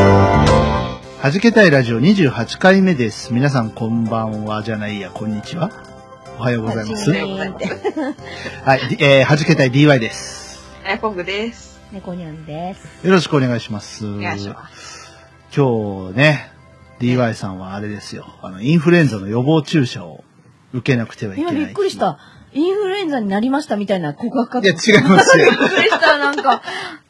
はじけたいラジオ28回目です。皆さんこんばんはじゃないや、こんにちは。おはようございます。はじはめまい、D- えー、はじけたい DY です。あやこぐです。猫にゃんです。よろしくお願いします。お願いします。今日ね、DY さんはあれですよ。あの、インフルエンザの予防注射を受けなくてはいけな今い。びっくりし。た。インフルエンザになりましたみたいな告白かいとや、思った違いますよ。びっくりした、なん か。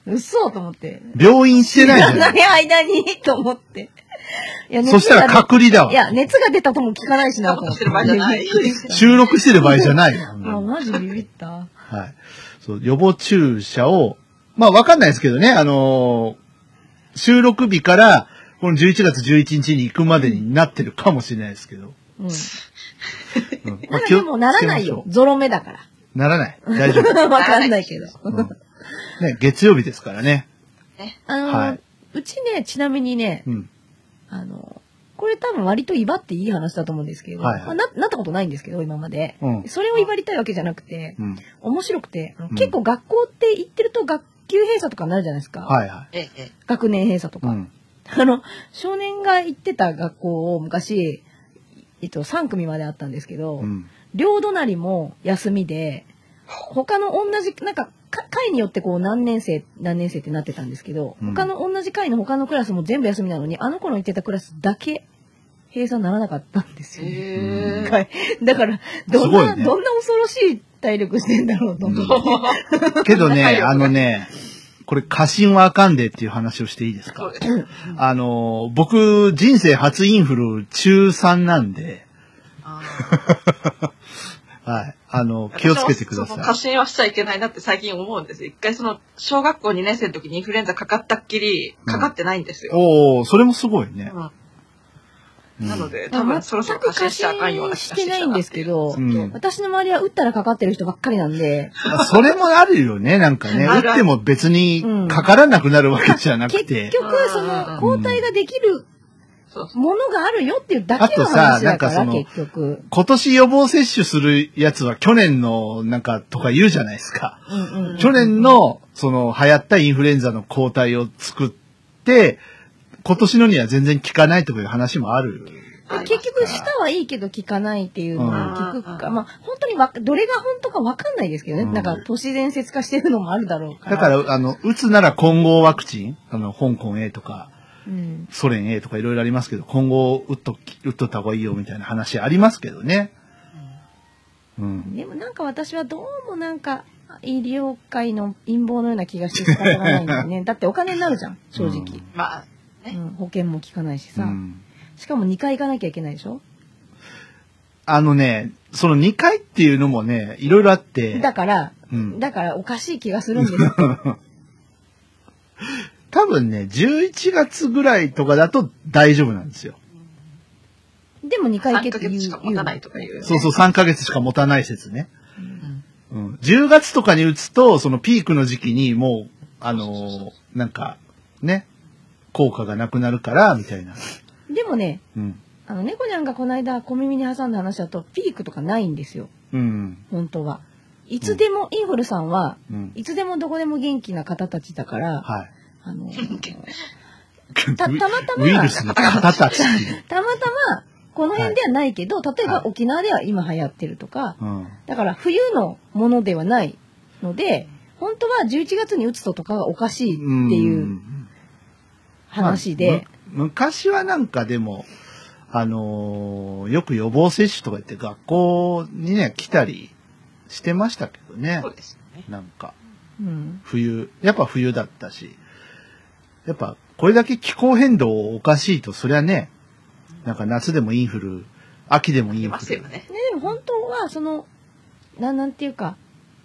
嘘と思って。病院してないじゃ。なん い間に、と思って。いやそしたら熱が隔離だ出いや、わ。熱が出たとも聞かないしな、とそん思なことっして。てる場合じゃないびっくりし収録してる場合じゃ ないよ。た。あ、マジビビった。はい。そう、予防注射を、まあわかんないですけどね、あのー収録日から、この11月11日に行くまでになってるかもしれないですけど。ううん。んまだでもならないよ。。ゾロ目だかならない。大丈夫。ら。 わかんないけど。うんね、月曜日ですからね。あの、はうちね、ちなみにね、うん。あの、これ多分割と威張っていい話だと思うんですけど、はいはいまあななったことないんですけど、今まで。うん。それを威張りたいわけじゃなくて、うん。面白くて、あのうん結構学校って行ってると学級閉鎖とかになるじゃないですか。はいはい。ええええ、学年閉鎖とか。うん。あの、少年が行ってた学校を昔、えっと、3組まであったんですけど、うん。両隣も休みで、他の同じ、なんか、か会によってこう何年生、何年生ってなってたんですけど、うん他の同じ会の他のクラスも全部休みなのに、あの子の行ってたクラスだけ閉鎖にならなかったんですよね。へうんーはいだから、どんすごな、いねどんな恐ろしい体力してんだろうと思って。けど 仲良ね、くあのね、これ過信はあかんでっていう話をしていいですそうかですね。あのー、僕、人生初インフル中3なんで、あはい。あの、ー気をつけてくださ私もそのい。過信はしちゃいけないなって最近思うんです。一回その、小学校2年生の時にインフルエンザかかったっきり、かかってないんですよ。おお、それもすごいね。うんなので、多分そろそ全ろく過過信しちゃあかんよう信なしてないんですけど、うん私の周りは打ったらかかってる人ばっかりなんで、まあそれもあるよ ね、なんかね。ある打あっるても別にかからなくなるわけじゃなく結て。局、そあの、ー抗体ができるそうそうものがあるよっていうだけのあとさ話なんだかかそら、の結局。今年予防接種するやつは去年のなんかとか言うじゃないですか。うんうん去年のその流行ったインフルエンザの抗体を作って、今年のには全然効かないとかいう話もある。あります結局、舌はいいけど効かないっていうのを聞くか、うんまあ、本当にわどれが本当かわかんないですけどね。うんなんか、都市伝説化してるのもあるだろうから。だから、あの、打つなら混合ワクチン、あの、香港 A とか、うん、ソ連 A とかいろいろありますけど、今後打っとき、打っとった方がいいよみたいな話ありますけどね。うん。でもなんか私はどうもなんか、医療界の陰謀のような気がして仕方がないんだよ ね。だってお金になるじゃん、正直。まあ、うん保険も効かないしうさ、ん。しかも2回行かなきゃいけないでしょあのね、その2回っていうのもね、いろいろあって、だから、うんだからおかしい気がするんですよ 多分ね、11月ぐらいとかだと大丈夫なんですよ。でも2回行け3っヶて言う月しか持たない言とかいう。そうそう、3ヶ月しか持たない説ね。うんうん。10月とかに打つと、そのピークの時期にもう、あのーそうそうそうそなんか、ね、効果がなくなるから、みたいな。うでもねうん。あの猫ちゃんがこの間小耳に挟んだ話だとピークとかないんですようん。本当はいつでも、インフルさんはうん。いつでもどこでも元気な方たちだから、はい。あのたたたまたまウイルスの方たちっていう。たまたまこの辺ではないけど、例えはばい沖縄では今流行ってるとかうん。だから冬のものではないので本当は11月に打つととかがおかしいっていう話で、まあむ昔はなんかでも、あのーよく予防接種とか言って学校にね、来たりしてましたけどねそ。うですね。なんか、うん、冬、やっぱ冬だったし、やっぱこれだけ気候変動おかしいと、そりゃね、なんか夏でもインフル、秋でもイいンまフすよル。ね。ねでも本当はそのななんていうか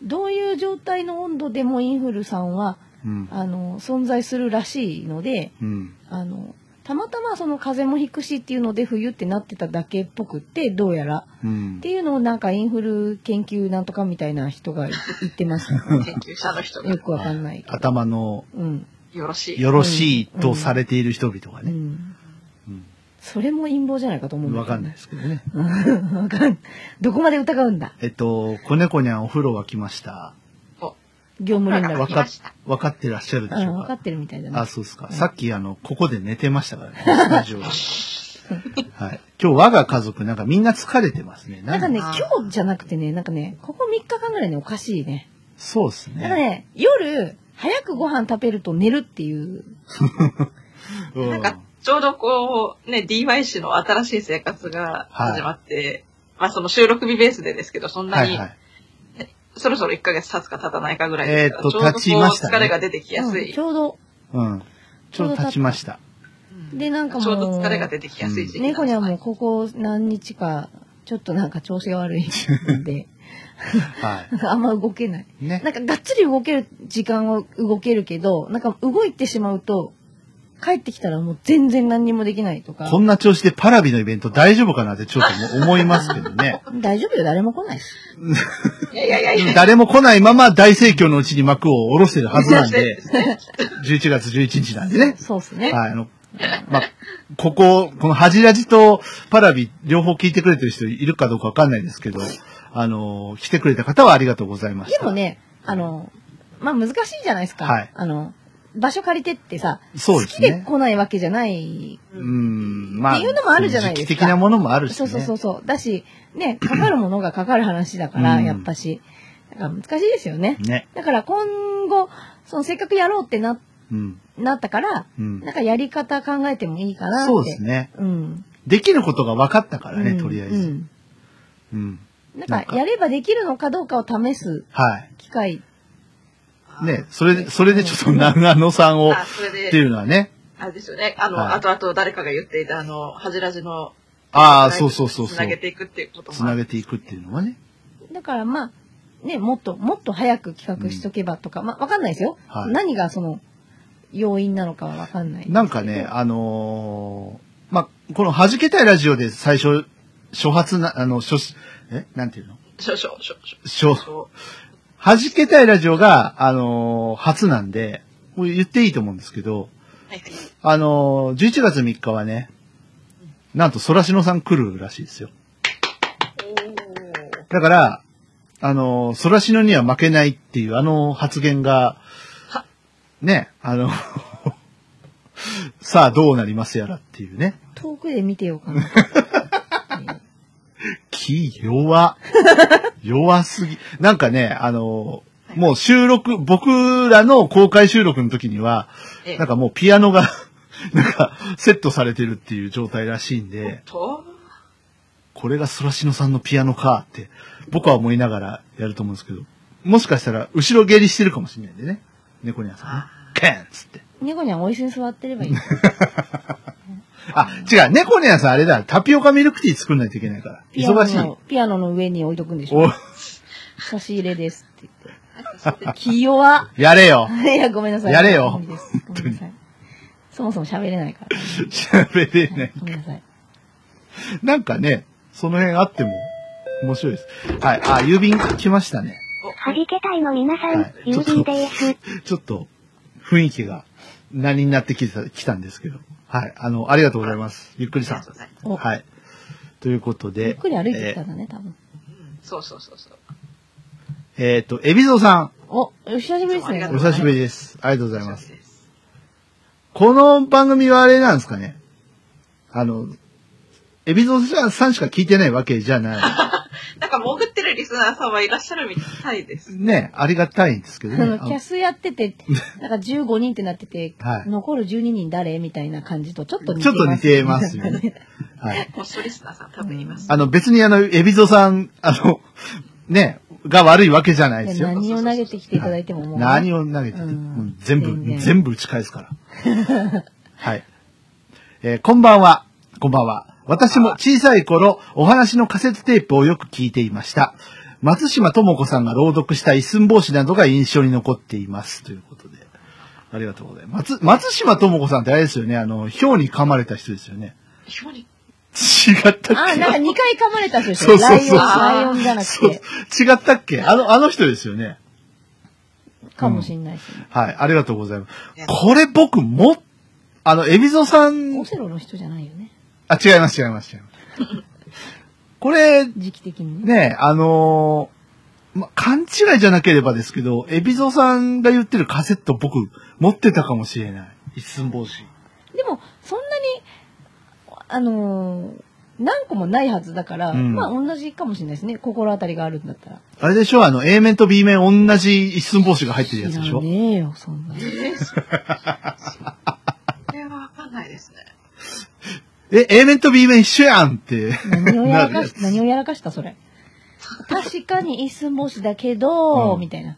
どういう状態の温度でもインフルさんはうん。あの存在するらしいのでうん。あのたまたまその風もひくしっていうので冬ってなってただけっぽくってどうやらうんって。いうのをなんかインフル研究なんとかみたいな人が言ってま した研究者の人がよくわかんないけど。頭のうんよろしい。よろしいとされている人々がうね。んうんそれも陰謀じゃないかと思うんわだけかどんないね。ですけどね。わかんない。どこまで疑うんだ。えっと、子猫にゃんお風呂沸きました。業務 連わ絡。かっ分かってらっしゃるでしうんょうわかかってるみたいだあ、ね。そうですか。さっき、あの、ここで寝てましたからね、スタ ジオで。はい。今日、我が家族、なんかみんな疲れてますね。なんかね、あー今日じゃなくてね、なんかね、ここ3日間ぐらいね、おかしいね。そうですなんね。かね、夜、早くご飯食べると寝るっていう。うんなんかちょうどこう、ね、DY 氏の新しい生活が始まって、まあその収録日ベースでですけど、そんなはに、いはい。そろそろ1ヶ月経つか経たないかぐらいですから、えーっとちょうどこ経ちましたうね疲れが出てきやすうんいち。ょうど。うん。ちょうど経ちました。うんで、なんかちもょう、うど疲れが出てきやすい時期なんじ猫ゃないにはもうここ何日か、ちょっとなんか調子が悪 いんで、はあんま動けない。い。ねな。んかがっつり動ける時間は動けるけど、なんか動いてしまうと、帰ってきたらもう全然何にもできないとかこ。んな調子でパラビのイベント大丈夫かなってちょっとも思いますけどね。大丈夫よ、誰も来ないし。いやいやいやいや。誰も来ないまま大盛況のうちに幕を下ろしてるはずなん で、11月11日なんでね。そうですね。はい、あの、まあ、ここ、このハジラジとパラビ両方聞いてくれてる人いるかどうかわかんないですけど、あの、来てくれた方はありがとうございましでた。もね、あの、まあ難しいじゃないですか。はいあの、場所借りてってさ、そうで好すきでね。来ないわけじゃない。うん、まあ、っていうのもあるじゃないですか時期的なものもあるし、ね。そうそうそうそう。だし、ね、かかるものがかかる話だから、うんやっぱし。だから難しいですよね。ね。だから今後、そのせっかくやろうってな、うん。なったから、うんなん。かやり方考えてもいいかなって。そうですね。うん。できることが分かったからね、うんとりあえず。うんうん。ななんんかか、やればできるのかどうかを試すはい。機会。ね、それで、それでちょっと長野さんを、っあ、それていで、うのはね。あれですよね。あの、はい後々誰かが言っていた、あの、恥じらじの、ああ、そうそうそうつそなげう。ていくっていうことも。つなげていくっていうのはね。だからまあ、ね、もっと、もっと早く企画しとけばとか、まあ、わかんないですよ。はい何がその、要因なのかはわかんない。なんかね、、あのーまあ、この弾けたいラジオで最初、初発な、あの、初し、えなんていうの少々、少々。初、そ弾けたいラジオが、あのー初なんで、これ言っていいと思うんですけど、う。はいはい。あのー11月3日はね、なんと、そらしのさん来るらしいですよ。おーだから、あの、そらしのには負けないっていうあの発言が、ね、あの、 さあどうなりますやらっていうね。遠くで見てよう かな。気弱。 弱すぎ。なんかね、あの、もう収録、僕らの公開収録の時には、ええなんかもうピアノが、 なんかセットされてるっていう状態らしいんで、と、これがそらしのさんのピアノかって、僕は思いながらやると思うんですけど、もしかしたら、後ろ蹴りしてるかもしれないんでね。猫ニャンさんね。ケンっつって。猫にはお椅子に座ってればいい。 あ、違う、猫ニャンさんあれだ、タピオカミルクティー作んないといけないから。ピアノ忙しい。のピアノの上に置いとくんでしょ。お、差し入れですって言って。気弱。 やれよ。いや、ごめんなさい。やれよ無理ですごめんなさい。そもそも喋れないから。喋れない。ごめんなさい。なんかね、その辺あっても面白いです。はい。あ、郵便来ましたね。はじけたいの皆さん、はい郵便です。ちょっと、雰囲気が何になってきたきたんですけど。はい。あの、ありがとうございます。ゆっくりさありがとうございまん。おはい。ということで。ゆっくり歩いてきたえんだね、多分。す。そうそうそうそう。ーえっと、エビゾさお、お久しぶりですね。ん、お久しぶりです。ありがとうございまそうす。ですこの番組はあれなんですかねあの、エビゾさんしか聞いてないわけじゃななんか潜ってるリスナーさんはいらっしゃるみたいです い。。ね、ありがたいんですけどそのね。キャスやっ てて、なんか15人ってなってて、はい残る12人誰みたいな感じとちょっと似ちてょっます。と似てますよね。はい。こっそリスナーさん多分います。あの、別にあの、エビゾさん、あの、 ね、が悪いわけじゃないです でよ。何を投げてきていただいてももう、何を投げてて、うんもう全全部、然全部打ち返すから。 はい。えーこんばんは。こんばんは。私も小さい頃、お話のカセットテープをよく聞いていました。松島智子さんが朗読した一寸法師などが印象に残っています。ということで。ありがとうございます。松松島智子さんってあれですよね。あの、豹に噛まれた人ですよね。ひょに違ったっけあ、なんか2回噛まれた人でしそょうそうラそうイオン、ライオンじゃなくそうて、違ったっけあの、あの人ですよね。かもしれないですね。はい。ありがとうございます。これ僕も、あの、エビゾさんオ、セロの人じゃないよね。あ、違います、違います、違います。これ、時期的にね。ね、あのーま、勘違いじゃなければですけど、エビゾさんが言ってるカセット僕持ってたかもしれない。一寸法師。でも、そんなに、あのー何個もないはずだから、うんまあ同じかもしれないですね。心当たりがあるんだったら。あれでしょあの、A 面と B 面同じ一寸法師が入ってるやつで知しらょねえよ、そんなの。これはわかんないですね。え、A 面と B 面一緒やんって。何をやらかし なるやつ、何をやらかした、それ。確かに一寸法師だけど、うんみたいな。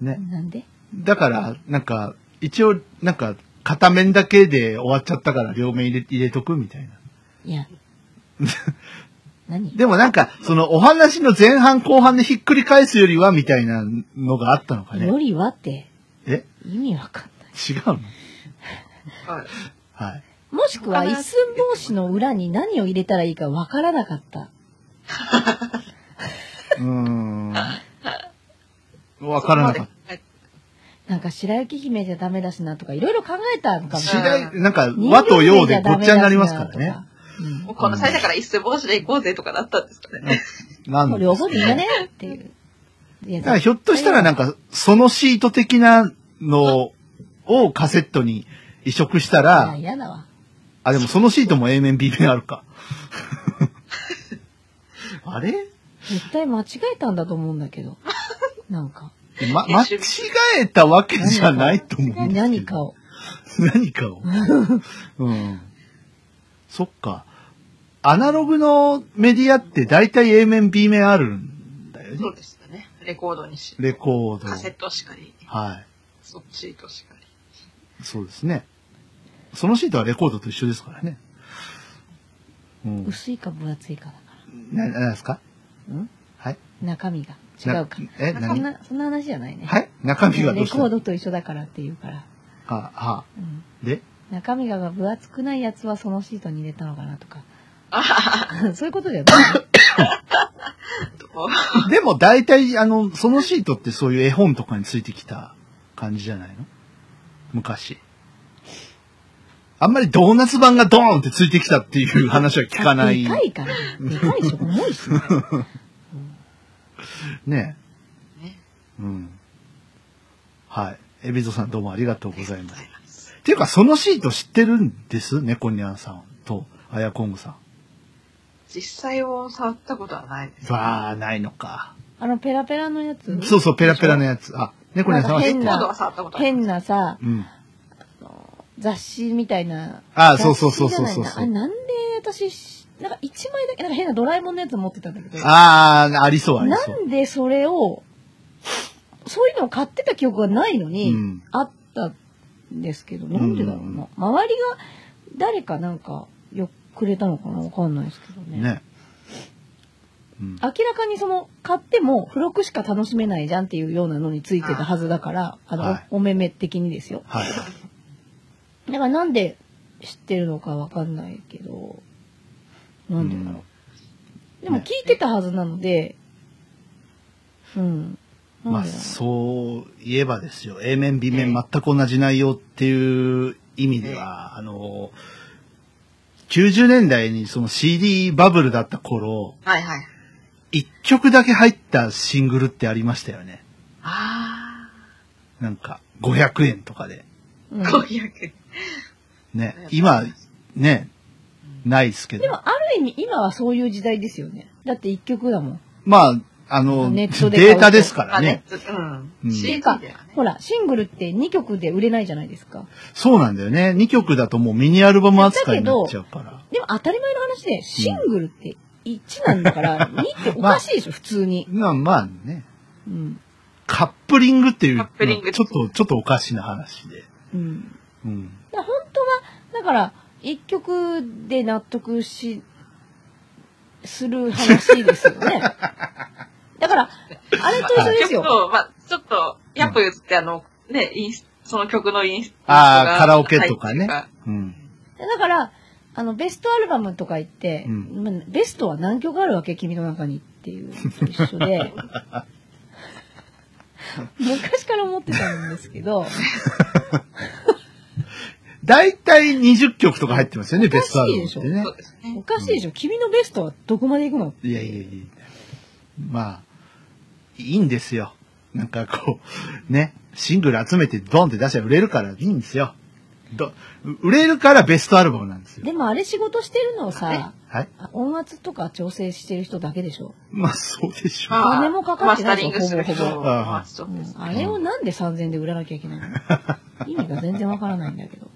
ね。なんでだから、なんか、一応、なんか、片面だけで終わっちゃったから両面入れ入れとくみたいな。いや。何でもなんか、そのお話の前半後半でひっくり返すよりはみたいなのがあったのかねよ。りはって、え意味わかんない。違うのはい。はい。もしくは、一寸法師の裏に何を入れたらいいかわからなかった。うーん。わからなかっはい。なんか、白雪姫じゃダメだしなとか、いろいろ考えたのかた。もし白らいなんか、人和と魚姫洋じでゃごダっメちゃだしなとになりますからね。もうこの際だから一世帽子で行こうぜとかだったんですかね。なうんん。で両方でいいんじゃねっていう。いやだからひょっとしたらなんか、そのシート的なのをカセットに移植したいやら、嫌だわ。あ、でもそのシートも A 面 B 面ある か。あれ絶対間違えたんだと思うんだけど。なんか、ま、間違えたわけじゃないと思うんですけど。何かを。 何か を。うん。そっか。アナログのメディアって大体 A 面、B 面あるんだよねそ。うでしたね。レコードにし、レコード。カセットしかり、はそっちとしかり。い。そうですね。そのシートはレコードと一緒ですからね。うん。薄いか分厚いかだか。な、なんですからんはい。中身が。な違うか。え、そん何な、そんな話じゃないね。はい中身がどレうしたコードと一緒だからって言うから。あ、はうんで中身が分厚くないやつはそのシートに入れたのかなとか。あはは そういうことじゃないね。でも大体、あの、そのシートってそういう絵本とかについてきた感じじゃないの昔。あんまりドーナツ版がドーンってついてきたっていう話は聞かない。 でかいから。でかいし、重いしね。ねね。うん。はい。エビゾさんどうもありがとうございます。す。っていうか、そのシート知ってるんです猫ニャンさんと、アヤコングさん。実際を触ったことはないです。わー、ないのか。あの、ペラペラのやつ。そうそう、ペラペラのやつ。あ、猫ニャンさんは知っレてコるなーんかドは触ったことある。変なさ、うん。雑誌みたいな。あそうそうそうそうそう雑誌じゃないなあ、なんで私し、なんか一枚だけ、なんか変なドラえもんのやつ持ってたんだけど。あー、ありそう、ありなそう。んでそれを、そういうのを買ってた記憶がないのに、うんあったんですけど、なんでだろうな。周りが、誰かなんか、よ、くれたのかなわかんないですけどね。ね。うん明らかにその、買っても、付録しか楽しめないじゃんっていうようなのについてたはずだから、あの、はいお目目的にですよ。はい。だからなんで知ってるのかわかんないけど、なんでだろう。でもね聞いてたはずなので、うん。うんまなんあ、でだろうそう言えばですよ。A 面、B 面、全く同じ内容っていう意味では、あの、90年代にその CD バブルだった頃、はいはい。一曲だけ入ったシングルってありましたよね。あなんか、500円とかで。うんあ、500。ね。 今、ね、ないですけどで。も、ある意味、今はそういう時代ですよね。だって一曲だもん。まあ、あの、ネデットで買うとータですからあ、ねね。。うん。うん CD てかではね。ほら、シングルって2曲で売れないじゃないですか。そうなんだよね。2曲だともうミニアルバム扱いになっちゃうから。でも、当たり前の話で、シングルって1なんだから、2っておかしい でしょ、普通に。まあまあね。うん。カップリングっていう、カップリングちょっと、ちょっとおかしな話で。うん。うん。だから本当は、だから、1曲で 納得し、する話ですよね。だから、あれと一緒です曲よ。と、まあ、ちょっと、やっぱ言って、あの、ね、インスその曲のインスあーインストがカラオケとかね入ってるうん。だから、あの、ベストアルバムとか言って、うんまあベストは何曲あるわけ君の中にっていうのと一 緒で、昔から思ってたんですけど、だいたい20曲とか入ってますよね、おかベしいストアルバムってねそう。ですおね。かしいでしょ、君のベストはどこまで行くのいやいやいや。まあ、いいんですよ。なんかこう、ね、シングル集めてドンって出したら売れるからいいんですよ。ど売れるからベストアルバムなんですよ。でもあれ仕事してるのさ、はい。音圧とか調整してる人だけでしょ。まあ、そうでしょう。あ金もかかってないでしょマスタリングするほ人ぼほぼまあそううですんあれをなんで3000円で売らなきゃいけな いの意味が全然わからないんだけど。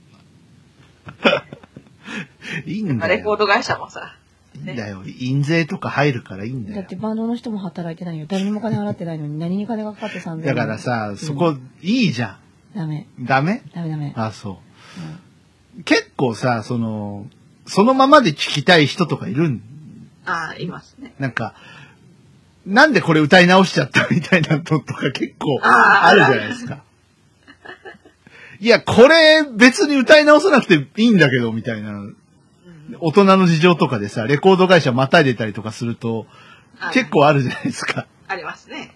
いいんまだあレコーよ。ド会社もさ、いいんだよ。印税とか入るからいいんだだよっ。てバンドの人も働いてないよ。誰にも金払ってないのに何に金がかかって3000円。だからさ、そうんこ、いいじゃダメ。ん。ダメダメダメ。あ、そう。結構さ、その、そのままで聞きたい人とかいるんああ、いますね。なんか、なんでこれ歌い直しちゃったみたいなのとか結構あーあるじゃないですか。いや、これ別に歌い直さなくていいんだけど、みたいな。うん大人の事情とかでさ、レコード会社またいでたりとかすると、あ結構あるじゃないですか。ありますね。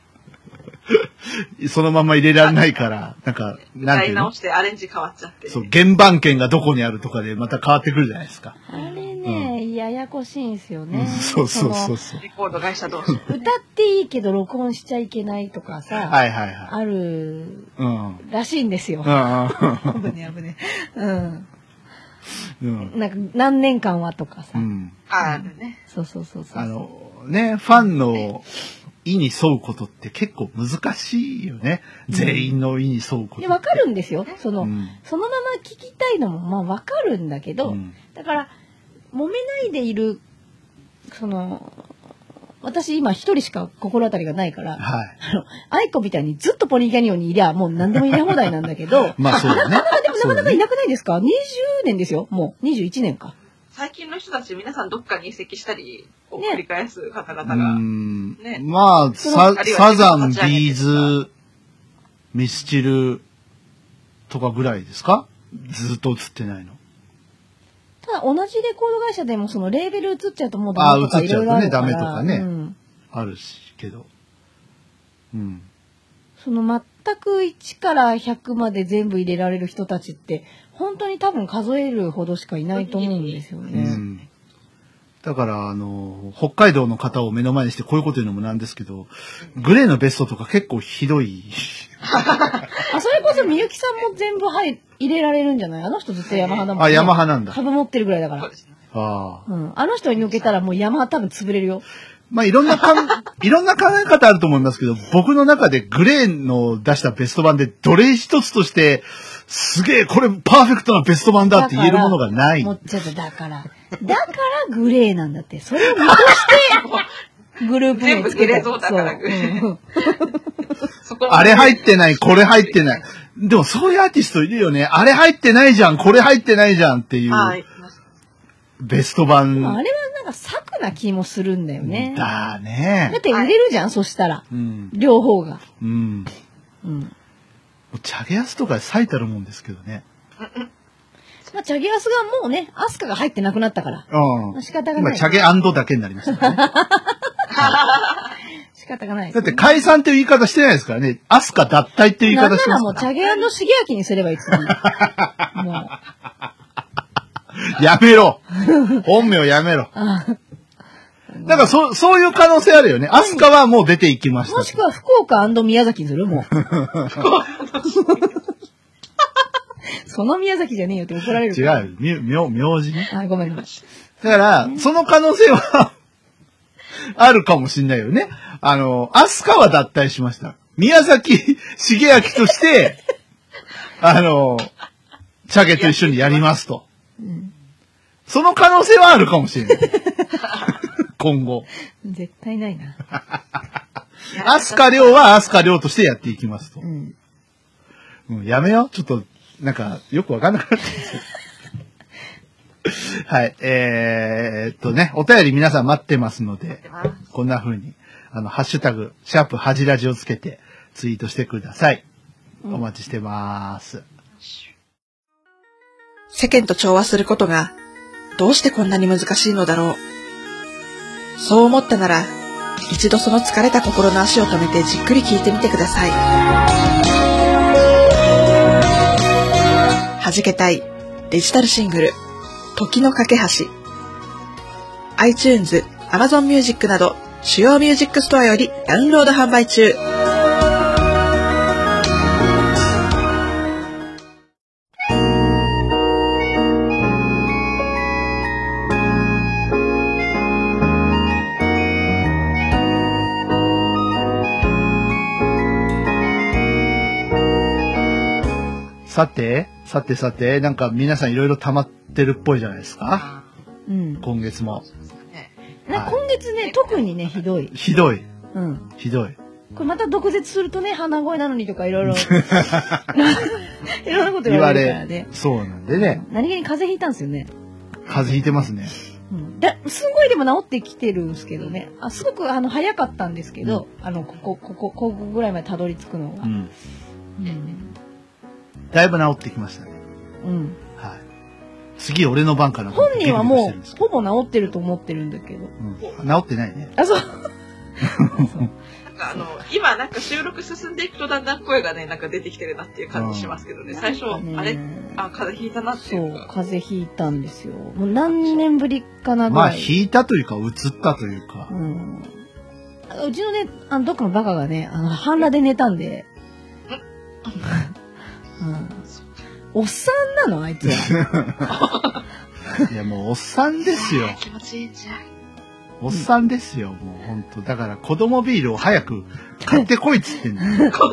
そのまま入れられないから、なんか、なん歌ていいうの直してアレンジ変わっちゃって。そう、原版権がどこにあるとかでまた変わってくるじゃないですか。あれね、ややこしいんすようんね。そうそうそうそそう。レコード会社同士。の歌っていいけど録音しちゃいけないとかさ、はいはいはい。あるうん。うんらしいんですよ。危ね危ね。うん。うん。なんか何年間はとかさ。うん。あるね。そうそうそうそう。あの、ね、ファンの意に沿うことって結構難しいよね。全員の意に沿うこと。で、わかるんですよ。その、うんそのまま聞きたいのも、まあわかるんだけど、うんだから、揉めないでいる、その、私今一人しか心当たりがないから、はい。あの、愛子みたいにずっとポニーキャニオンにいりゃ、もう何でも入れ放題なんだ 、けどまあそうだね。 でもなそかうだなかいねなくないですか ?20 年ですよ。もう21年か。 最近の人たち皆さんどっかに移籍したりをね繰り返す方う々が、んねまあ、あサるいはサザン、立ち上げてビーズ、ミスチルとかぐらいですかずっと映ってないの。ただ同じレコード会社でもそのレーベル映っちゃうともうあダメとか映っいちゃろういとろあねるから。ダメとかねうんあるし、けど。うん。その全く1から100まで全部入れられる人たちって本当に多分数えるほどしかいないと思うんですようね。んだから、あの、北海道の方を目の前にしてこういうこと言うのもなんですけど、グレーのベストとか結構ひどい。あそれこそみゆきさんも全部入入れられるんじゃないあの人ずっと山派だもんあ、ヤマハなんだ。あ株持ってるぐらいだかそうらで。すね。あ。うん、あの人に抜けたらもう山多分潰れるよ。まあ、いろんなか ん、いろんな考え方あると思いますけど、僕の中でグレーの出したベスト版で、どれ一つとして、すげえ、これパーフェクトなベスト版だって言えるものがない。もうちょっとだから。だからグレーなんだって。それを見越して、グループ名つけた全部グレーゾーンだからグレーそううんそこあれ入ってない、これ入ってない。でもそういうアーティストいるよね。あれ入ってないじゃん、これ入ってないじゃんってい、。はいうベスト版あれはなんか策な気もするんだよね。だだね。って売れるじゃん、そしたら。うん。両方が。うん。もうん。うチャゲアスとか最たるもんですけどね。まあ、チャゲアスがもうね、アスカが入ってなくなったから。うん。仕方がな今、い。チャゲだけになりましたからね。仕方がない。だって解散っていう言い方してないですからね。アスカ脱退っていう言いなん方なしてまらもすうかチャゲシゲアキにすればいいっつってたのにもう、ら。やめろ本名やめろ。だから、そう、そういう可能性あるよね。アスカはもう出ていきましもたしと。くは福岡宮崎にするもう。その宮崎じゃねえよって怒られる違から。う。み名、名字ね。あ、ごめんごめだん。から、その可能性は、 あるかもしんないよね。あの、アスカは脱退しました。宮崎茂明と して、あの、チャゲと一緒にやりますと。うんその可能性はあるかもし れない。今後。絶対ないな。アスカ亮はアスカ亮としてやっていきますとう。ん。うん、やめよう。ちょっと、なんか、よくわかんなくなって きたはい。えー、っとね、お便り皆さん待ってますので待ってま、すこんな風に、あの、ハッシュタグ、シャープ恥じラジをつけてツイートしてください。うんお待ちしてます。世間と調和することがどうしてこんなに難しいのだろう。そう思ったなら、一度その疲れた心の足を止めてじっくり聞いてみてください。弾けたいデジタルシングル時の架け橋 iTunes、Amazon Music など主要ミュージックストアよりダウンロード販売中。さて、さてさて、なんか皆さんいろいろ溜まってるっぽいじゃないですか。うん。今月も。な今月ね、特にね、ひどい。ひどい、うん。ひどい。これまた毒舌するとね、鼻声なのにとかいろい ろ。いろんなこと言われるからね。そうなんでね、何気に風邪ひいたんですよね。風邪ひいてますね。うん、だすごいでも治ってきてるんですけどねあすごくあの早かったんですけど、あのここここここぐらいまでたどり着くのが、ううんん。うんだいぶ治ってきましたね。はい。次俺の番かなと思っ本て人はビもクビクしてうほぼ治ってると思ってるんだけるどんですけどうん治ってないね。あそうなんかあの、今なんか収録進んでいくとだんだん声がね、なんか出てきてるなっていう感じしますけどね。最初、あれ、ねあ、風邪ひいたなっていそううか。風邪ひいたんですよもう何年ぶりかなぐまあ、らい、引いたというか、移ったというかう、ん、あうちのねあのどっかのバカがねあの半裸で寝たんで、うん、おっさんなのあいつら いや、もう、おっさんですよ。気持ちいいじゃん。おっさんですよ、もう、ほんと。だから、子供ビールを早く買ってこいっつってんの。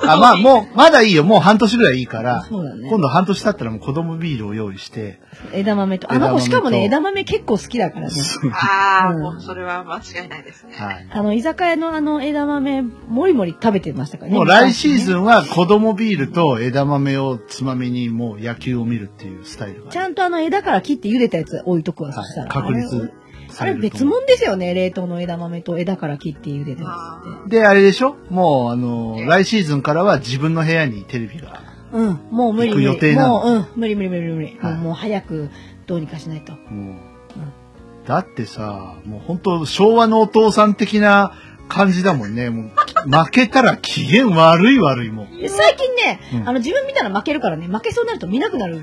あ、まあ、もう、まだいいよ。もう半年ぐらいいいから、そうだね今度半年経ったらもう子供ビールを用意して、枝豆と。あの子しかもね、枝枝豆結構好きだからね。ああ、うんもうそれは間違いないですね。はい。あの、居酒屋のあの枝豆、もりもり食べてましたからね。もう来シーズン。ンは子供ビールと枝豆をつまみにもう野球を見るっていうスタイルが。ちゃんとあの枝から切って茹でたやつ置いとくわ、そはしたい、ら。確あ立されあれれると別思う。物ですよね、冷凍の枝豆と枝から切って茹でたやあつって。ーで、あれでしょもう、あの、来シーズンからは自分の部屋にテレビが。うん、もう無理行く無理。予定なのもう、うん、無理無理無理無理。はいもうもう早くどうにかしないと。もう。だってさ、もう本当昭和のお父さん的な感じだもんね。もう、負けたら機嫌悪い悪いもん。で最近ね、うんあの自分見たら負けるからね、負けそうになると見なく なる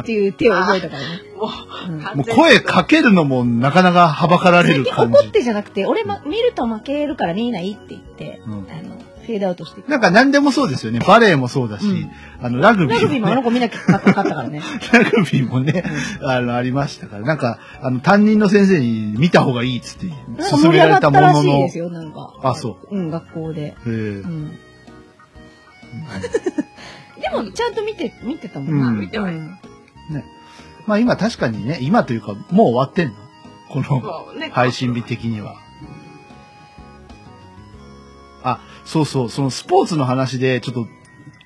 っていう手を覚えたからね。もう、うん もう声かけるのもなかなかはばかられ最る近感怒っ じ。てじゃなくて、俺、ま、見ると負けるから見ないって言って、うんあの、フェードアウトしていくなんか何でもそうですよね。バレエもそうだし、うんあの、ラグビラーグもねビーもあの子見なきゃかったからね。 ラグビーもね、あの、ありましたから、なんか、あの、担任の先生に見た方がいいっつってなんか盛勧りめ上らがれったたもらのしいので、すよ、なんか。。あそううん、学校で。えーうん。でも、ちゃんと見て、見てたもんうな。ん見てはいるまあ今確かにね、今というか、もう終わってんのこのもうね、配信日的には。あ、そうそう、そのスポーツの話で、ちょっと、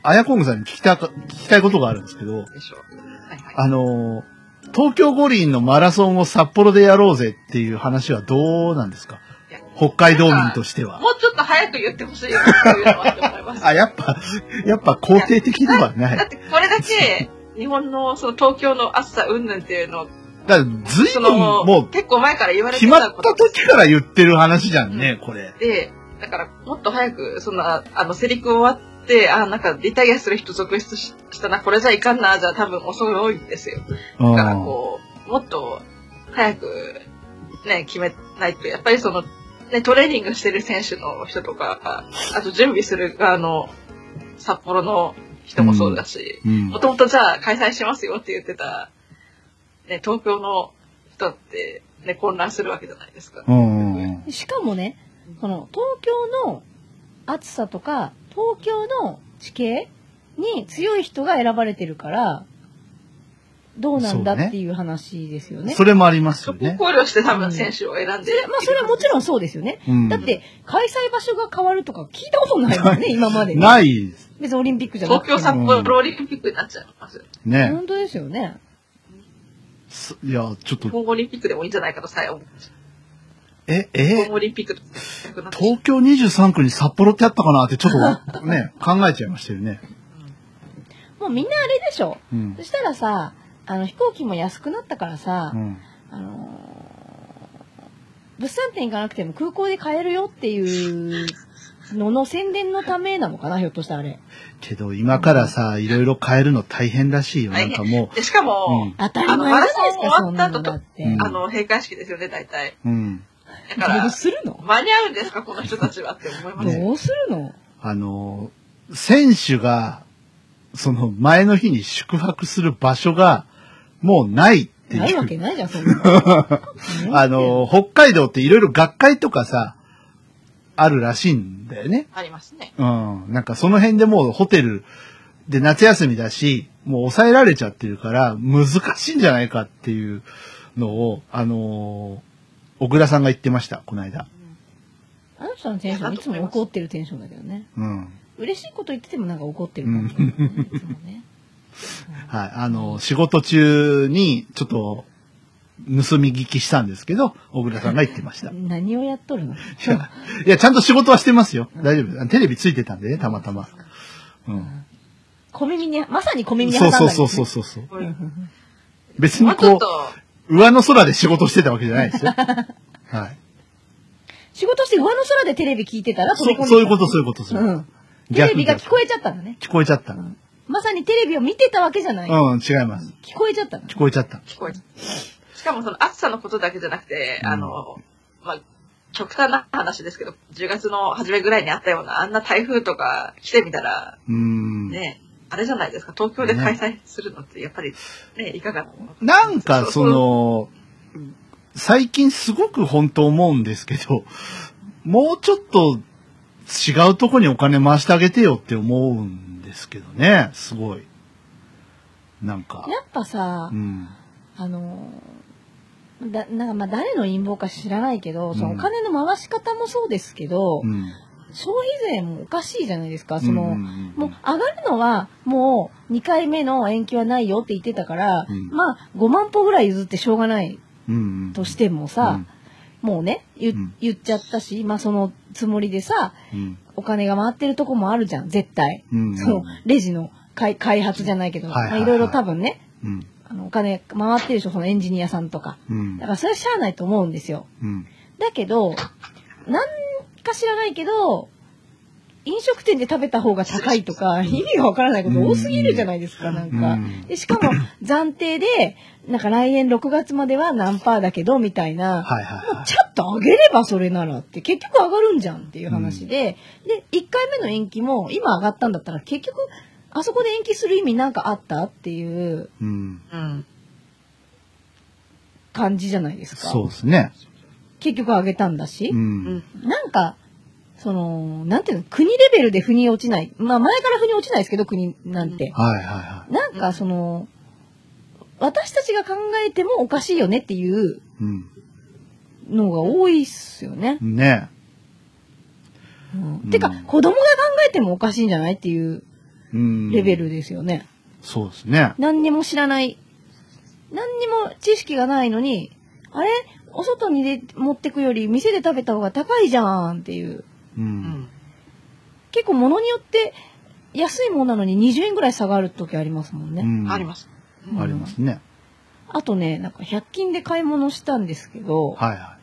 あやこんぐさんに聞きたか、聞きたいことがあるんですけど、でしょう。はいはい。あのー東京五輪のマラソンを札幌でやろうぜっていう話はどうなんですかいや北海道民としては。もうちょっと早く言ってほしいなっていうのはって思います。あ、やっぱ、やっぱ肯定的ではない。だってこれだけ、日本のその東京の暑さ云々っていうのを、だから、ずいそぶんの、も結構前から言わう、れ決てまたっことた時から言ってる話じゃんね、これ。で、だからもっと早く、そんな、あの、セリフ終わって、あ、なんかリタイアする人続出ししたな、これじゃいかんな、じゃあ多分遅いんですよ。うんだからこう、もっと早くね、決めないと、やっぱりその、ね、トレーニングしてる選手の人とか、あと準備する側の札幌の人もそうだし、うんもともとじゃあ開催しますよって言ってた、ね、東京の人って、ね、混乱するわけじゃないですか。うんうんうん。しかもね、この東京の暑さとか、東京の地形に強い人が選ばれてるから、どうなんだっていう話ですよね。それもありますそよこをね。考慮して多分選手を選んで、まあそれはもちろんそうですよね。うんだって開催場所が変わるとか聞いたことないもんね、今まで、ね。ないです別にオリンピックじゃな東くても。京札幌オリンピックになっちゃいますよ。ね。本当ですよね。すいや、ちょっと、今後オリンピックでもいいんじゃないかとさえ思う。え、えオリンピックと逆なんで東京23区に札幌ってあったかなってちょっ とね、考えちゃいましたよね。もうみんなあれでしょ。うんそ。したらさ、あの飛行機も安くなったからさ、うん。あのー物産展行かなくても空港で買えるよっていうのの宣伝のためなのかな、ひょっとしたらあれ。けど今からさ、いろいろ変えるの大変らしいよ。なんかもでしかう、も、当たり前じゃないですか、あそのんなマラソのン終わった後とだって。うんあの、閉会式ですよね、大体。うん。うん。だからどう、するの間に合うんですか、この人たちはって思いますよ。どうするのあの、選手が、その前の日に宿泊する場所が、もうないってないるうわ。けないじゃん、そんなの。あの、北海道っていろいろ学会とかさ、あるらしいんだよね。ありますね。うん。なんかその辺でもうホテルで夏休みだし、もう抑えられちゃってるから難しいんじゃないかっていうのを、あのー小倉さんが言ってました、この間。あの人のテンションいつも怒ってるテンションだけどね。うん。嬉しいこと言っててもなんか怒ってる感じだよね、いつもね。はい。あのー仕事中にちょっと盗み聞きしたんですけど、小倉さんが言ってました。い何をやっとるのや、いやちゃんと仕事はしてますよ。大丈夫。テレビついてたんでね、たまたま。うん。小耳に、まさに小耳に挟そんうだそんうそです、ね。うそうそうそう。これも別にうちょこっと、う、上の空で仕事してたわけじゃないですよ。はい。仕事して上の空でテレビ聞いてたら飛び込そんでそういうこと、そういうこと、そうういうことん。テレビが聞こえちゃったのね。聞こえちゃった。う、うんんまさにテレビを見てたわけじゃない。違います。聞こえちゃったの。聞こえちゃった。聞こえた。しかもその暑さのことだけじゃなくて、あの、まあ、極端な話ですけど、10月の初めぐらいにあったような、あんな台風とか来てみたら、うーん。ね、あれじゃないですか、東京で開催するのって、やっぱり、ね、いかがなものかなんか、その、最近すごく本当思うんですけど、もうちょっと違うとこにお金回してあげてよって思うんですけどね、すごい。なんか。やっぱさう、ん。あのー、だなんかまあ誰の陰謀か知らないけど、そうのおん金の回し方もそうですけど、うん。消費税もおかしいじゃないですか。その、うんうんうもうん上がるのはもう2回目の延期はないよって言ってたから、うんまあ5万歩ぐらい譲ってしょうがないうんうん。としてもさ、もうね言,、うん言っちゃったし、まあ、そのつもりでさうん、お金が回ってるとこもあるじゃん絶対、うん。うん。そのレジの開開発じゃないけど、はいはいはいまあ、いろいろ多分ねうん。あのお金回ってるでしょそのエンジニアさんとかうんだからそれはしゃあないと思うんですようん。だけどなんか知らないけど飲食店で食べた方が高いとか意味がわからないこと多すぎるじゃないですかなんか。うんでしかも暫定でなんか来年6月までは何パーだけどみたいなはいはいはい。ちょっと上げればそれならって結局上がるんじゃんっていう話で、で1回目の延期も今上がったんだったら結局あそこで延期する意味なんかあったっていううん。な。うん。感じじゃないですかそうですね。結局上げたんだしう、うんん。なんかそのなんていうの国レベルで腑に落ちないまあ前から腑に落ちないですけど国なんて、はいはいはい。なんかその私たちが考えてもおかしいよねっていううのが多いっすよね。ん。ねうんうんてか子供が考えてもおかしいんじゃないっていううん。レベルですよね。そうですね。何にも知らない何にも知識がないのにあれお外にで持ってくより店で食べた方が高いじゃんっていうう。うんん。結構物によって安いものなのに20円ぐらい下がる時ありますもんね。うんあります。ありますね。あとねなんか100均で買い物したんですけどはいは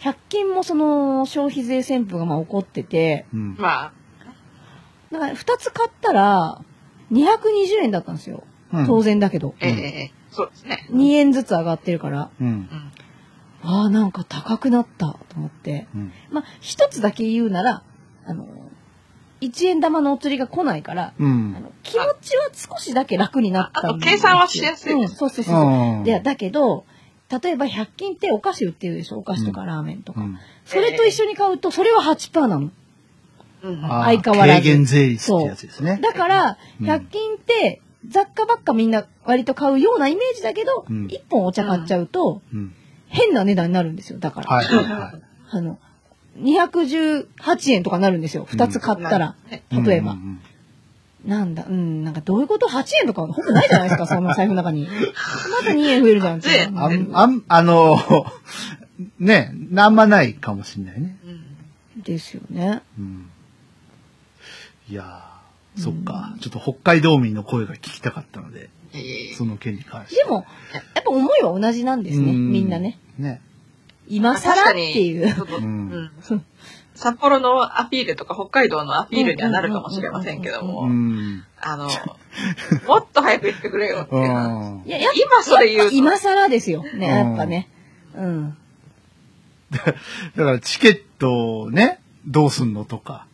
100均もその消費税旋風がまあ起こっててい。うん。まあ、だから2つ買ったら220円だったんですようん当然だけど、ええうんええそうですね。 2円ずつ上がってるからうんう。ん。ああなんか高くなったと思ってうん。まあ1つだけ言うならあの1円玉のお釣りが来ないからうあん。の気持ちは少しだけ楽になったんですよあと計算はしやすいうん、そうそうそう、うんいやだけど例えば100均ってお菓子売ってるでしょお菓子とかラーメンとか、うんそれと一緒に買うとそれは8%なのうん。あー相変わらず軽減税率ってやつですね。だから、うん100均って雑貨ばっかみんな割と買うようなイメージだけど、うん1本お茶買っちゃうとうん。変な値段になるんですよ。だから、はいはいはい。あの、218円とかなるんですよ。2つ買ったら。ね例えば、うんうんなんだ、うん、なんかどういうこと ?8 円とかほぼないじゃないですか、その財布の中に。また2円増えるじゃんって。 8円うん。あん、あん、あの、ね、あんまないかもしれないね。うん。ですよね。うん。いやー、そっか。ちょっと北海道民の声が聞きたかったので、いえいえその件に関して。でも、やっぱ思いは同じなんですね、うんみんなね。。ね。今更っていう。ちょっと、ううんん札幌のアピールとか北海道のアピールにはなるかもしれませんけどうも、ん。あの、もっと早く言ってくれよってういう話んい。や、やっ今それ言ぱうと、今更ですよ。ね、うんやっぱね。うん。だからチケットをね、どうすんのとか、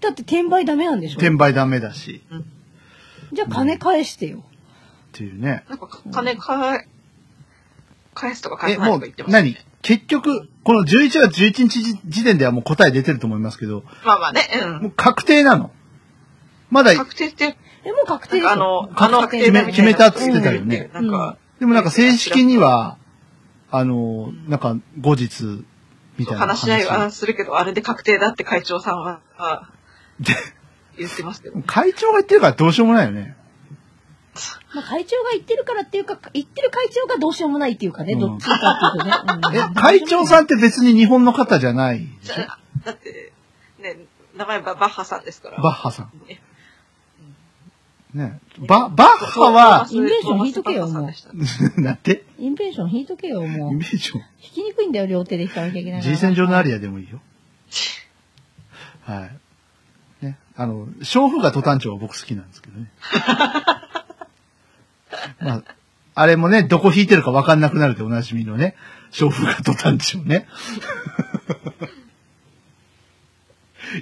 だって転売ダメなんでしょ転売ダメだし、じゃあ金返してよ。っていうね。なんか金かえ返すとか返え、さないもとうか言って、ましたね何結局、この11月11日時時点ではもう答え出てると思いますけど、まあまあね、う。もうん確定なのまだ、確定って、え、もう確定でしょあの、確あの定だ決め決めたっつってたよねなんか、でもなんか正式には、あの、なんか後日、みたいな話し合いはするけど、あれで確定だって会長さんは、あ言ってますけど。会長が言ってるからどうしようもないよね。まあ、会長が言ってるからっていうか、言ってる会長がどうしようもないっていうかね、うんどっちかっていうとね。うんえ、会長さんって別に日本の方じゃないでしょだって、ね、名前ババッハさんですから。バッハさねん。ね。バ、バッハは、インベーション引いとけよもうトーマスバッハさんでし なんてインベーション引いとけよ、もうイメ。ージを引きにくいんだよ、両手で引かなきゃいけないから。 G 線上のアリアでもいいよ。はい。ね。あの、娼婦がトタンチョは僕好きなんですけどね。まあ、あれもね、どこ弾いてるか分かんなくなるっておなじみのね、娼婦がトタンチョね。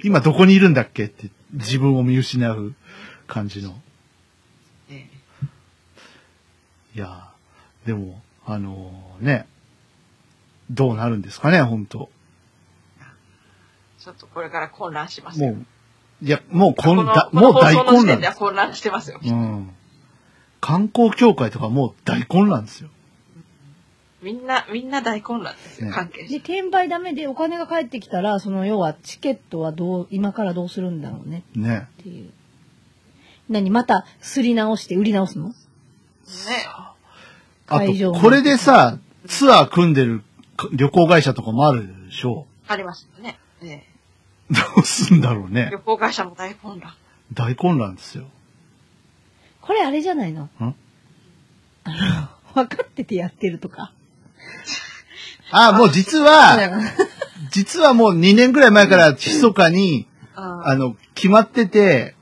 今どこにいるんだっけって自分を見失う感じの。たねいやーでも、あのーね、どうなるんですかね、本当ちょっとこれから混乱しますよ。もう、いや、もうここんのだ、こものう放大送の混時点乱では。混乱してますよ。うん。観光協会とかもう大混乱ですよ。みんな、みんな大混乱ですよ、ね関係で、者。転売ダメでお金が返ってきたら、その要はチケットはどう、今からどうするんだろうねね。っていう。何また、すり直して売り直すのね。あ会場と、もこれでさ、ツアー組んでる旅行会社とかもあるでしょありましたね。ねう。どうすんだろうね旅。行会社も大混乱。大混乱ですよ。これあれじゃないのんあの、分かっててやってるとか。あ、もう実は、実はもう2年ぐらい前から密かに、ああの、決まってて、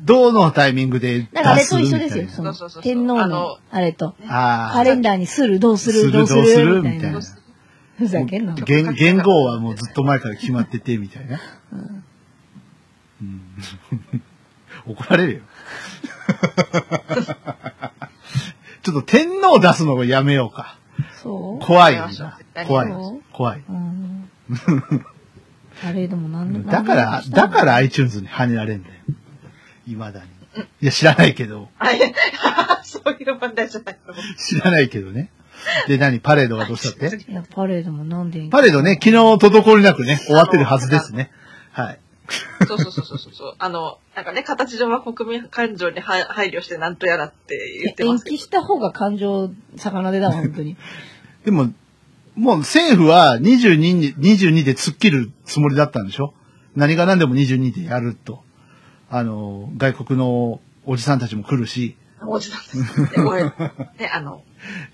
どのタイミングで出すみただかいらあなれと一緒ですよ。その、そうそうそうそう天皇あのの、あれと。あカレンダーにする、どうすする、るどうすどうするる、みたいみたいなな。ふざけんな。言言語はもうずっと前から決まってて、みたいな。うん怒られるよ。ちょっと天皇出すのをやめようか。そう怖いよなやめましょう怖いそう。怖い。 うんパレードも何でもだから、だから iTunes に跳ねられんだよ。未だに。いや、知らないけど。あ、いや そういう問題じゃないと思う。知らないけどね。で、何パレードがどうした っていや、パレードも何でいいパレードね、昨日滞りなくね、終わってるはずですね。はい。そうそうそうそう そうそう。あの、なんかね、形上は国民感情には配慮してなんとやらって言ってま延すけど期。した方が感情魚でだわ、本当に。でも、もう政府は22に、22で突っ切るつもりだったんでしょ何が何でも22でやると。あの、外国のおじさんたちも来るし、おじさん たち。ね、ごめんね、あの、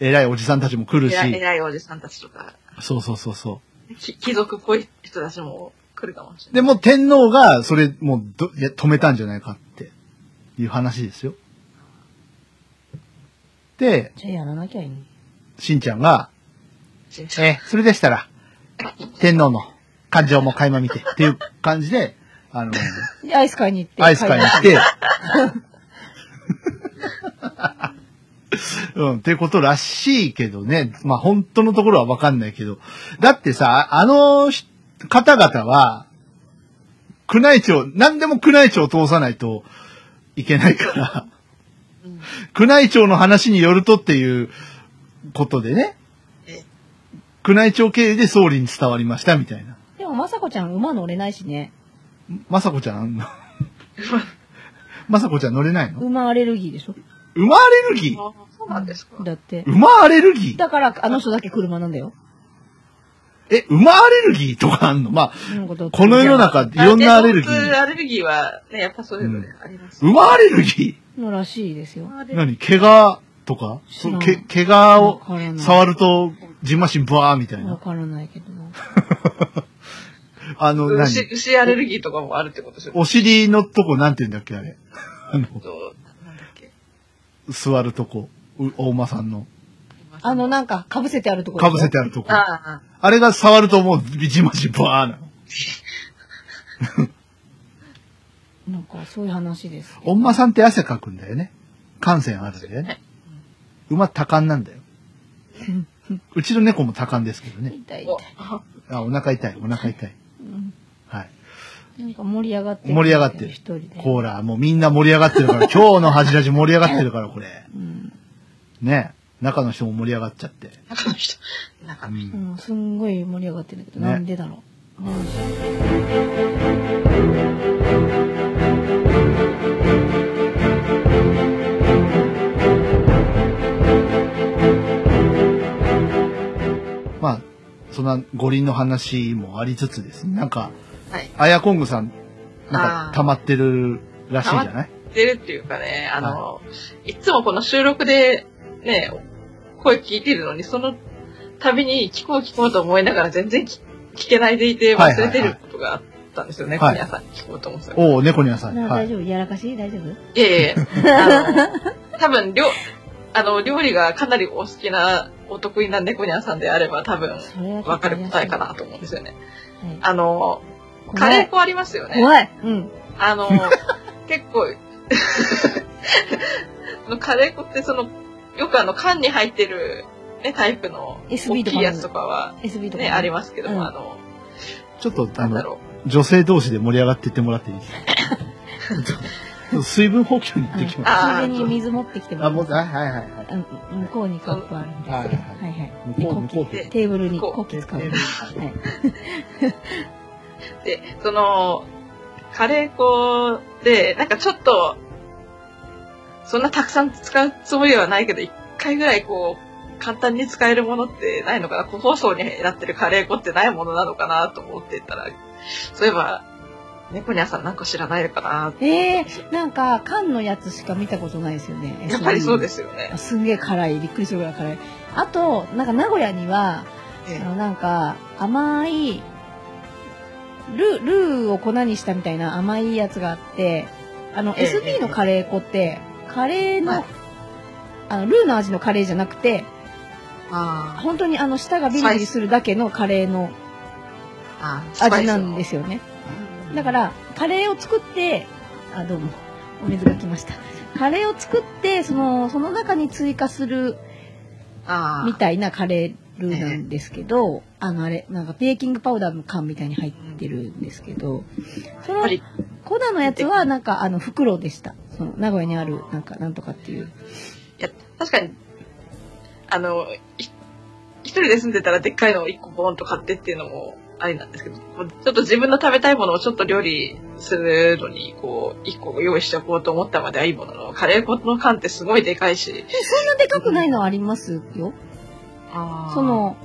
偉いおじさんたちも来るし、偉い偉いおじさんたちとか、そうそうそうそき貴族っぽい人たちも来るかもしれう。で、ない。もう天皇がそれ、もうどいや止めたんじゃないかっていう話ですよ。で、じゃあやらなきゃいいのに。しんちゃんが、新えーそれでしたら、天皇の感情も垣間見てっていう感じで、あの、でアイス買いに行って。アイス買いに来て、うん、っていうことらしいけどね。まあ、本当のところはわかんないけど。だってさ、あのひ方々は、宮内庁、何でも宮内庁を通さないといけないから、 うん宮内庁の話によるとっていうことでねえ、宮内庁経由で総理に伝わりましたみたいな。でも、まさこちゃん馬乗れないしね。 まさこちゃん、まさこちゃん乗れないの馬アレルギーでしょ馬アレルギーあそうなんですか。だって。馬アレルギーだから、あの人だけ車なんだよ。え、馬アレルギーとかあんのまあ、なんかどっちこの世の中、いろんなアレルギ動ー物。アレルギーは、ね、やっぱそういうのね、あります。馬アレルギのらしいですよ。あーれ何怪我とか知らんけ怪我わをからない。触ると、ジンマシンブワーみたいわな。からないけどな。あの、何牛、牛アレルギーとかもあるってことですよね。お尻のとこ、なんて言うんだっけあれ。あの、となんだっけ座るとこ。うお馬さんの。あの、なんか、被せてあるところ。かぶせてあるとこ。あああ、れが触るともう、ジンマシンブワーなの。なんか、そういう話です。お馬さんって汗かくんだよね。汗腺あるんだよね。馬多感なんだ よ。うちの猫も多感ですけどね。痛いお痛い。あ、お腹痛い、お腹痛い。うんはい。なんか盛り上がって盛り上がってる一人で。ほら、もうみんな盛り上がってるから、今日の恥じらじ盛り上がってるから、これ。うん。ね。中の人も盛り上がっちゃって。中の人、中うの人。ん。うんすんごい盛り上がってるんだけど、ねなんでだろう。まあ、そんな五輪の話もありつつですね。なんか、はい。アヤコングさん、なんかあー溜まってるらしいじゃ溜ない出るっていうかね、あの、い、つもこの収録でね、声聞いてるのに、その度に聞こう聞こうと思いながら全然聞聞けないでいて忘れてることがあったんですよね、はいはい皆さん聞こうと思ってたら。おお、猫にゃさん。なは大い。丈夫やらかし大丈夫いやいや、あの、多分、料、あの、料理がかなりお好きな、お得意な猫ニャンさんであれば、多分、それはわかる答えかなと思うんですよね。はいあの、カ怖レーい。粉ありますよね。怖い。うん。あ の、結構、 あのカレー粉ってその、よくあの缶に入ってる、ね、タイプの SB 大きいやつとかは、 SB とか。ね、ありますけども、うんあの、ちょっと、なあんだの、ろ女性同士で盛り上がっていってもらっていいですか水分補給に行ってきす。ます。あついーでに水持ってきてもあ、らもう、うはいはいはいはい。うん向こうにカップあるんで。はいはいははいはい。い。向こう、向こうでで。テーブルにこうコッキ使う。はい。う。で、その、カレー粉で、なんかちょっと、そんなたくさん使うつもりはないけど、一回ぐらいこう、簡単に使えるものってないのかな個包装になってるカレー粉ってないものなのかなと思ってたら、そういえば、猫ニャンさんなんか知らないのかなってえー、なんか缶のやつしか見たことないですよね。。やっぱりそうですすよね。すんげえ辛い。びっくりするぐらい辛い。あと、なんか名古屋には、あのなんか甘いルルーを粉にしたみたいな甘いやつがあってあのええ SB のカレー粉ってカレーはのいあのルーの味のカレーじゃなくてあ本当にあの舌がビリビリするだけのカレーのあ、。味なんですすよねだからカレーを作ってあどうもお水が来ましたカレーを作ってそのその中に追加するああ。みたいなカレールーなんですけど、あのあれなんかベーキングパウダーの缶みたいに入ってるんですけどそやのっぱり、粉のやつはなんかあの袋でしたその名古屋にあるなんかなんとかっていういや、確かに、あの、い一人で住んでたらでっかいのを一個ボーンと買ってっていうのもありなんですけど、こうちょっと自分の食べたいものをちょっと料理するのに、こう、一個用意しておこうと思ったまではいいものの、カレー粉の缶ってすごいでかいし、そんなでかくないのありますよそそ、の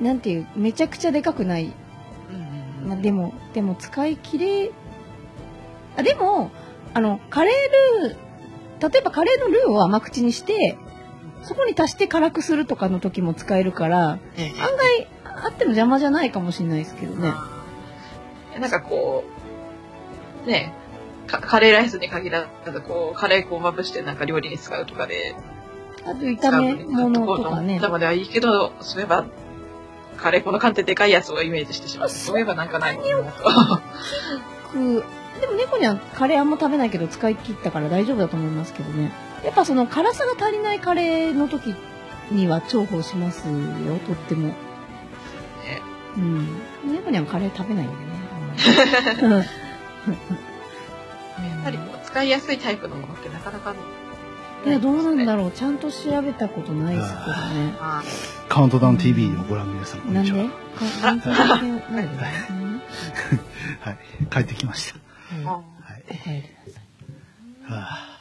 なんていうめちゃくちゃでかくない、うんまあ、でもでも使い切れあでもあのカレールー例えばカレーのルーを甘口にしてそこに足して辛くするとかの時も使えるからええ案外あっても邪魔じゃないかもしれないですけどね。なんかこう、ねかカレーライスに限らず、こう、カレー粉をまぶしてなんか料理に使うとかで、あと炒め物とかね。まではいいけど、そういえば、カレー粉の缶ってでかいやつをイメージしてしまう。そういえばなんかないもんなと。くでも猫にはカレーあんま食べないけど使い切ったから大丈夫だと思いますけどね。やっぱその辛さが足りないカレーの時には重宝しますよ、とっても。うん。猫にはカレー食べないんでね。やっぱりこう使いやすいタイプのものってなかなか、いや、どうなんろだろう。ちゃんと調べたことないですけどね。カウントダウン TV をご覧の皆さん、こんなにんちでは。か関係ないのね帰ってきました。はいはい。お帰りなさいはあ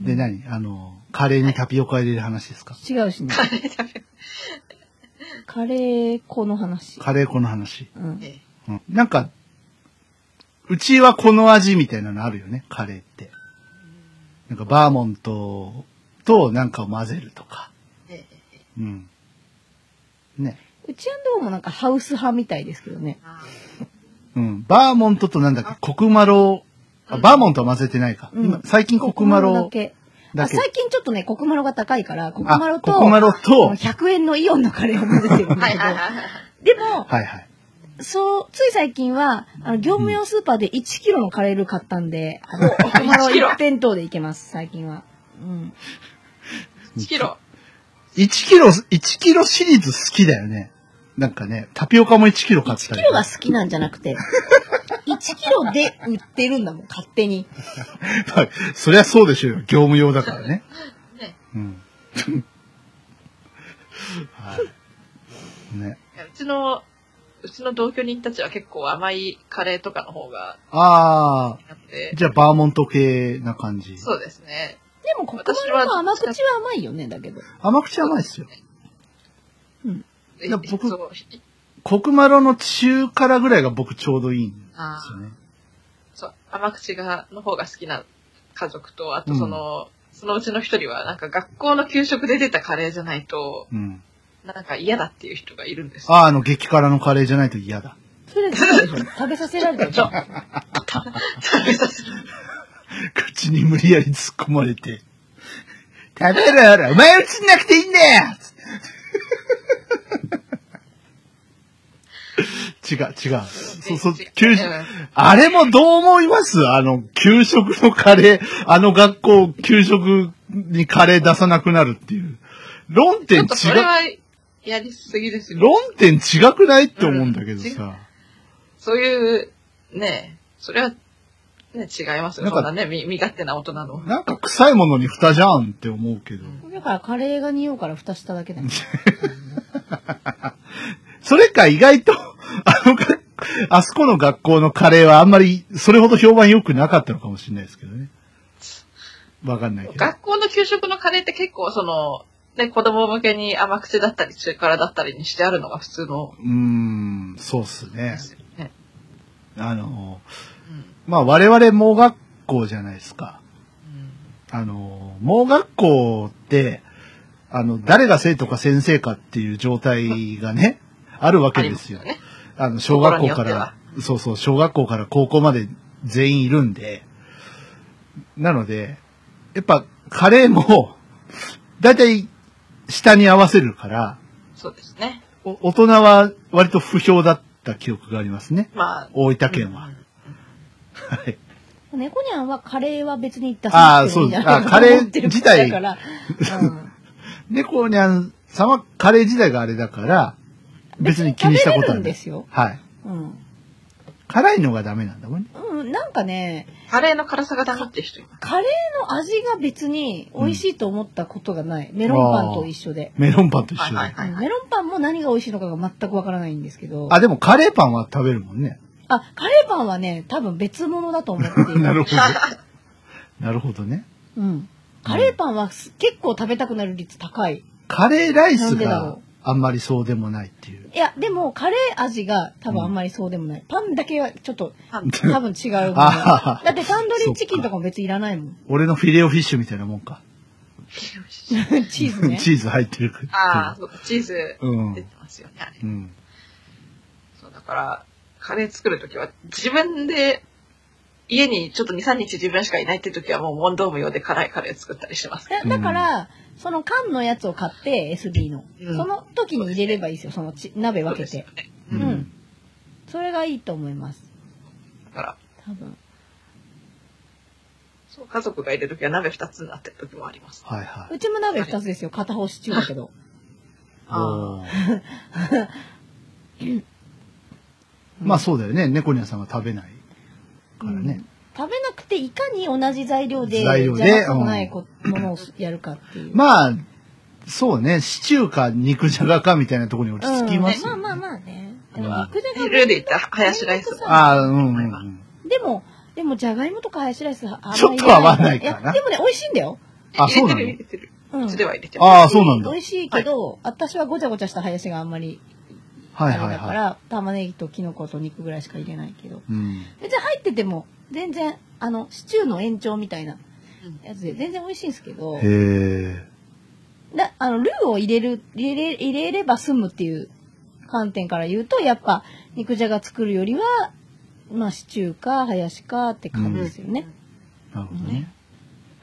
で、何あの、カレーにタピオカ入れる話ですか違うしね。カレー食べカレー粉の話。カレー粉の話。うん。えうん。なんか、うちはこの味みたいなのあるよね、カレーって。なんかバーモントとなんかを混ぜるとか。えええうん。ね。うちはどうもなんかハウス派みたいですけどね。あうん。バーモントとなんだっけ、コクマロあバーモントは混ぜてないか。うん今最近コクマだロけ。あ、だけ。最近ちょっとね、コクマロが高いから、コクマロと、コクマロと、あはのい100円のイオンのカレーを混ぜてるんだーはけどいはいはいはい。でも、はい。そう、つい最近は、あの、業務用スーパーで1キロのカレールー買ったんで、あの、コクマロ1キロ一辺倒でいけます、最近は。うん。 1キロ。 1キロ、1キロシリーズ好きだよね。なんかね、タピオカも1キロ買った1り。キロが好きなんじゃなくて、1キロで売ってるんだもん、勝手に。はいそりゃそうでしょうよ。業務用だからね。ねうん。 はい。ね。いやうちの、うちの同居人たちは結構甘いカレーとかの方がああってあ、、じゃあバーモント系な感じ。そうですね。でも、コクマロの甘口は甘いよね、だけど。甘口甘いっすよ。いやで僕そうひコクマロの中辛ぐらいが僕ちょうどいいんであすよね。ーそう甘口が、の方が好きな家族と、あとその、そのうちの一人は、なんか学校の給食で出たカレーじゃないと、うん。なんか嫌だっていう人がいるんですよ。ああ、あの激辛のカレーじゃないと嫌だ。それでそう でしょ食べさせられたでしょ食べさせ口に無理やり突っ込まれて。食べろよ、ほらお前映んなくていいんだよ つって違う、違う。そ、そ、給食、あれもどう思いますあの、給食のカレー、あの学校、給食にカレー出さなくなるっていう。論ち点ょ違っとそれはやりすぎですう、よ。論点違くないって思うんだけどさ。そういう、ねえ、それは、ね、違いますなよ。んかそんなね、み身勝手な大人の。なんか臭いものに蓋じゃんって思うけど。だからカレーが匂うから蓋しただけだよ。それか意外と、 あの学、あそこの学校のカレーはあんまり、それほど評判良くなかったのかもしれないですけどね。わかんないけど。学校の給食のカレーって結構その、ね、子供向けに甘口だったり中辛だったりにしてあるのが普通のうーん、そうっすねで。すよね。あの、うんまあ我々盲学校じゃないですか。うんあの、盲学校って、あの、誰が生徒か先生かっていう状態がね、あるわあけりでますすよよ。ね。あの、小学校かところによら、そうそう、小学校から高校まで全員いるんで、なので、やっぱカレーも、 だいたい下に合わせるから、そうですね。お大人は割と不評だった記憶がありますね。まあ。大分県はうん。。はい。猫にゃんはカレーは別に出さなくてもいいんじゃないかなと思ってるあーそうあカレー自体だから、うん猫にゃんさんはカレー自体があれだから、別に気にしたこと別に食べれはるんなでい。すよ。はい。うん。辛いのがダメなんだもんね。うん、なんかね、カレーの辛さがダメっていう人います。カレーの味が別に美味しいと思ったことがない。メロンパンと一緒で。メロンパンと一緒で。はいはいうんメロンパンも何が美味しいのかが全くわからないんですけど。あ、でもカレーパンは食べるもんね。あ、カレーパンはね、多分別物だと思ってい る。な るほど。なるほどね。うん。カレーパンはす結構食べたくなる率高い。カレーライなスんでだがろあんまりそうでもないっていう。いや、でもカレー味が多分あんまりそうでもない。パンだけはちょっ とパン多分違うもの。だああ、ってタンドリーチキンとかも別にいらないもん。俺のフィレオフィッシュみたいなもんか。チーズね。チーズ入ってるから。ああ、そうか、チーズうん出てますよね。あれうん。そう、だから、カレー作るときは自分で、家にちょっと2、3日自分しかいないって時はもう問答無用で辛いカレー作ったりしてます。だだから、その缶のやつを買って SB の、うんその時に入れればいいですよそのち鍋分そうでけすよてね。ううんん。それがいいと思いますだから、多分そう、家族がいるときは鍋二つになってるときもあります。はいはうちも鍋2つですよ片方シチューだけどい。あーおーまあそうだよね。猫にゃんさんは食べないからね。食べなくていかに同じ材料で材料でじゃがさないこものをやるかっていう、まあ、そうね。シチューか肉じゃがかみたいなところに落ち着きますうよんね。ねまあまあまあねうんでも肉じゃがルーで言ったハヤシライス。あああ、うんうんうん。でもでもじゃがいもとかハヤシライスあんまちょっと合わないかなやでもね美味しいんだよあそうなの入れてる入れてるうん口では入れてます。ああ、そうなんだ。は美い味しいけど、私はごちゃごちゃしたハヤシがあんまりあはれいだから、は玉ねぎとキノコと肉ぐらいしか入れないけどい。うん。別に入ってても全然あのシチューの延長みたいなうんやつで全然美味しいんですけどへえ。だあのルーを入れる入れれ入れれば済むっていう観点から言うとやっぱ肉じゃが作るよりはまあシチューかハヤシかって感じですよね。なるほどね。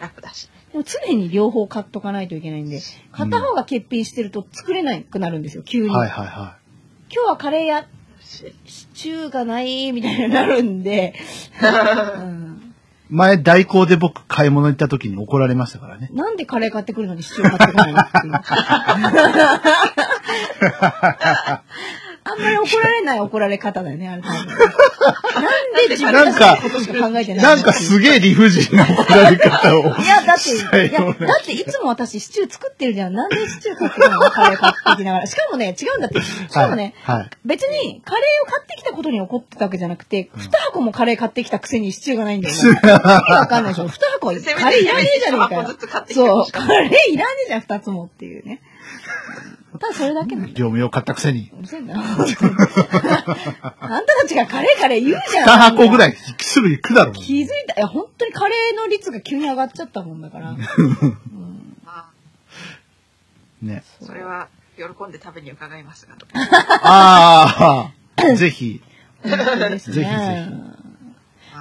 楽だし。でも常に両方買っとかないといけないんで片方が欠品してると作れなくなるんですよ急に、はいはいは今日はカレーやシチューがないみたいになるんで、 うんい。前、代行で僕買い物行った時に怒られましたからね。なんでカレー買ってくるのにシチュー買ってこないのっていうあんまり怒られない怒られ方だよねあれ多分なんで自分たちのことしか考えてないのなんかすげえ理不尽な怒られ方を。いや、だって、したいや、ようなだっていつも私シチュー作ってるじゃん。なんでシチュー買ってくるのカレー買ってきながら。しかもね、違うんだって。しかもね、はいはい別にカレーを買ってきたことに怒ってたわけじゃなくて、ん二箱もカレー買ってきたくせにシチューがないんだよ。意味わかんないでしょ。二箱、カレせめてーいらねえじゃねえか一箱よずつ買っ。てきそてほう、しカかったレーいらねえじゃん、二つもっていうね。ただそれだけなの。業務用買ったくせに。うるせえな。本当にあんたたちがカレーカレー言うじゃん。 2箱ぐらいすぐ行くだろう。気づいた。いや、本当にカレーの率が急に上がっちゃったもんだから。うんまね。あ、それは喜んで食べに伺 いますが。ああ、ぜひ。本当ですねぜひぜ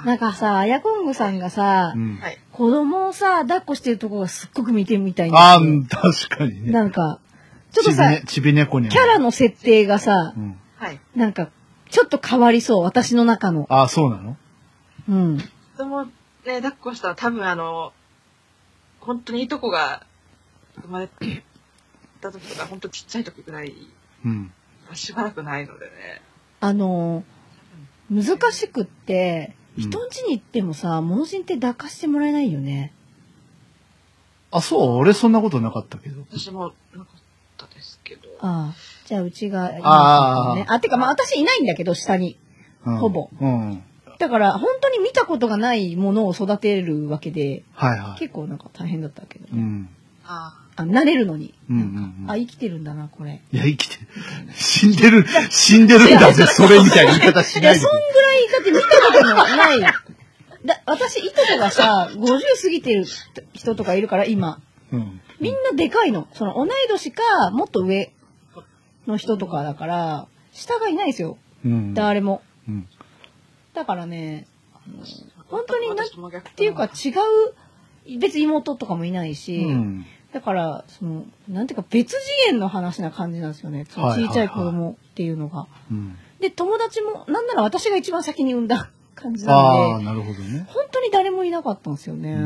なんかさ、アヤコングさんがさ、うん。はい。子供をさ、抱っこしてるとこがすっごく見てみたいんああ、です確よかにね。なんか、ちょっとさ、ちびねこに。キャラの設定がさう、ん。はい。なんか、ちょっと変わりそう、私の中の。ああ、そうなのうん。子供ね、抱っこしたら多分あの、本当にいとこが生まれた時とか、本当ちっちゃい時ぐらい、うん。しばらくないのでね。あのー、難しくって、うん人ん家に行ってもさ、盲人って抱かしてもらえないよね。あ、そう、俺そんなことなかったけど。私もなかったですけど。ああ。じゃあ、うちがいないのあかーね。あ、てか、まあ、私いないんだけど、下に。うんほぼ。うん。だから、本当に見たことがないものを育てるわけで、はいはい。結構なんか大変だったけどうね。ん。ああ慣れるのに。うんうんうんあ、生きてるんだな、これ。いや、生きてる。死んでる、死んでるんだぜ、それみたいな言い方しいなや、いでそん。ぐらい、だって見たことのない。だ私、いとこがさ、50過ぎてる人とかいるから、今。うん。みんなでかいの。その、同い年か、もっと上の人とかだから、下がいないですよ。うん。誰も。うん。だからね、あ。本当にな私も逆だなっていうか、違う、別に妹とかもいないし、うん。だから、その、なんていうか別次元の話な感じなんですよね。そのはいはい小さい子供っていうのが。うん。で、友達も、なんなら私が一番先に産んだ感じなあんあ、で、なるほどね。本当に誰もいなかったんですよね。うう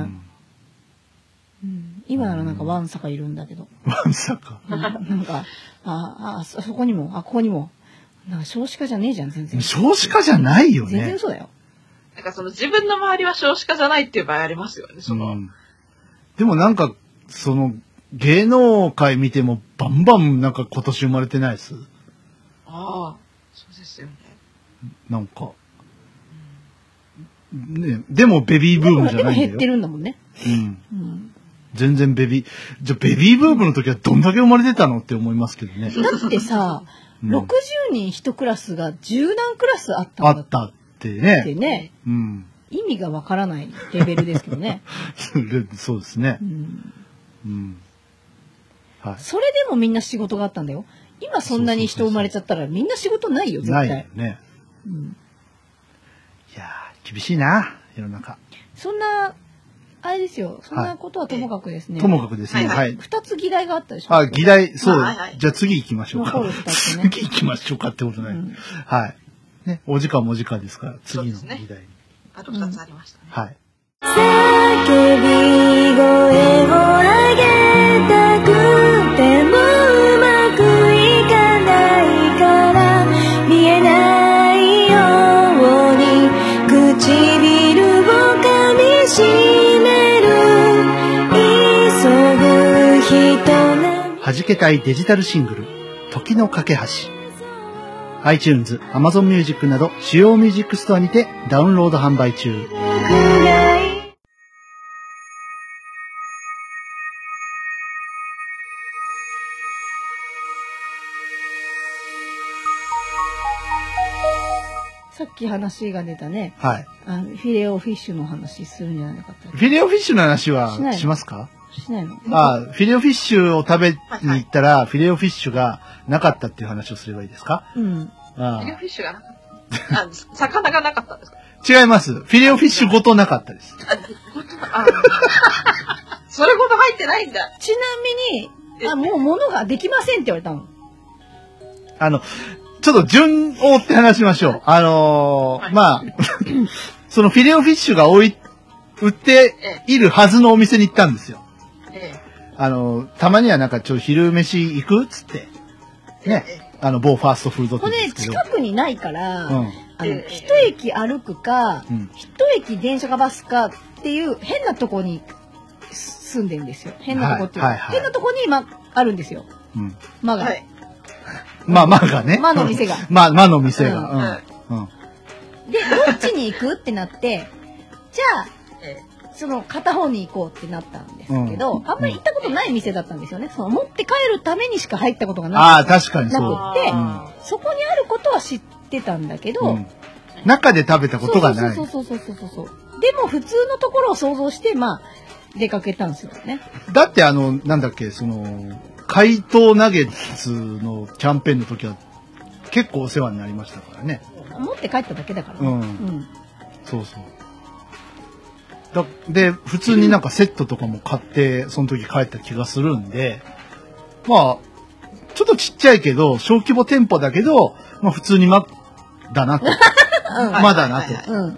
んん。今ならなんかワンサがいるんだけど、まさか。うんなんか、ああそ、そこにも、あ、ここにも、なんか少子化じゃねえじゃん、全然。少子化じゃないよ全然ね。嘘だよ。なんかその自分の周りは少子化じゃないっていう場合ありますよね。その、うんでもなんか、その、芸能界見てもバンバンなんか今年生まれてないです。ああ、そうですよね。なんか。ね、でもベビーブームじでゃもないんだよ。減ってるんだもんね。うん。うん。全然ベビー、じゃあベビーブームの時はどんだけ生まれてたのって思いますけどね。だってさ、うん60人一クラスが10何クラスあったあんだっったってね。てね。うん。 意味がわからないレベルですけどね、そうですねう。ん、うん。はそれでもみんな仕事があったんだよ今そんなに人生まれちゃったらみんな仕事ないい。よ絶ない対よね。うん、いやー、厳しいな、世の中。そんなあれですよそんはないことはともかくですね、ともかくですね、はいはい。 2つ議題があったでしょあ、議題、そう、まあはいはいじゃあ次行きましょうか残る二。つね 次行きましょうかってことない。うんはい。ね、お時間もお時間ですから、そう次でのす議ね題に。あと2つありましたね。はい。弾けたいデジタルシングル、時の架け橋。iTunes、Amazon Music など主要ミュージックストアにてダウンロード販売中。さっき話が出たね、はい。あのフィレオフィッシュの話するんじゃなかったっフィレオフィッシュの話しなはいしますかけしないのあーフィレオフィッシュを食べに行ったら、フィレオフィッシュがなかったっていう話をすればいいですかうん。あフィレオーフィッシュがなかった。あ、魚がなかったんですか違います。フィレオフィッシュごとなかったです。あ、それごと入ってないんだ。ちなみに、あ、もう物ができませんって言われたの。あの、ちょっと順を追って話しましょう。あのーはいまあ、 そのフィレオフィッシュが置い、売っているはずのお店に行ったんですよ。えあのーたまにはなんかちょっと昼飯行くっつって、え。ね、えあの、某ファーストフードこ店れでねすけど。近くにないから、うん。あえのえ一駅歩くか、うん。一駅電車かバスかっていう変なとこに住んでるんですよ。変なとこっていうか、はいはいはい変なとこに今あるんですよ。うん。間えが、はい。まあ、まあがね。間の店が。 まあ、まあの店が。ううんん。うん。でどっちに行くってなって、 じゃあええ。その片方に行こうってなったんですけど、うんあんまり行ったことない店だったんですよね。その持って帰るためにしか入ったことがあなあ、確かにそう。あうんい。そこにあることは知ってたんだけど、うん。中で食べたことがない。そうそうそうそうそうそうそう。でも普通のところを想像してまあ出かけたんですよね。だってあの、なんだっけ、その、怪盗ナゲッツのキャンペーンの時は、結構お世話になりましたからね。持って帰っただけだから、うね。んそうそう。だで、普通になんかセットとかも買って、その時帰った気がするんで、まあ、ちょっとちっちゃいけど、小規模店舗だけど、まあ普通にま、だ なと。まだなと。はい。うん。うん。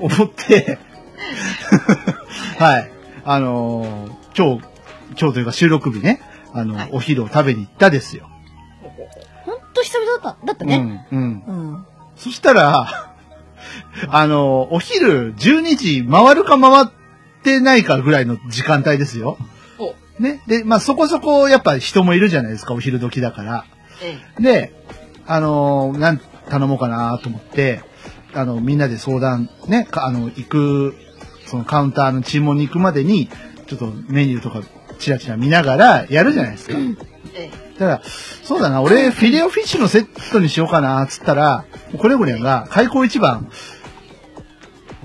思って、 はい。あのー今日、今日というか収録日ね、あの、はいお昼を食べに行ったですよ。ほんと久々だっただったね。うん。うん。うん。そしたら、 あの、お昼12時回るか回ってないかぐらいの時間帯ですよ。おね。で、まあそこそこやっぱ人もいるじゃないですか、お昼時だから。えで、あの、なん、頼もうかなと思って、あの、みんなで相談、ね、かあの、行く、そのカウンターの注文に行くまでに、ちょっとメニューとかチラチラ見ながらやるじゃないですか。え。えただ、そうだな、俺、フィレオフィッシュのセットにしようかな、つったら、これこれが、開口一番、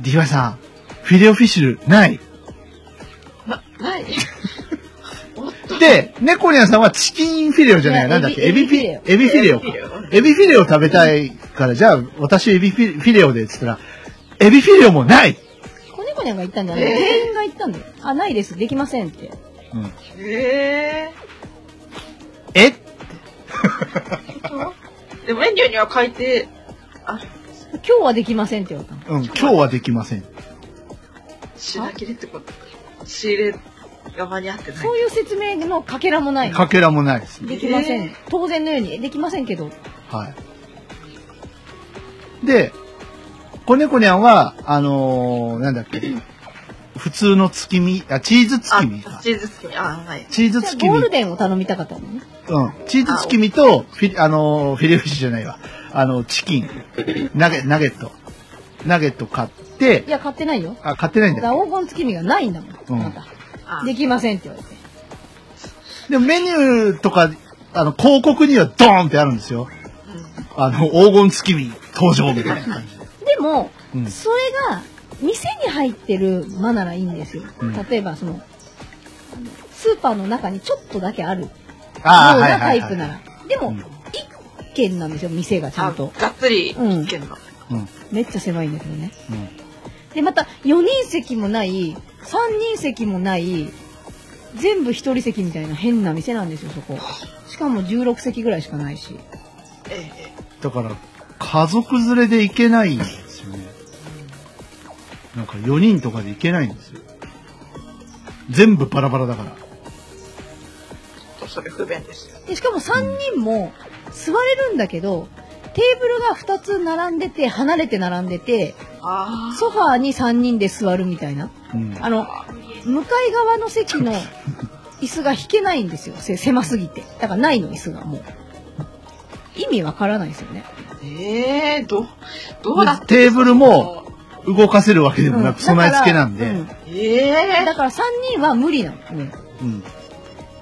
DY さん、フィレオフィッシュない。え。ない。で、ネコリアンさんはチキンフィレオじゃない、いなやんだっけ、エエビビフィレオ。エビフィレオかエビフィレ。エビフィレオ食べたいから、じゃあ、私エビフィレオで、つったら、エビフィレオもない、子猫にゃんが言ったんじゃない、店員が言ったんだよ。あ、ないです。できませんって。うん、ええ。えでもメニューには書いて、あ、今日はできませんって言われたの。うん、今日はできません。品切れってこと仕入れが間に合ってないそう。いう説明のかけらもないの。かけらもないですね。できません、えー当然のように、できませんけど。はい。で、子猫にゃんは、あのーなんだっけ、普通の月見、あ、チーズ月見あか。チーズ月見。あ、はい。チーズ月見。ゴーうルん。デンを頼みたかったのね。チーズ月見と、フィリ、あのーフィレフィッシュじゃないわ。あの、チキン、ナゲ、ナゲット。ナゲット買ってい、や、買ってないよ。あ、買ってないんだだから黄金月見がないんだもん。うんまたあできませんって言われて。でもメニューとか、あの、広告にはドーンってあるんですよ。あの、黄金月見登場みたいな感じで。でも、うんそれが店に入ってる間ならいいんですよ、うん例えばそのあのスーパーの中にちょっとだけあるようああ、はいなタはいイはプなら、い。でも、うん一軒なんですよ店がちゃあ、んとがっつり一軒の。うん。めっちゃ狭いんだけどねうん。でまた4人席もない3人席もない全部1人席みたいな変な店なんですよそこしかも16席ぐらいしかないしえええだから、家族連れで行けないんですよね。なんか4人とかで行けないんですよ。全部バラバラだから。え。それ不便ですよ。でしかも3人も座れるんだけどテーブルが2つ並んでて離れて並んでてあソファーに3人で座るみたいなうん。あの向かい側の席の椅子が引けないんですよせ狭すぎてだからないの椅子がもう意味わからないですよね、あ。ええ、ど、どうだって。テーブルも、動かせるわけでもなく、うんだか備らえ付けなんで。うんうええ。だから3人は無理なの、うんん。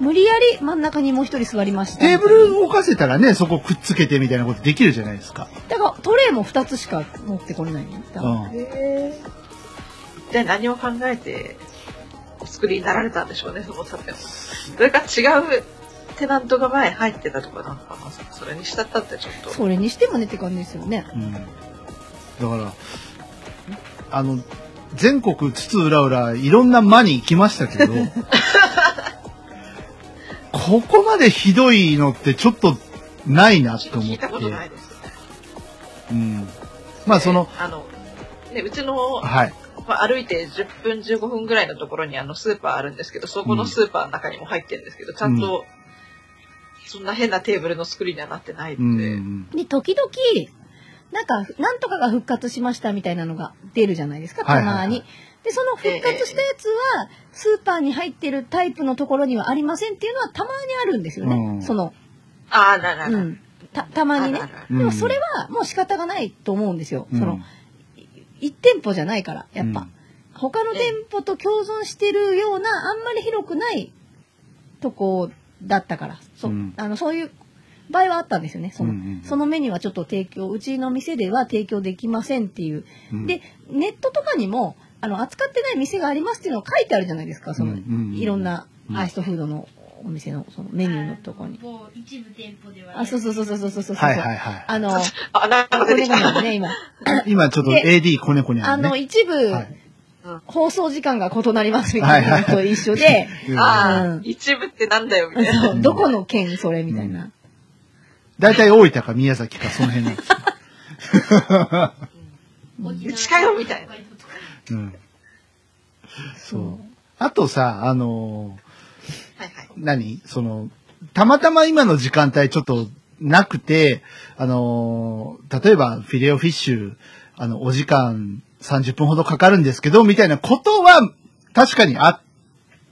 無理やり真ん中にもう一人座りましたテーブル置かせたらね、そこくっつけてみたいなことできるじゃないですか。だからトレイも2つしか持ってこれないんだ、うん。へーで何を考えてお作りになられたんでしょうねその作品はそれか違うテナントが前入ってたとかなのかなそれにしたったってちょっとそれにしてもねって感じですよねうん。だから、あの、全国津々浦々いろんな間に行きました けど、ここまでひどいのってちょっとないなと思っ聞ていた。ことないですねうん。まあそので、あのねうちの、はい。まあ、歩いて10分15分ぐらいのところにあのスーパーあるんですけどそこのスーパーの中にも入ってるんですけど、ちゃんとそんな変なテーブルの作りにはなってないのうで、んうん。で時々なんかなんとかが復活しましたみたいなのが出るじゃないですかはいたはいはいまに。でその復活したやつはスーパーに入ってるタイプのところにはありませんっていうのはたまにあるんですよね、うんその、ああなるうほど。ん、たたまにねあるあるあるうんでもそれはもう仕方がないと思うんですよ、うんその1店舗じゃないからやっぱ、うん他の店舗と共存してるようなあんまり広くないとこだったからそう,、うんあのそういう場合はあったんですよねその,、うんうんうんそのメニューはちょっと提供うちの店では提供できませんっていう、うんでネットとかにもあの扱ってない店がありますっていうのを書いてあるじゃないですかその、うんうんうんいろんなうんファーストフードのお店のそのメニューのとこに。某一部店舗ではあそうそうそうそうそうそうそう、はいはいはい。あのあなんかこ出ねてきこねた。のね今今ちょっとで AD コネコネああののね。一部、はい放送時間が異なりますみたいなのと一緒で、あうあん、一部ってなんだよ、みたいな。 どこの県それみたいな。大体大分か宮崎かその辺なんですよ。近いよみたいな。 うん。そう。あとさ、あのはいはい。何その、たまたま今の時間帯ちょっとなくて、あのー例えばフィレオフィッシュ、あの、お時間30分ほどかかるんですけど、みたいなことは確かにあっ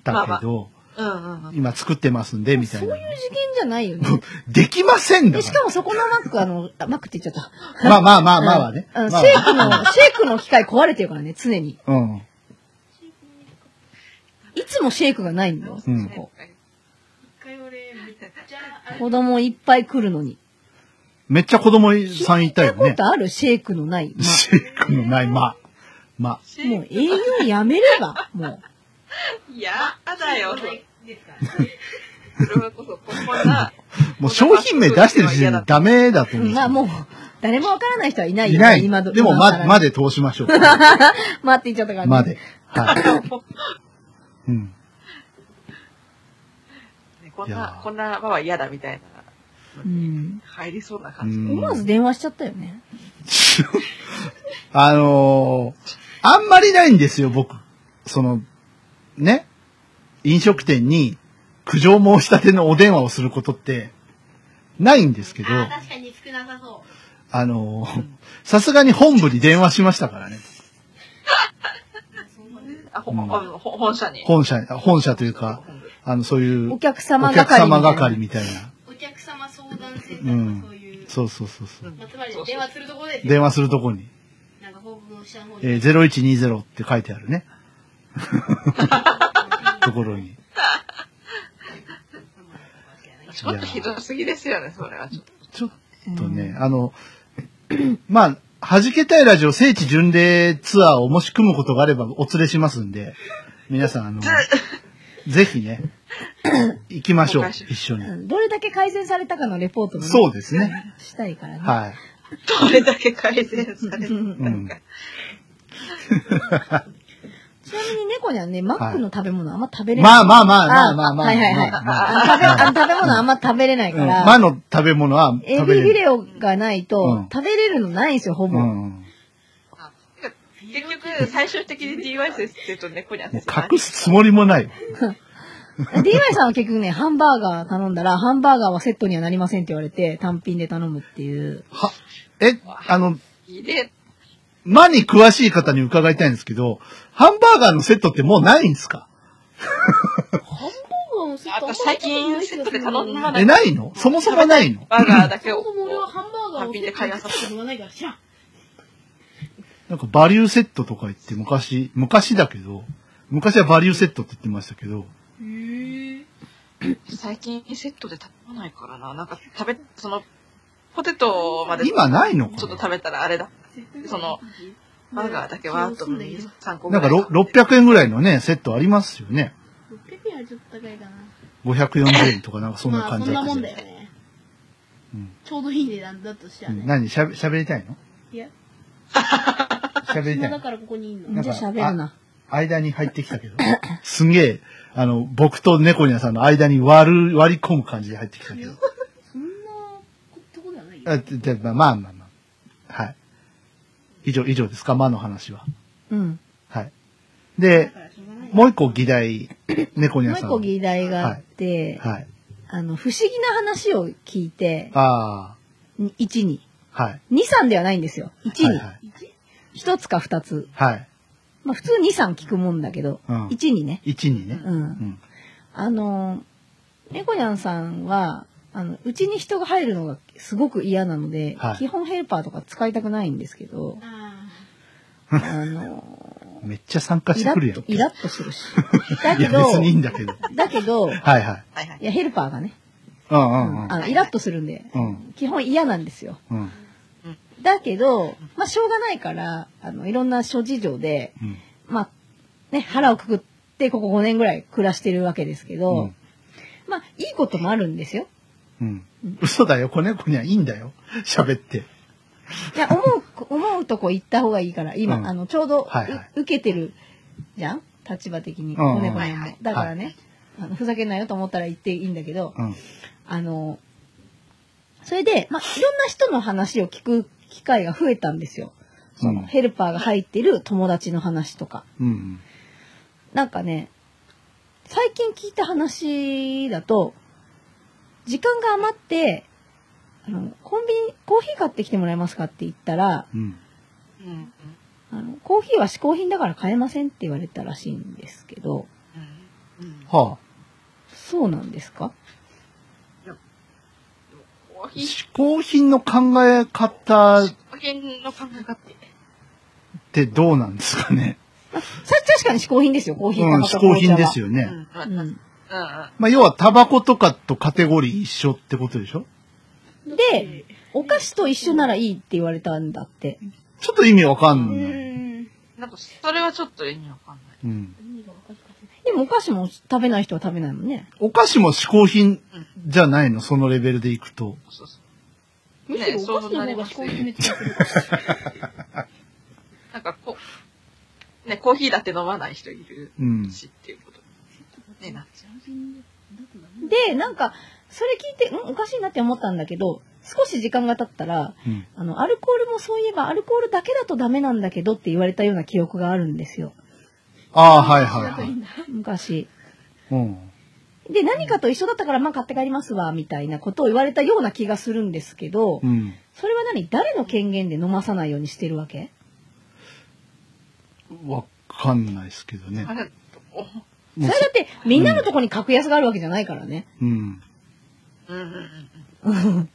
たけど、まあまうんうんうん。今作ってますんで、みたそういいうな。次元じゃないよね。 できませんだでかしかもそこのマック、あの、あマックって言っちゃった。ら。まあまあまあまあはね。うん、シまあェイクの、シェイクの機械壊れてるからね、常に。うん。いつもシェイクがないんだよ、うんそこ。一回俺めっちゃあれ子供いっぱい来るのに。めっちゃ子供さんいたよこね。とあるシェイクのない。まシェイクのない、まあ。まもう営業やめれば、もいや だよ。ですかそれはこそ、こんな。あ。もう商品名出してる時点でダメだとう。思う。まあもう、誰もわからない人はいないいよ、なね。い。今どでも、今ま、更ねまで通しましょう。 待って言っちゃったからねまで。はい。うん。こんいやな、こんなまは嫌だみたいな。うん。入りそうなう感じ。思わずん、電話しちゃったよね。あのーあんまりないんですよ、僕。その、ね。飲食店に苦情申し立てのお電話をすることって、ないんですけど、あ確かに少なさそあのーさすがに本部に電話しましたからね。あ、ほん、ほん本社に。本社、本社というか、あの、そういう、お客様お客係みた様いな係みたいな。うお客様相談センタうーとかそうんいう。そうそうそうそう。まあつまり電話するところですよ電話するとこに、なんか報告の下の方にえー、0120って書いてあ るね。ところに。ちょっとひどすぎですよね、それは。ちょっとちょっとね、あの、 まあ、弾けたいラジオ聖地巡礼ツアーをもし組むことがあればお連れしますんで、皆さん、あ の、ぜひね、 行きましょう、一緒うに。んどれだけ改善されたかのレポートもねそうですね。したいからね。はい。どれだけ改善されてうるんか。ちなみに猫にはね、マックの食べ物あんま食べれない。まあまあまあまあまあまあ。はいはいはい。まあ食べ、あの食べ物あんま食べれないうんから。魔の食べ物はエビ食べフれィる。レオがないとうん、食べれるのないんですよ、ほぼ。うん。結局、最終的に DY 先生と猫に当もうて隠すつもりもない。 DY さんは結局ね、ハンバーガー頼んだら、ハンバーガーはセットにはなりませんって言われて、単品で頼むっていう。は、え、あの、で、間に詳しい方に伺いたいんですけど、ハンバーガーのセットってもうないんですかあと最近セットで頼まない。え、ないのそもそもないのバーガーだけを子。供俺はハンバーガーを単品で買いあさって言わないから知らんなんかバリューセットとか言って昔、昔だけど、昔はバリューセットって言ってましたけど、へえ最近セットで食べないからな。なんか食べ、その、ポテトまでちょ今ないのっとか食べたらあれだ。その、バーガーだけは、あと3個ななぐんからい。ろ600円ぐらいのね、セットありますよね。 600円はちょっと高いかな。 540円とかなんかそんなまあ、感そじんだなもったんじゃだんよね。うんちょうどいい値段だとしたうらん。ね。何しゃべ、しゃべりたいのいや、喋り今たいだのからここにいんの。なんじかゃあ喋るな。間に入ってきたけど。すんげえ、あの、僕と猫ニャさんの間に割る、割り込む感じで入ってきたけど。そんなとこではないよ。あででまあまあまあまあ。はい。以上、以上ですかまあの話は。うん。はい。でだ、からしょうがない。もう一個議題、猫ニもうャ一さん。個議題があって、はい。あの、不思議な話を聞いて、あ1に。あ、はい。 2、3ではないんですよ。1はいに。はい。一、1つか2つ。はい。まあ普通2、3聞くもんだけど、うん1にね。 1にね。う。うんん。あの、猫ニャンさんは、あの、うちに人が入るのがすごく嫌なので、はい基本ヘルパーとか使いたくないんですけどああ の、めっちゃ参加しイてラくるやッんと、。イラッとするし。だ いけや、ど、別にいいんだけど。だけど、いはいはい。はいはい。や、ヘルパーがね、うんううんうん。あのイラッとするんで、うん。基本嫌なんですよ。うん。だけど、まあ、しょうがないから、あの、いろんな諸事情で、うん。まあ、ね、腹をくくって、ここ5年ぐらい暮らしてるわけですけど、うんまあ、いいこともあるんですよ。うん。嘘だよ、子猫にはいいんだよ。喋って。いや、思う、思うとこ行った方がいいから、今、うんあの、ちょうど、はいはいう受けてるじゃん立場的に、うんうん子猫にはいはもい。だからね、あのふざけんなよと思ったら言っていいんだけど、うん。あの、それで、まあ、いろんな人の話を聞く機会が増えたんですよ。その、うんヘルパーが入ってる友達の話とか。うん。なんかね、最近聞いた話だと、時間が余って、あの、コンビニ、コーヒー買ってきてもらえますかって言ったら、うん。うんうんあの、コーヒーは嗜好品だから買えませんって言われたらしいんですけど、うんうんはあ。そうなんですかコーヒ嗜ー好品の考え方っ加減の考え方。てどうなんですかね。さ、確かに嗜好品ですよ、コーヒーうん、タ嗜バコ好品ですよ。ようね。ん。う紅ん。茶はうん。まあ、要は、タバコとかとカテゴリー一緒ってことでしょうん。で、お菓子と一緒ならいいって言われたんだって。ちょっと意味わかうんない。ーん。なんか、それはちょっと意味わかんない。うん。何がわかるかしでもお菓子も食べない人は食べないもんね。お菓子も嗜好品じゃないのそのレベルでいくと。そうそらう。ない。ねむしろお菓子の方が嗜そ好うなりますよ品めっちゃする。なんか、こう、ね、コーヒーだって飲まない人いるうん。しっていうこと。ね、なっちゃう。で、なんか、それ聞いて、んおかしいなって思ったんだけど、少し時間が経ったら、うん。あの、アルコールもそういえば、アルコールだけだとダメなんだけどって言われたような記憶があるんですよ。ああ、はいはいはい。昔。うん。で、何かと一緒だったから、まあ買って帰りますわ、みたいなことを言われたような気がするんですけどう、ん。それは何誰の権限で飲まさないようにしてるわけわかんないですけどねあ。れ、おそもうれだって、みんなのとこに格安があるわけじゃないからね。うん。うんうんうん。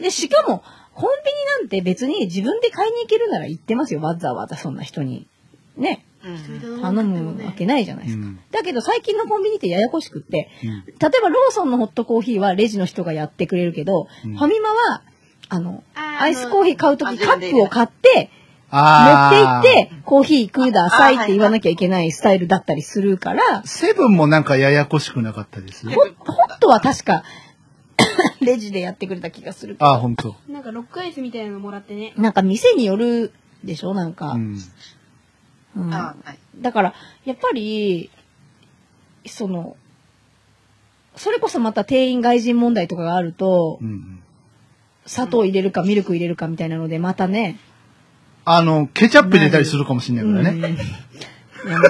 で、しかも、コンビニなんて別に自分で買いに行けるなら行ってますよ、わざわざそんな人に。ね、うんうん頼むわけないじゃないですか。うんだけど最近のコンビニってややこしくって、うん例えばローソンのホットコーヒーはレジの人がやってくれるけど、うんファミマは、あの、アイスコーヒー買うときあカップを買って、持あっあ。て行って、コーヒーくださいって言わなきゃいけないスタイルだったりするから、セブンもなんかややこしくなかったですね。ホホットは確か、 レジでやってくれた気がするけどああ、ほんと。なんかロックアイスみたいなのもらってね。なんか店によるでしょなんか、うん。うんあはい。だから、やっぱり、その、それこそまた店員外人問題とかがあるとう、ん。砂糖入れるかミルク入れるかみたいなので、またね。あの、ケチャップ入れたりするかもしれないからね。うんや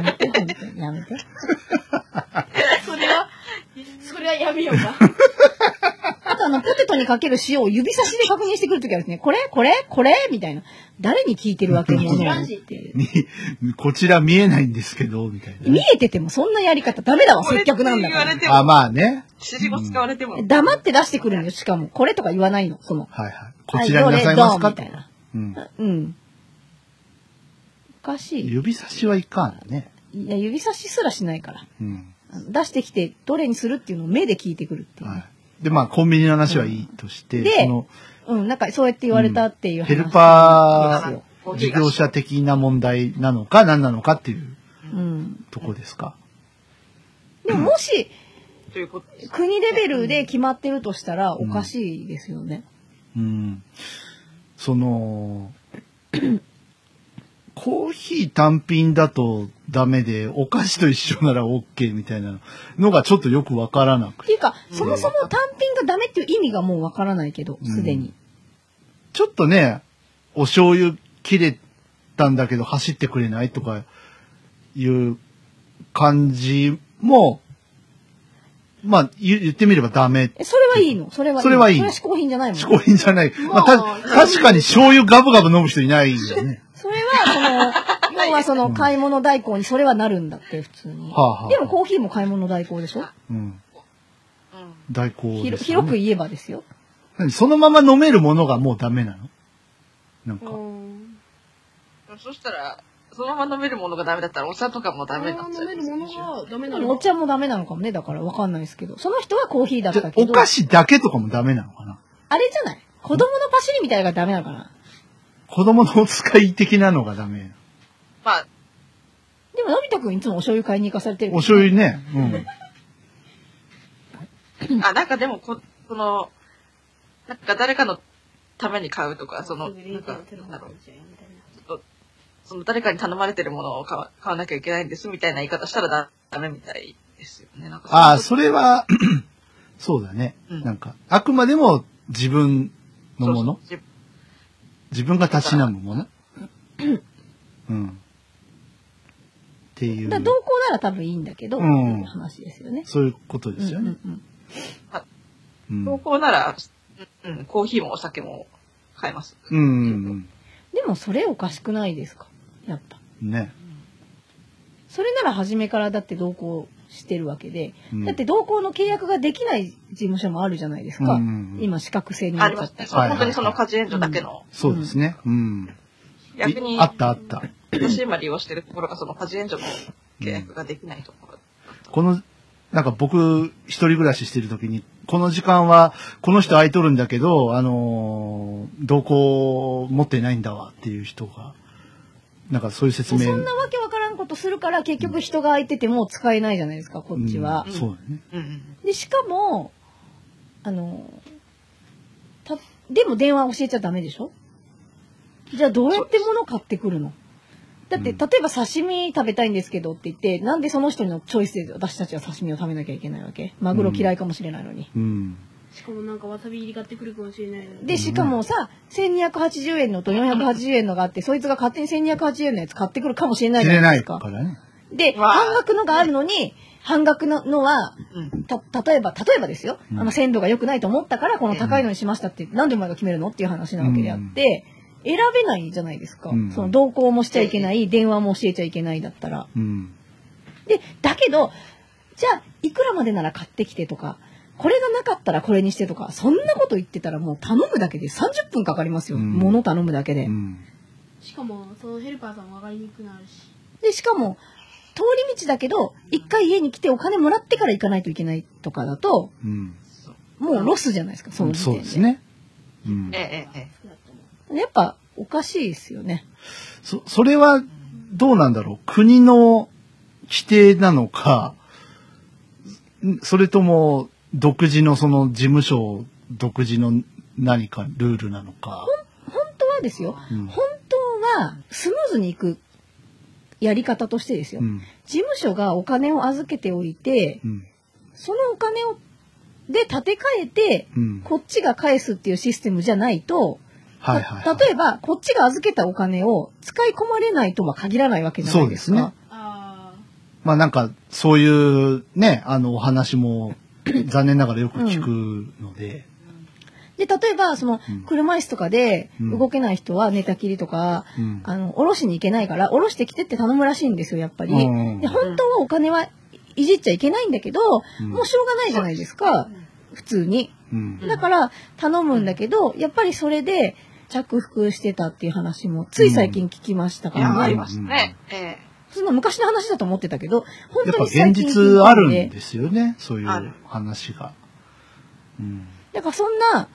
めて。やめて本当に、やめて。それは、それはやめようか。あとあの、ポテトにかける塩を指差しで確認してくるときはですね、これこれこれみたいな。誰に聞いてるわけにはないっていう。こちら見えないんですけど、みたいな見ね。えててもそんなやり方ダメだわ、接客なんだかこれらって。言わあ、れても、まあね。指示語使われても、黙って出してくるんよ、しかも。これとか言わないの、その。はいはい。こちらになさいはますかどれどうみたいな。うん。うん。おかしい。指差しはいかんね。いや、指差しすらしないから。うん。出してきて、どれにするっていうのを目で聞いてくるっていう。はい。で、まあ、コンビニの話はいいとして、うんでその、うん、なんかそうやって言われたっていう話ヘルパなんーで事業者的な問題なのか何なのかっていうすよ。うん。とこですか。でももし、ということです。国レベルで決まってるとしたら、おかしいですよね。うん。そ の、コーヒー単品だとダメで、お菓子と一緒なら OK みたいなのがちょっとよくわからなく。ってていうか、そもそも単品がダメっていう意味がもうわからないけど、うんすでに。ちょっとね、お醤油切れたんだけど走ってくれないとかいう感じも、まあ言言ってみればダメ。え、それはいいのそれはいいの。それはいいそのれは嗜好品じゃないもん。嗜好品じゃない。まあ、た確かに醤油ガブガブ飲む人いないよね。それは、その、要はその買い物代行にそれはなるんだって、普通に。はあはあでもコーヒーも買い物代行でしょ、うん。うん。大好ひでろす、ね。広く言えばですよ。何そのまま飲めるものがもうダメなのなんか。そしたら、そのまま飲めるものがダメだったら、お茶とかもダメになっちゃ飲めう。るものがダメなのお茶もダメなのかもね、だからわかんないですけど。その人はコーヒーだっじたゃけおど。菓子だけとかもダメなのかなあれじゃない子供のパシリみたいなのがダメなのかな子供のお使い的なのがダメ。まあ、でも、のび太くんいつもお醤油買いに行かされてるお醤油ね。うん。あ、なんかでもこ、その、なんか誰かのために買うとか、その、なんか、なんだろう、その誰かに頼まれてるものを買わ買わなきゃいけないんですみたいな言い方したらダダメみたいですよね。なんかああ、そそれは、 そうだね。うんなんか、あくまでも自分のものそうそう自分がたしなむものうん。っていうだか、ら同行なら多分いいんだけど、うんっていう話ですよね。そういうことですようんうね。んうんうん。う高ん校なら、うん、うんコーヒーもお酒も買えます。うんでもそれおかしくないですかやっぱ。うん。ね。それなら初めからだって同行してるわけで、うんだって同行の契約ができない事務所もあるじゃないですか、うんうんうん今資格制になあっりちゃまっすたね。りそうはい本当にその家事援助だけの、そうですね。うん。逆にいあったあった。私今利用してるところがその家事援助の契約ができないところ。この、なんか僕、一人暮らししてる時に、この時間は、この人空いとるんだけど、あのー同行持ってないんだわっていう人が、なんかそういう説そ明。んなわけわからんことするから結局人が空いてても使えないじゃないですかこっちはうん。そうだね。うんうん。でしかもあのたでも電話教えちゃダメでしょじゃあどうやって物買ってくるのだってうん例えば刺身食べたいんですけどって言ってなんでその人のチョイスで私たちは刺身を食べなきゃいけないわけマグロ嫌いかもしれないのに。うん。しかもなんかわさび入り買ってくるかもしれないのにで、しかもさ、1280円のと480円のがあって、そいつが勝手に1280円のやつ買ってくるかもしれない釣じゃれなないでいすかか。らね。で、うわー半額のがあるのに、半額ののは、うんた、例えば、例えばですよ、うんあの鮮度が良くないと思ったから、この高いのにしましたって、なんでお前が決めるのっていう話なわけであって、選べないじゃないですか。うんその同行もしちゃいけない、電話も教えちゃいけないだったら。うん。で、だけど、じゃあ、いくらまでなら買ってきてとか、これがなかったらこれにしてとか、そんなこと言ってたらもう頼むだけで30分かかりますよ。うん物頼むだけでう。ん。しかもそのヘルパーさんも上がりにくくなるしで、しかも、通り道だけど、一回家に来てお金もらってから行かないといけないとかだと、うん。もうロスじゃないですか、その時そ点うで。ですね。うんえ。えええ。やっぱ、おかしいですよね。そ、それは、どうなんだろう。国の規定なのか、んそれとも、独自のその事務所独自の何かルールなのか。本当はですよ。うん本当は、スムーズに行くやり方としてですよ。うん。事務所がお金を預けておいて、うん。そのお金を、で立て替えて、うん。こっちが返すっていうシステムじゃないと、はいはいたはい。例えば、こっちが預けたお金を使い込まれないとは限らないわけじゃないでそすか。うですねあまあなんか、そういうね、あの、お話も、残念ながらよく聞くので、で、例えば、そのうん、車椅子とかでうん動けない人は寝たきりとか、うん。あの、おろしに行けないから、おろしてきてって頼むらしいんですよ、やっぱり。うんで、本当はお金はいじっちゃいけないんだけど、うんもうしょうがないじゃないですか、普通に。うん。だから頼むんだけど、やっぱりそれで着服してたっていう話もつい最近聞きましたかいや、らあね。りましたね。ええ。普通の昔の話だと思ってたけど、本やっ当ぱに現最近実あるん聞いたのですよね、そういあうる話が。うん。だからそんな、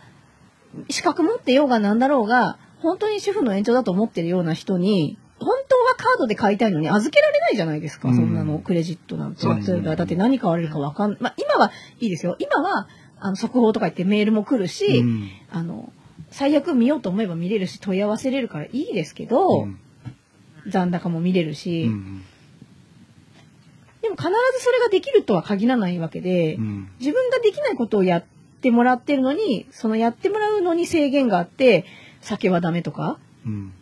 資格持ってようがなんだろうが、本当に主婦の延長だと思ってるような人に、本当はカードで買いたいのに預けられないじゃないですか、うんそんなの、クレジットなんて。そう例えば、だって何買われるかわかん、まあ今はいいですよ。今は、あの、速報とか言ってメールも来るし、うんあの、最悪見ようと思えば見れるし、問い合わせれるからいいですけど、うん残高も見れるし、うんでも必ずそれができるとは限らないわけで、うん自分ができないことをやってもらってるのに、そのやってもらうのに制限があって、酒はダメとか、うん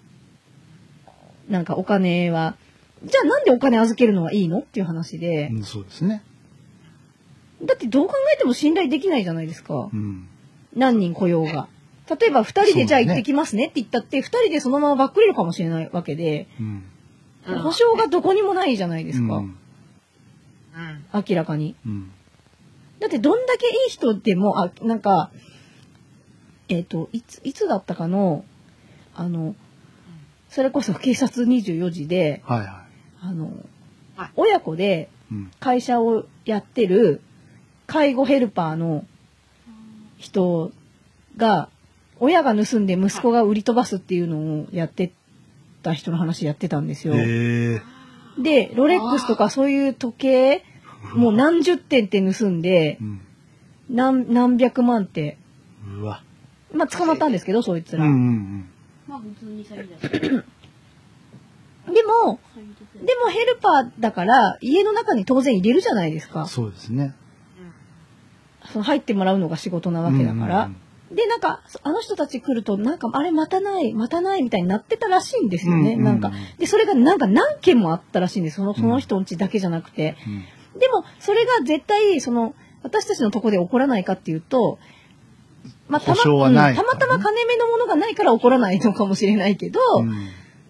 なんかお金は、じゃあなんでお金預けるのはいいのっていう話でう、んそうですね。だってどう考えても信頼できないじゃないですかう。ん何人雇用が。例えば2人でじゃあそう行だねってきますねって言ったって、2人でそのままばっくれるかもしれないわけで、うんうん保証がどこにもないじゃないですうんか。うん。明らかに。うんだってどんだけいい人でも、あ、なんか、えっ、と、いつ、いつだったかの、あの、それこそ警察24時で、はいはあのはい、親子でい。うん会社をやってる介護ヘルパーの人が、親が盗んで息子が売り飛ばすっていうのをやってた人の話やってたんですよ。へえで、ロレックスとかそういう時計、もう何十点って盗んで、うん何、何百万って。うわ。まあ、捕まったんですけど、そいつうんら。うんまあ普通に詐欺だし。でも、詐欺ですよでもヘルパーだから、家の中に当然入れるじゃないですうかん。。そうですね。その入ってもらうのが仕事なわけだから。うんで、なんか、そあの人たち来ると、なんか、あれ、またない、またないみたいになってたらしいんですうよんね。うん。なんか。で、それがなんか何件もあったらしいんです。その、その人ん家だけじゃなくて。うんでも、それが絶対、その、私たちのとこで起こらないかっていうと、まあ、た保証ま、はないうんたまたま金目のものがないから起こらないのかもしれないけど、うん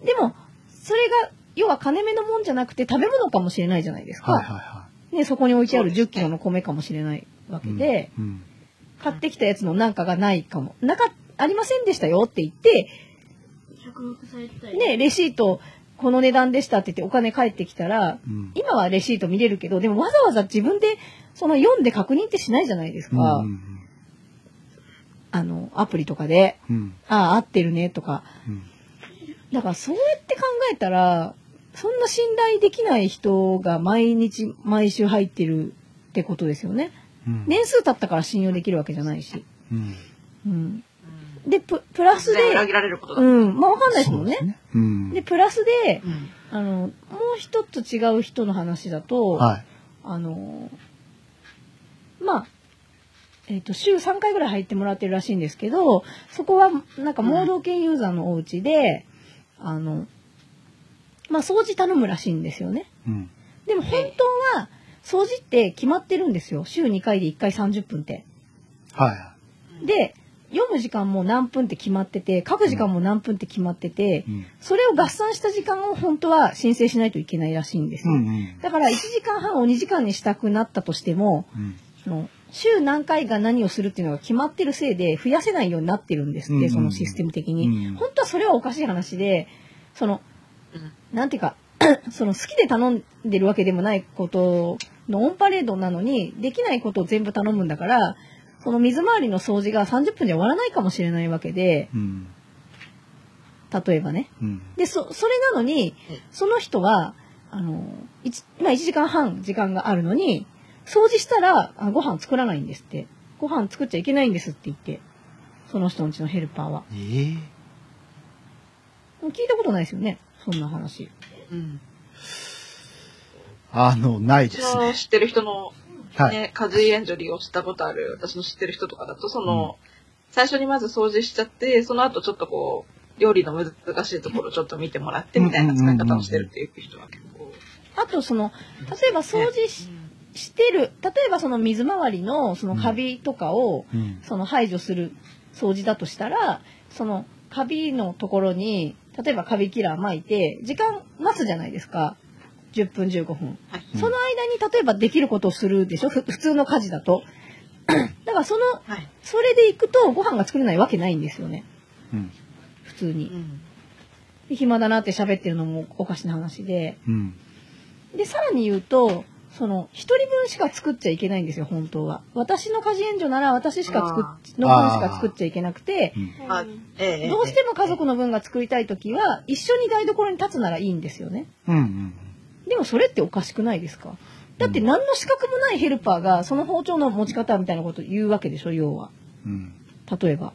でも、それが、要は金目のもんじゃなくて食べ物かもしれないじゃないですか。はいはいはね、そこに置いてあるそうで10すキロの米かもしれないわい。けで、うん、うん買ってきたやつのなんかがないかも、なか、ありませんでしたよって言って、着目されてたり。ね、レシート、この値段でしたって言ってお金返ってきたら、うん今はレシート見れるけど、でもわざわざ自分で、その読んで確認ってしないじゃないですか。うんあの、アプリとかで、うんああ、合ってるねとか。うんだからそうやって考えたら、そんな信頼できない人が毎日、毎週入ってるってことですよね。うん年数経ったから信用できるわけじゃないし。うんうん。うんで、ププラス突然裏で、切られることだ。う、うんまあわかんないですもんね。そうでうんプラスで、ん。あの、もう一つ違う人の話だと、はい。あの、まあ、えっ、と、週3回ぐらい入ってもらってるらしいんですけど、そこは、なんか、盲導犬ユーザーのお家で、あの、まあ、掃除頼むらしいんですよね。うんでも、本当は、掃除って決まってるんですよ。週2回で1回30分って。はいで、読む時間も何分って決まってて、書く時間も何分って決まってて、うんそれを合算した時間を本当は申請しないといけないらしいんですうよ。んうんだから、1時間半を2時間にしたくなったとしても、うんその週何回が何をするっていうのが決まってるせいで増やせないようになってるんですって、うんうんうんそのシステム的に、うん本当はそれはおかしい話でそのうんなんていうか その好きで頼んでるわけでもないことのオンパレードなのにできないことを全部頼むんだからその水回りの掃除が30分で終わらないかもしれないわけでうん例えばねうんでそそれなのにうんその人はあの一まあ、1時間半時間があるのに掃除したらあご飯作らないんですってご飯作っちゃいけないんですって言ってその人のうちのヘルパーはええもう聞いたことないですよねそんな話うん。あの、ないうでちすのね。知ってる人の、はい。ね、家事援助利用したことある、私の知ってる人とかだと、その、最初にまず掃除しちゃって、その後ちょっとこう、料理の難しいところをちょっと見てもらってみたいな使い方をしてるっていう人は結構。あとその例えば掃除ししてる例えばその水回りのそのカビとかをうんその排除する掃除だとしたらそのカビのところに例えばカビキラー巻いて時間待つじゃないですか10分15分はい。うんその間に例えばできることをするでしょふ普通の家事だと。 だからその、はい。それで行くとご飯が作れないわけないんですよね。うん普通うに。ん。で暇だなって喋ってるのもおかしな話で。うんで、さらに言うと、その、一人分しか作っちゃいけないんですよ、本当は。私の家事援助なら私しか作あっ、の分しか作っちゃいけなくて、あええどうしても家族の分が作りたいときは、一緒に台所に立つならいいんですよね。うんうん。でもそれっておかしくないですかだって何の資格もないヘルパーが、その包丁の持ち方みたいなこと言うわけでしょ、要は。うん。例えば。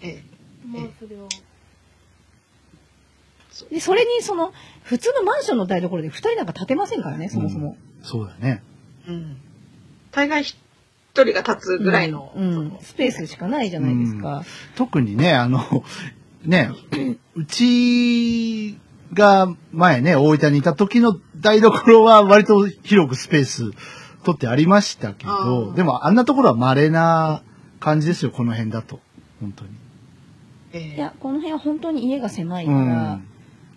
ええまあそれはで、それにその、普通のマンションの台所で2人なんか立てませんからね、そもそも。そうだよね。うん大概一人が立つぐらいの、うんうんスペースしかないじゃないですか。特にね、あの、ね、うちが前ね、大分にいた時の台所は割と広くスペース取ってありましたけあど、ーでもあんなところは稀な感じですよ、この辺だと。本当に。えいえや、この辺は本当に家が狭いうから、ん。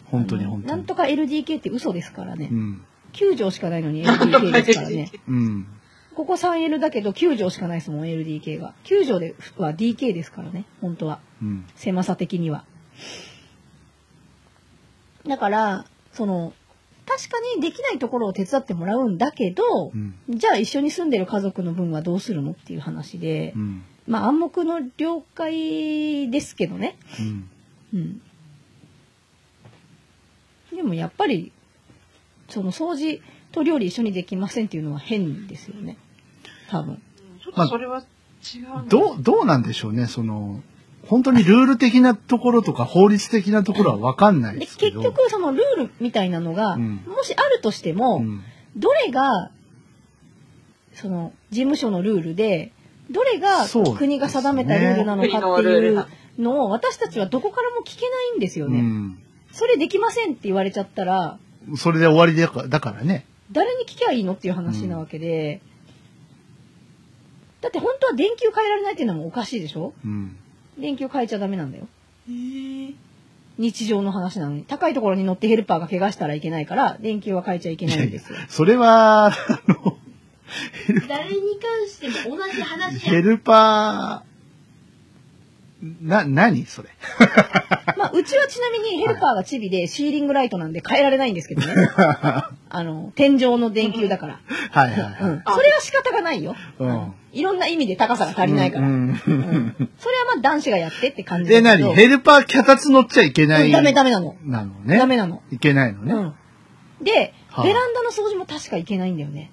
本当にあの本当なにん。とか LDK って嘘ですからねう。ん。 9畳しかないのに LDK ですからね。うん。ここ 3L だけど9畳しかないですもん、LDK が。9畳では DK ですからね、本当は。うん。狭さ的には。だから、その、確かにできないところを手伝ってもらうんだけどう、ん。じゃあ一緒に住んでる家族の分はどうするのっていう話でう、ん。まあ暗黙の了解ですけどね。うん。うん。でもやっぱり、その掃除と料理一緒にできませんっていうのは変ですよね。多分。ちょっとそれは違うどう、どうなんでしょうね、その、本当にルール的なところとか法律的なところはわかんないで、ですけ結ど。局そのルールみたいなのが、うんもしあるとしても、うん。どれが、その、事務所のルールで、どれがそうですね国が定めたルールなの国かのってルールいがうのを私たちはどこからも聞けないんですようね。ん。それできませんって言われちゃったら、それで終わりだからだからね。誰に聞きゃいいのっていう話なわけで、だって本当は電球変えられないっていうのもおかしいでしょうん。電球変えちゃダメなんだよ。えー日常の話なのに。高いところに乗ってヘルパーが怪我したらいけないから、電球は変えちゃいけないん ですよ。それは、あの、誰に関しても同じ話やヘルパー、な、何それ。まあ、うちはちなみにヘルパーがチビでシーリングライトなんで変えられないんです けどね。あの、天井の電球だから。はいはいはうい。ん。それは仕方がないよ。うんあのいろんな意味で高さが足りないから。ううん。んそれはまあ男子がやってって感じで、だけ何どヘルパー脚立乗っちゃいけなうい。んダメダメなの。なのね。ダメなの。いけないのね。うん。で、はあベランダの掃除も確かいけないんだよね。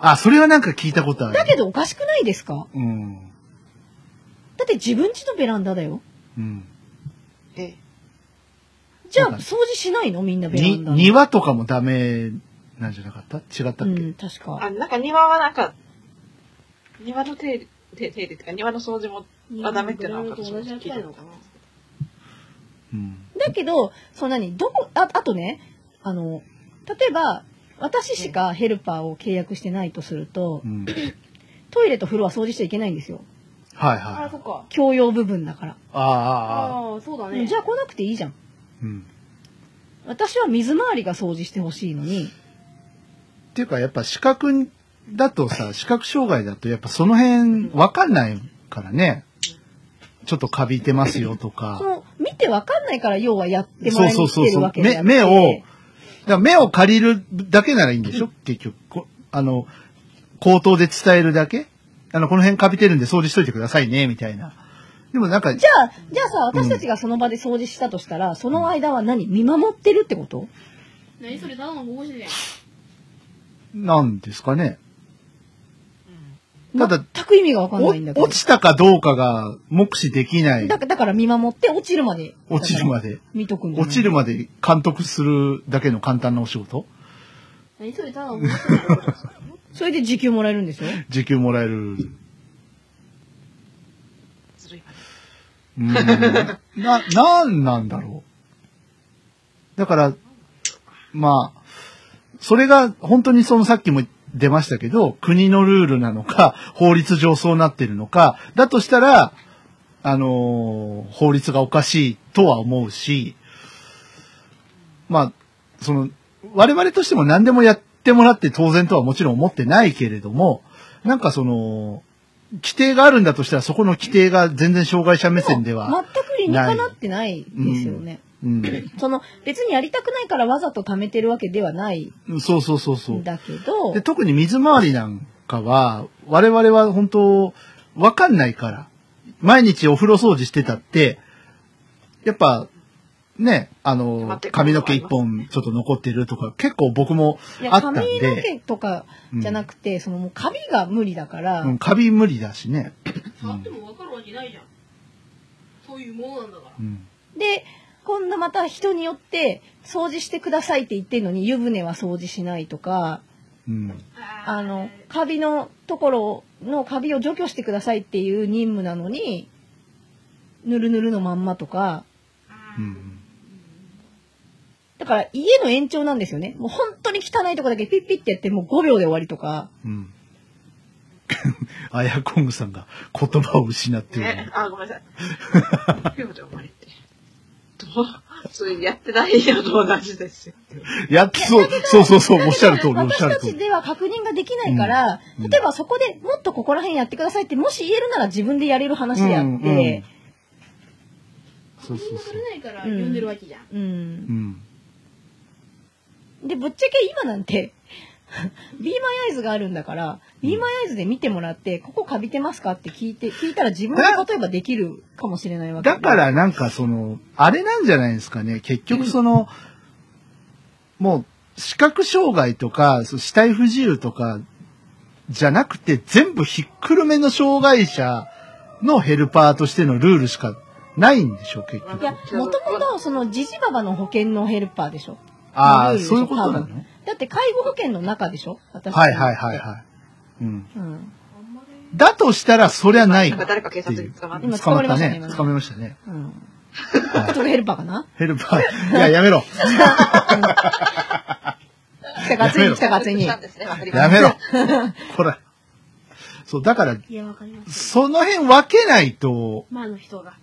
あ、それはなんか聞いたことある。だけどおかしくないですかうん。だって自分家のベランダだよ。うん。ええじゃあそうだね掃除しないのみんなベラに、ンダの。庭とかもダメなんじゃなかった違ったうっけ、ん、確か。あ、なんか庭はなんか、庭の手入れ、手手入れっていうか庭の掃除も、はダメってなんか私も聞いてるのかな。うん。だけど、そんなに、どこ、ああとね、あの、例えば、私しかヘルパーを契約してないとするとう、ん。トイレと風呂は掃除しちゃいけないんですよ。はいあはあいそ。っか共用部分だから。ああ、ああ、ああ。ああそうだねじゃあ来なくていいじゃん。うん。私は水回りが掃除してほしいのに、っていうか、やっぱ視覚だとさ、視覚障害だとやっぱその辺わかんないからね。ちょっとカビてますよとそか。の、見てわかんないから要はやってもらいに来てるわけであって目、目を、だから目を借りるだけならいいんでしょ結局。こあの、口頭で伝えるだけあの、この辺カビてるんで掃除しといてくださいね、みたいな。でもなんか、じゃあ、じゃあさ、私たちがその場で掃除したとしたら、その間は何見守ってるってこと何それただの保護者じゃんなんですかね。た全だく意味がわかんおないんだけど落。ちたかどうかが目視できないだ。だから見守って、落ちるまで。落ちるまで。見とくんじゃない落ちるまで監督するだけの簡単なお仕事何それただの保護者じゃんそれで時給もらえるん ですよ。時給もらえ る。ずるいなうんな、なんなんだろう。だから、まあ、それが本当にそのさっきも出ましたけど、国のルールなのか、 法律上そうなってるのか、だとしたら、あのー法律がおかしいとは思うし、まあ、その、我々としても何でもやってもらって当然とはもちろん思ってないけれども、なんかその、規定があるんだとしたら、そこの規定が全然障害者目線では。全く理にかなってないですよね。うん。その別にやりたくないからわざと貯めてるわけではないそうそうそうそんう。だけどで、、特に水回りなんかは、我々は本当、わかんないから、毎日お風呂掃除してたって、やっぱ、ね、あ待っのて、髪の毛一本ちょっと残ってるとか、結構僕もいやあったん髪での毛とかじゃなくて、そのもうカビが無理だから、うん、カビ無理だしね。触っても分かるわけないじゃんそういうものなんだからうん。で今度また人によって掃除してくださいって言ってるのに湯船は掃除しないとかうん。あのカビのところのカビを除去してくださいっていう任務なのにぬるぬるのまんまとかうん。だから家の延長なんですよねもう本当に汚いとこだけピッピッってやってもう5秒で終わりとかうん。 アヤコングさんが言葉を失ってる。ね、あ、ごめんなさい。ピューで終わりって。どうそれやってないのと同じですよ。やっと、そうそうそうそう、おっしゃる通り、おっしゃ私るた通ちり。では確認ができないから、うんうん例えばそこでもっとここら辺やってくださいってもし言えるなら自分でやれる話であって、うんうんうんそうみそんうなそ取うれ。ないから呼んでるわけじゃん、うん。でぶっちゃけ今なんて ビーマイアイズがあるんだから、ビーマイアイズで見てもらって、ここカビてますかって聞いて、聞いたら自分でだ例えばできるかもしれないわけでだか、らなんかその、あれなんじゃないですかね。結局その、もう、視覚障害とか、そう死体不自由とか、じゃなくて、全部ひっくるめの障害者のヘルパーとしてのルールしかないんでしょ、結局。いや、もともとそのジジババの保険のヘルパーでしょ。ああ、ルールでしょそういうことな多の分だって介護保険の中でしょ私はいはいはいはい。うん。うん。だとしたら、そりゃない。なんか誰か警察に捕まって今捕捕ままっりたましたねね。捕まりましたね。 うん。はいそれがヘルパーかなヘルパー。いや、やめろ。来たかついに来たかついに。したんですね、わかりまやしため ろ。こら。そう、だから、いやわかりますその辺分けないと、前の人が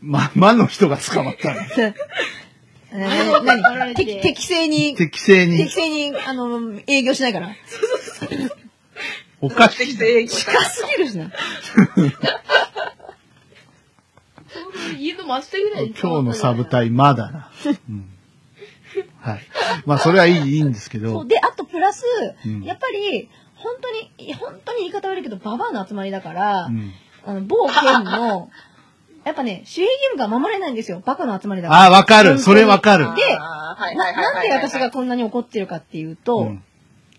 ま、魔の人が捕まったの。えー て何適適正に、適正に適。正に、あの、営業しないから。おか し適い。正営業近すぎるしな。家の真下ぐらい今日のサブタイ、まだな。うんはい。まあ、それはいい、いいんですけそう。ど。で、あとプラス、うんやっぱり、本当に、本当に言い方悪いけど、ババアの集まりだから、うんあの、某県の、 やっぱね、守秘義務が守れないんですよ。バカの集まりだから。ああ、わかる。それわかる。であーはいはないはいなんはいではい私がこんなに怒ってるかっていうと、うん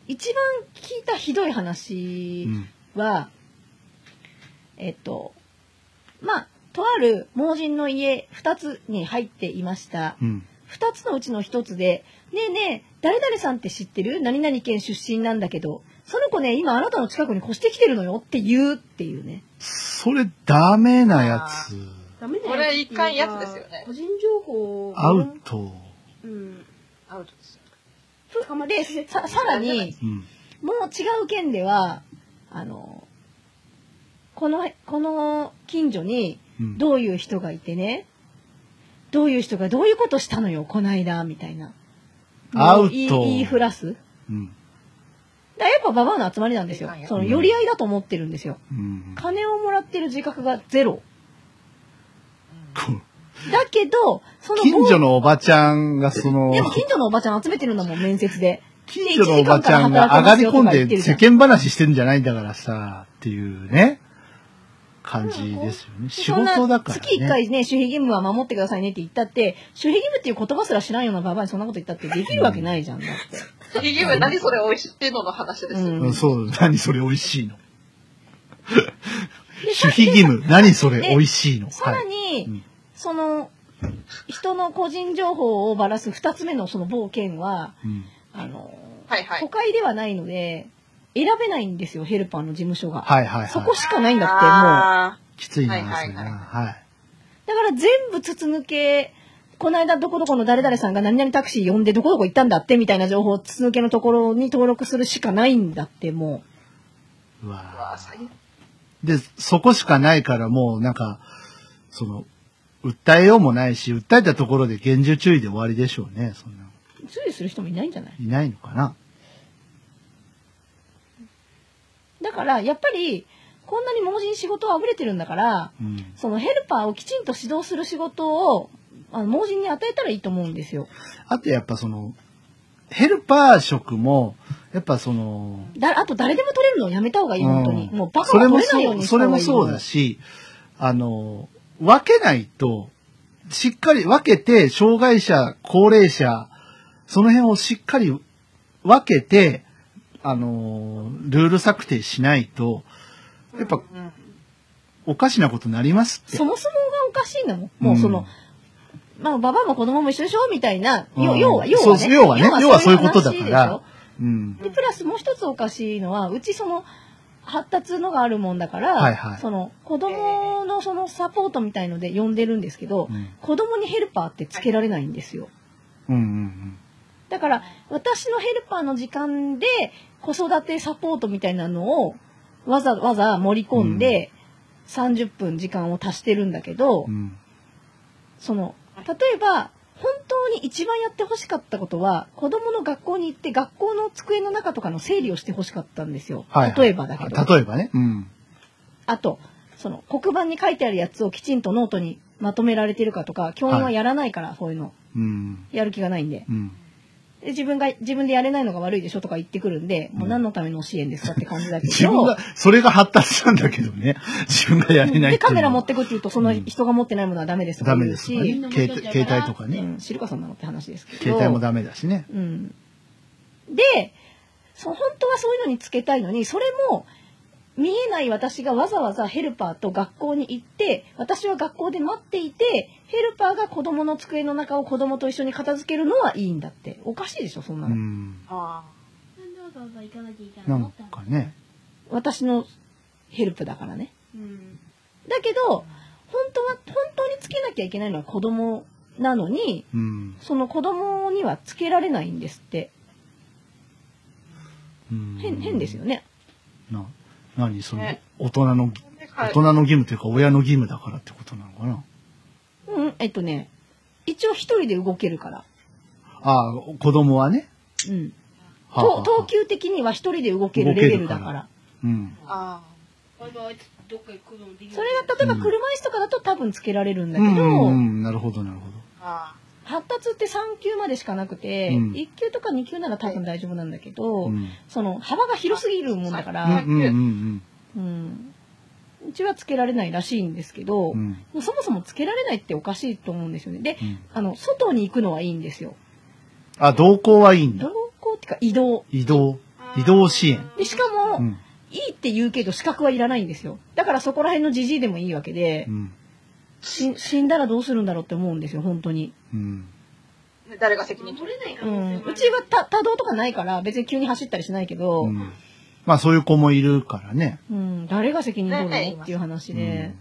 一番聞いたひどいう話ん。は、えっと、まあ、とある盲人の家2つに入っていました。うん。 2つのうちの1つで、ねえねえ、誰々さんって知ってる何々県出身なんだけど、その子ね、今あなたの近くに越してきてるのよって言うっていうね。それ、ダメなやつ。ダメだよこれ一回やつですよね個人情報をアウト。うんアウトですよ捕まってで、さ、さらに、うん。もう違う県では、あの、この、この近所に、うん。どういう人がいてね、どういう人がどういうことしたのよ、こないだ、みたいな。アウト言い言いふらす。だかうん。らやっぱババアの集まりなんですよいかん。やその寄り合いだと思ってるんですよ。うん。金をもらってる自覚がゼロ。こだけど、その近所のおばちゃんが、そので、も近所のおばちゃん集めてるんだもん、面接で。近所のおばちゃんが上がり込んで世間話してんじゃないんだからさ、っていうね、感じですよね。仕事だから、ね。そんな月1回ね、守秘義務は守ってくださいねって言ったって、守秘義務っていう言葉すら知らんようなババアにそんなこと言ったってできるわけないじゃん、だって。守秘義務何それ美味しいのの話ですよううんん、そう、何それ美味しいの。守秘義務、何それ美味しいの。さらい。に、うんその、人の個人情報をばらす二つ目のその冒険は、うん、あの、はいは都い会ではないので、選べないんですよ、ヘルパーの事務所が。はいはいそはこしかないんだって、もう。あい。きついな、はいはいはいそれな。はい。だから全部筒抜け、この間どこどこの誰々さんが何々タクシー呼んでどこどこ行ったんだってみたいな情報を筒抜けのところに登録するしかないんだって、もうーうわわー最悪ーで、そこしかないからもうなんか、その、訴えようもないし、訴えたところで厳重注意で終わりでしょうね、そんな。う。注意する人もいないんじゃないいないのかな。だから、やっぱり、こんなに盲人仕事はあぶれてるんだから、うん。そのヘルパーをきちんと指導する仕事をあの、盲人に与えたらいいと思うんですよ。あとやっぱその、ヘルパー職も、やっぱその、だ、あと誰でも取れるのをやめた方がいい、本当に。うんもうバカそはれも取れないよそうう、にしそたれ方がもいい。そうだし、あの、分けないと、しっかり分けて、障害者、高齢者、その辺をしっかり分けて、あの、ルール策定しないと、やっぱうんおかしなことになりますって。そもそもがおかしいんだもん。もうその、まあ、ババアも子供も一緒でしょみたいな。う要ん要は、要そはうね。そう要はね要はそういうことだから話でしょうん、うん。で、プラスもう一つおかしいのは、うちその、発達のがあるもんだから、はいはいその、子供のそのサポートみたいので呼んでるんですけど、うん。子供にヘルパーってつけられないんですよ。うんうんだから、私のヘルパーの時間で、子育てサポートみたいなのを、わざわざ盛り込んで、30分時間を足してるんだけど、うん。うん。その、例えば、本当に一番やってほしかったことは、子供の学校に行って、学校の机の中とかの整理をしてほしかったんですよ。はい例えばだけど。例えばね。うん。あと、その、黒板に書いてあるやつをきちんとノートにまとめられてるかとか、教員はやらないから、そういうの。うん。やる気がないんで。うん。で自分が、自分でやれないのが悪いでしょとか言ってくるんで、もう何のための支援ですかって感じだけ ど。自分が、それが発達なんだけどね。自分がやれないで、カメラ持っててくって言うと、その人が持ってないものはダメですとかダメ言でうすし、からねう。ん携帯携帯とかね。うん、シルカさんなのって話ですけど。携帯もダメだしね。うん。で、そう、本当はそういうのにつけたいのに、それも、見えない私がわざわざヘルパーと学校に行って、私は学校で待っていて、ヘルパーが子供の机の中を子供と一緒に片付けるのはいいんだって。おかしいでしょ、そんうなの。ん。あなんでわざわざ行かなきゃいけないなのんかね。私のヘルプだからね。うん。だけど、本当は、本当につけなきゃいけないのは子供なのに、うん。その子供にはつけられないんですって。うん変、変ですよ。ね。な、何そのね、大人の、ーで大かい人の義務というか、親の義務だからってことなのかな。うん、えっとね、一応一人で動けるから。ああ、子供はね。うん。はあはあと投球的には一人で動けるレベルだから。うん。あわざわざどっか行くのもできない。それが例えば車椅子とかだと多分つけられるんだけうんど、うんうん。なるほど、なるほど。ーあ発達って3級までしかなくて、うん1級とか2級なら多分大丈夫なんだけど、うん。その幅が広すぎるもんだかうら、んうんうんうんうちはつけられないらしいんですけど、うん。うん。もうそもそもつけられないっておかしいと思うんですよね。で、うんあの、外に行くのはいいんですよ。あ、同行はいいん同だ。行っていうか移動。移動。あー移動支援。で、しかも、うん。いいって言うけど資格はいらないんですよ。だからそこら辺のじじいでもいいわけでう、ん。し死んだらどうするんだろうって思うんですよ、本当に。うん。ーで誰が責任取守るれない可う能性ん。もあるうちはた多動とかないから、別に急に走ったりしないけど、ううん、ん。まあ、そういう子もいるからね。誰が責任取ねるのっていう話うんで。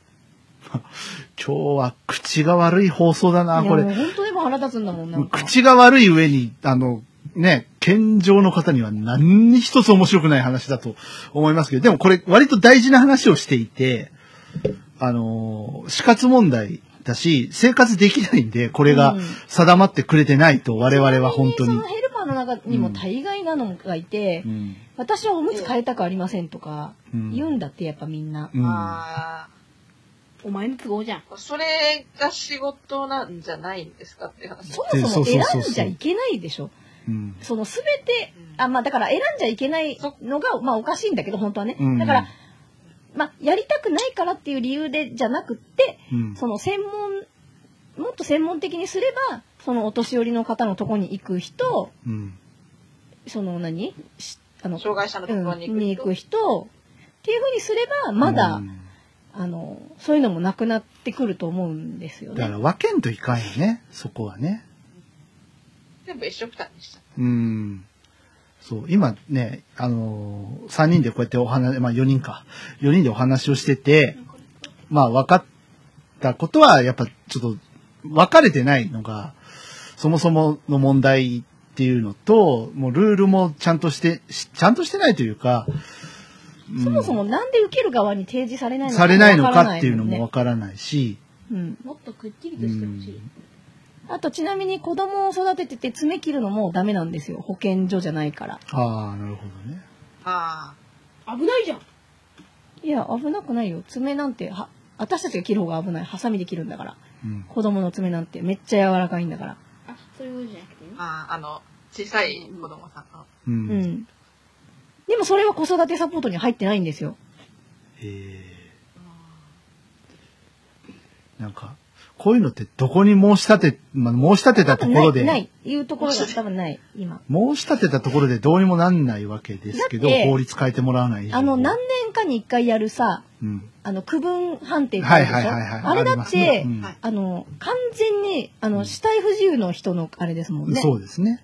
今日は口が悪い放送だな、いやこれもう。本当でも腹立つんだもん、なんか。口が悪い上に、あの、ね、健常の方には何一つ面白くない話だと思いますけど、でもこれ割と大事な話をしていて、あのー、死活問題だし、生活できないんで、これがうん定まってくれてないと我々は本当そにの。ヘルパーの中にも大概なのがいて、うん。私はおむつ変えたくありませんとかうん言うんだって、やっぱみんな。うんあお前の都合じゃん。あそれが仕事なんじゃないんですかって話そもそもそうそう選そうそうんじゃいけないでしょ。うん。そのすべて、あ、まあだから選んじゃいけないのが、まあおかしいんだけど、本当はね。うんだから、、まあやりたくないからっていう理由でじゃなくって、うん。その専門、もっと専門的にすれば、そのお年寄りの方のとこに行く人、うん。その何しあの、障害者のところにうん行に行くく人、っていうふうにすれば、まだ、うんあの、そういうのもなくなってくると思うんですよだかね。ら分けんといかんよね、そこはね。全部一緒くたにしたうん。そう、今ね、あのー、3人でこうやってお話、まあ4人か、4人でお話をしてて、まあ分かったことは、やっぱちょっと分かれてないのが、そもそもの問題っていうのと、もうルールもちゃんとして、しちゃんとしてないというか、うんそもそもなんで受ける側に提示されないのされないのわかっていうのもんねも分からないし、うん。もっとくっきりとしてほしい。あとちなみに子供を育ててて爪切るのもダメなんですよ。保健所じゃないから。ああ、なるほどね。あ危ないじゃん。いや、危なくないよ。爪なんて、は、私たちが切る方が危ない。ハサミで切るんだから。うん。子供の爪なんてめっちゃ柔らかいんだから。あ、そういうことじゃなくてね。まあ、あの、小さい子供さんの。う。うんへん。でもそれは子育てサポートに入ってないんですよ。え。なんか、こういうのってどこに申し立て、まあ、申し立てたところない、なで、い。いうところが多分ない、今。申し立てたところでどうにもなんないわけですけどだっ、て法律変えてもらわない以上あの、何年かに一回やるさ、うん。あの、区分判定ってあはるいでしょ、はいはいはい。あれりだまっすて、ねあの、完全に、あうんの、死体不自由の人のあれですもうんんね。そうですね。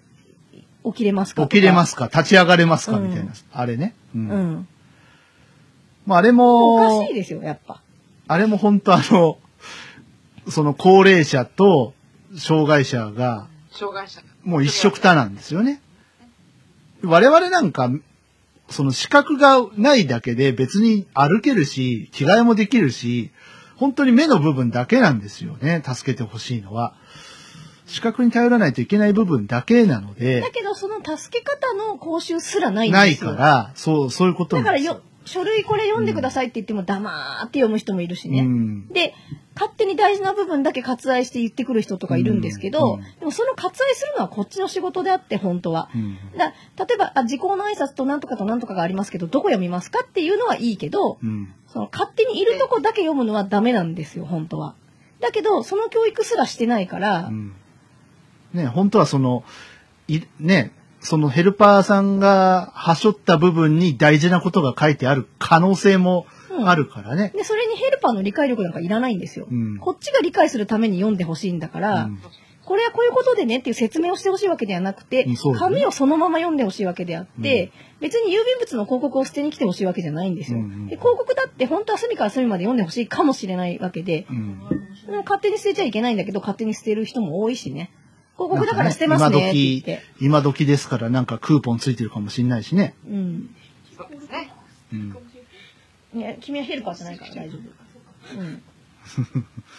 起きれますか。起きれますすか立ち上がれますかうんみたいな。あれね。う。うんん。まあ、あれおかもしい、ですよ、やっぱ。あれも本当あの、その高齢者と障害者が障害者が。もう一色多なんですよね。我々なんか、その資格がないだけで別に歩けるし、着替えもできるし、本当に目の部分だけなんですよね。助けてほしいのは。視覚に頼らないといけない部分だけなのでだ、けど、その助け方の講習すらないんなでいすかよ。ら、そう、そういうことだなかんらですよよ、書類これ読んでくださいって言っても黙って読む人もいるしね。うん。で、勝手に大事な部分だけ割愛して言ってくる人とかいるんですけど、うんうんでもその割愛するのはこっちの仕事であって、本当は。うん。だ例えば、あ時効の挨拶と何とかと何とかがありますけど、どこ読みますかっていうのはいいけど、うん。その勝手にいるとこだけ読むのはダメなんですよ、本当は。だけど、その教育すらしてないからう、んね、本当はその、いね、そのヘルパーさんが端折った部分に大事なことが書いてある可能性もうんあるからね。で、それにヘルパーの理解力なんかいらないんですよ。うん。こっちが理解するために読んでほしいんだから、うんこれはこういうことでねっていう説明をしてほしいわけではなくて、うんそうですね紙をそのまま読んでほしいわけであって、別に郵便物の広告を捨てに来てほしいわけじゃないんですよ。うんうんで広告だって本当は隅から隅まで読んでほしいかもしれないわけで、うんでも勝手に捨てちゃいけないんだけど勝手に捨てる人も多いしね。広告だから捨てますねって言って。今時ですからなんかクーポンついてるかもしれないしね。うん。そうですね。うんね、君はヘルパーじゃないから大丈 夫。うん。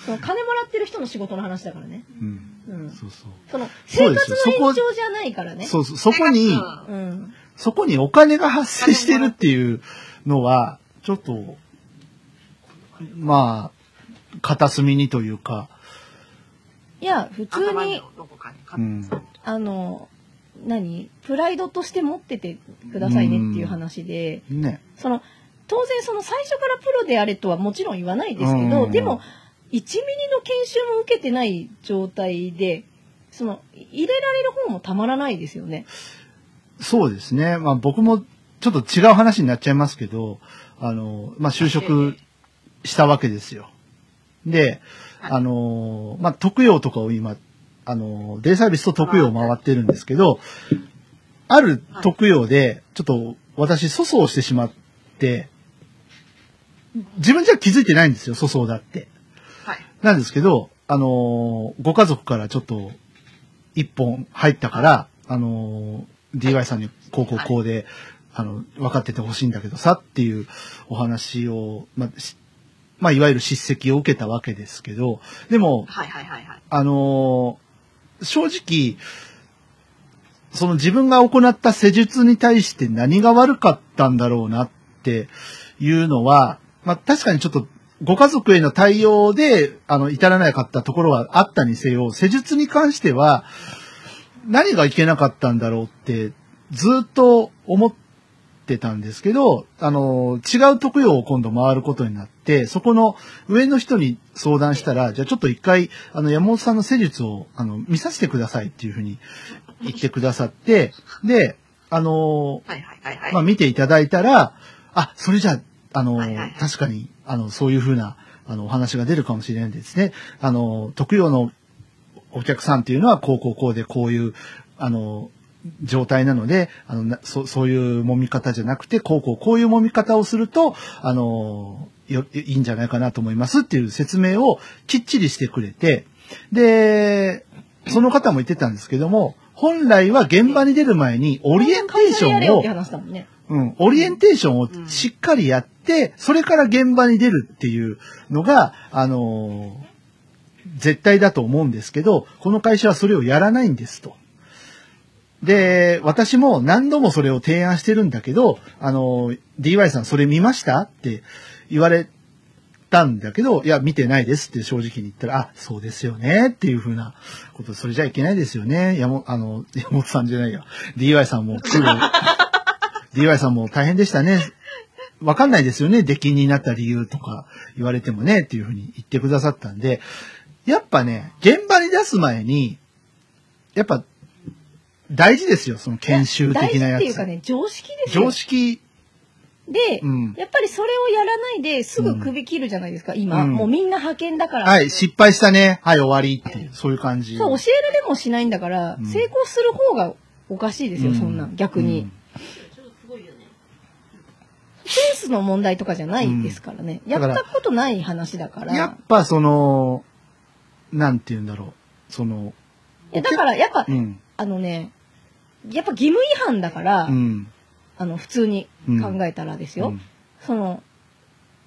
その金もらってる人の仕事の話だからね。うん。うん。そうそう。そのそう生です活よのそこ延長じゃないからね。そうそう。そこに、うんうん。そこにお金が発生してるっていうのは、ちょっと、まあ、片隅にというか、いや、普通頭にの、どこかにう買っんて。あの、何プライドとして持っててくださいねっていう話で、ね。その、当然その最初からプロであれとはもちろん言わないですけうんうんうど、んでも、1ミリの研修も受けてない状態で、その、入れられる方もたまらないですよね。そうですね。まあ僕もちょっと違う話になっちゃいますけど、あの、まあ就職したわけですよ。で、はいあの、まあ特養とかを今、あの、デイサービスと特養を回ってるんですけど、ある特養で、ちょっと私粗相をしてしまって、自分じゃ気づいてないんですよ、粗相だって。はい。なんですけど、あのーご家族からちょっと、一本入ったから、あのー DY さんにこうこうこうで、あの、分かっててほしいんだけどさっていうお話を、まあ、しまあ、いわゆる叱責を受けたわけですけど、でも、はいはいはいはい。あのー正直、その自分が行った施術に対して何が悪かったんだろうなっていうのは、まあ確かにちょっとご家族への対応で、あの、至らなかったところはあったにせよ、施術に関しては何がいけなかったんだろうってずっと思ってたんですけど、あの、違う特養を今度回ることになって、そこの上の人に相談したら、じゃあちょっと一回、あの、山本さんの施術を、あの、見させてくださいっていうふうに言ってくださって、で、あの、はいはいはいはい。まあ、見ていただいたら、あ、それじゃあ、あの、はいはいはい確かに、あの、そういうふうな、あの、お話が出るかもしれないですね。あの、特用のお客さんっていうのは、こう、こう、こうで、こういう、あの、状態なので、あの、なそそういう揉み方じゃなくて、こう、こう、こういう揉み方をすると、あの、よ、いいんじゃないかなと思いますっていう説明をきっちりしてくれて、で、その方も言ってたんですけども、本来は現場に出る前にオリエンテーショやれよンっをて、話だもんね。うん、オリエンテーションをしっかりやって、それから現場に出るっていうのが、あのー絶対だと思うんですけど、この会社はそれをやらないんですと。で、私も何度もそれを提案してるんだけど、あのー DY さんそれ見ましたって言われったんだけど、いや、見てないですって正直に言ったら、あ、そうですよねっていうふうなこと、それじゃいけないですよね。山、あの、山本さんじゃないよ。DY さんも苦労、DY さんも大変でしたね。わかんないですよね。出禁になった理由とか言われてもね、っていうふうに言ってくださったんで、やっぱね、現場に出す前に、やっぱ、大事ですよ、その研修的なや大事っていうつ。かね、常識ですよ。常識、で、うんやっぱりそれをやらないですぐ首切るじゃないですか、今。うんもうみんな派遣だから。はい、失敗したね、はい、終わりっていう、そういう感じ。そう、教えるでもしないんだから、うん成功する方がおかしいですよ、うそんなん、逆に。うんちょっとすごいよね。センスの問題とかじゃないですからね。だからやったことない話だから。やっぱその、なんて言うんだろう。その、いやだから、やっぱ、うん、あのね、やっぱ義務違反だから、うん、あの、普通にうん。考えたらですよ。うんその、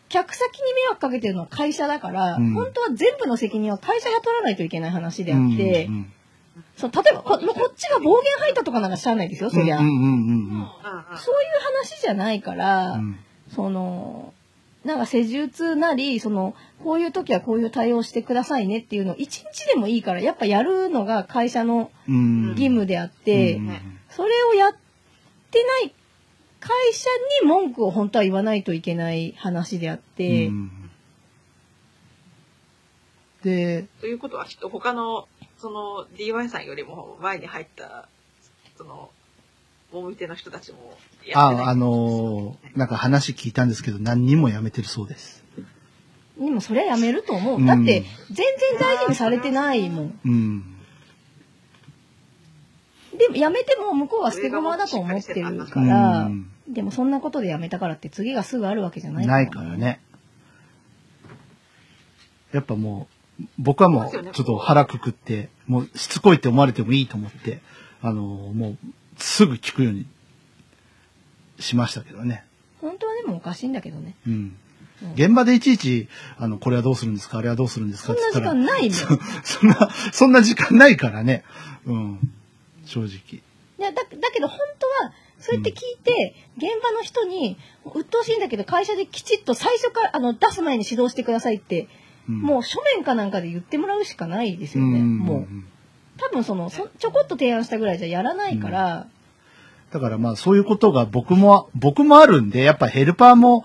客先に迷惑かけてるのは会社だから、うん本当は全部の責任は会社が取らないといけない話であって、うんうんその例えばこ、もうこっちが暴言吐いたとかなんかしゃあないですよ、そりゃ。うんうんそういう話じゃないから、うんうん。その、なんか施術なり、その、こういう時はこういう対応してくださいねっていうのを一日でもいいから、やっぱやるのが会社のうん義務であって、うんそれをやってない会社に文句を本当は言わないといけない話であっうんて、うんで、ということはきっと他の、その DY さんよりも前に入った、その、もみ手の人たちもやってないあ、あのー、なんか話聞いたんですけど、何人も辞めてるそうです。でもそれはやめると思う。うんだって、全然大事にされてないもん。うん。でもやめても向こうは捨て駒だと思ってるから、うんでもそんなことでやめたからって次がすぐあるわけじゃないないから。ね。やっぱもう、僕はもう、ちょっと腹くくって、もうしつこいって思われてもいいと思って、あの、もう、すぐ聞くようにしましたけどね。本当はでもおかしいんだけどね。うんうん。現場でいちいち、あの、これはどうするんですかあれはどうするんですかそっんてな言っ時たら間、ないもん。 そんな、そんな時間ないからね。うん。正直。いやだだけど本当はそうやって聞いて、現場の人に鬱陶しいんだけど会社できちっと最初からあの出す前に指導してくださいって、うんもう書面かなんかで言ってもらうしかないですよね、んもう多分そのそちょこっと提案したぐらいじゃやらないから、だからまあそういうことが僕も、僕もあるんで、やっぱヘルパーも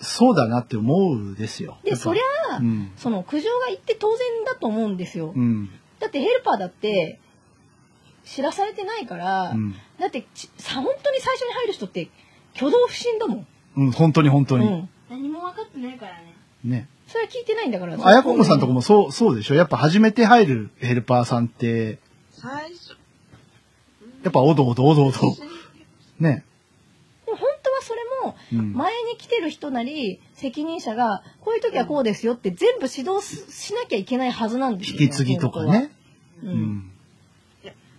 そうだなって思うですよ。でそりゃゃあうん。その苦情が言って当然だと思うんですよ、うん。だってヘルパーだって知らされてないから、うん。だってちさ本当に最初に入る人って挙動不審だもん、うん、本当に本当うに。ん、何も分かってないからね。ね。それは聞いてないんだからあやこもさんとかももそう、そうでしょやっぱ初めて入るヘルパーさんって、最初、やっぱおどおどおどおど。ね。本当はそれもうん。前に来てる人なり責任者がこういう時はこうですよって全部指導すしなきゃいけないはずなんです引よ、き継ぎとかね。本当うは。うんん。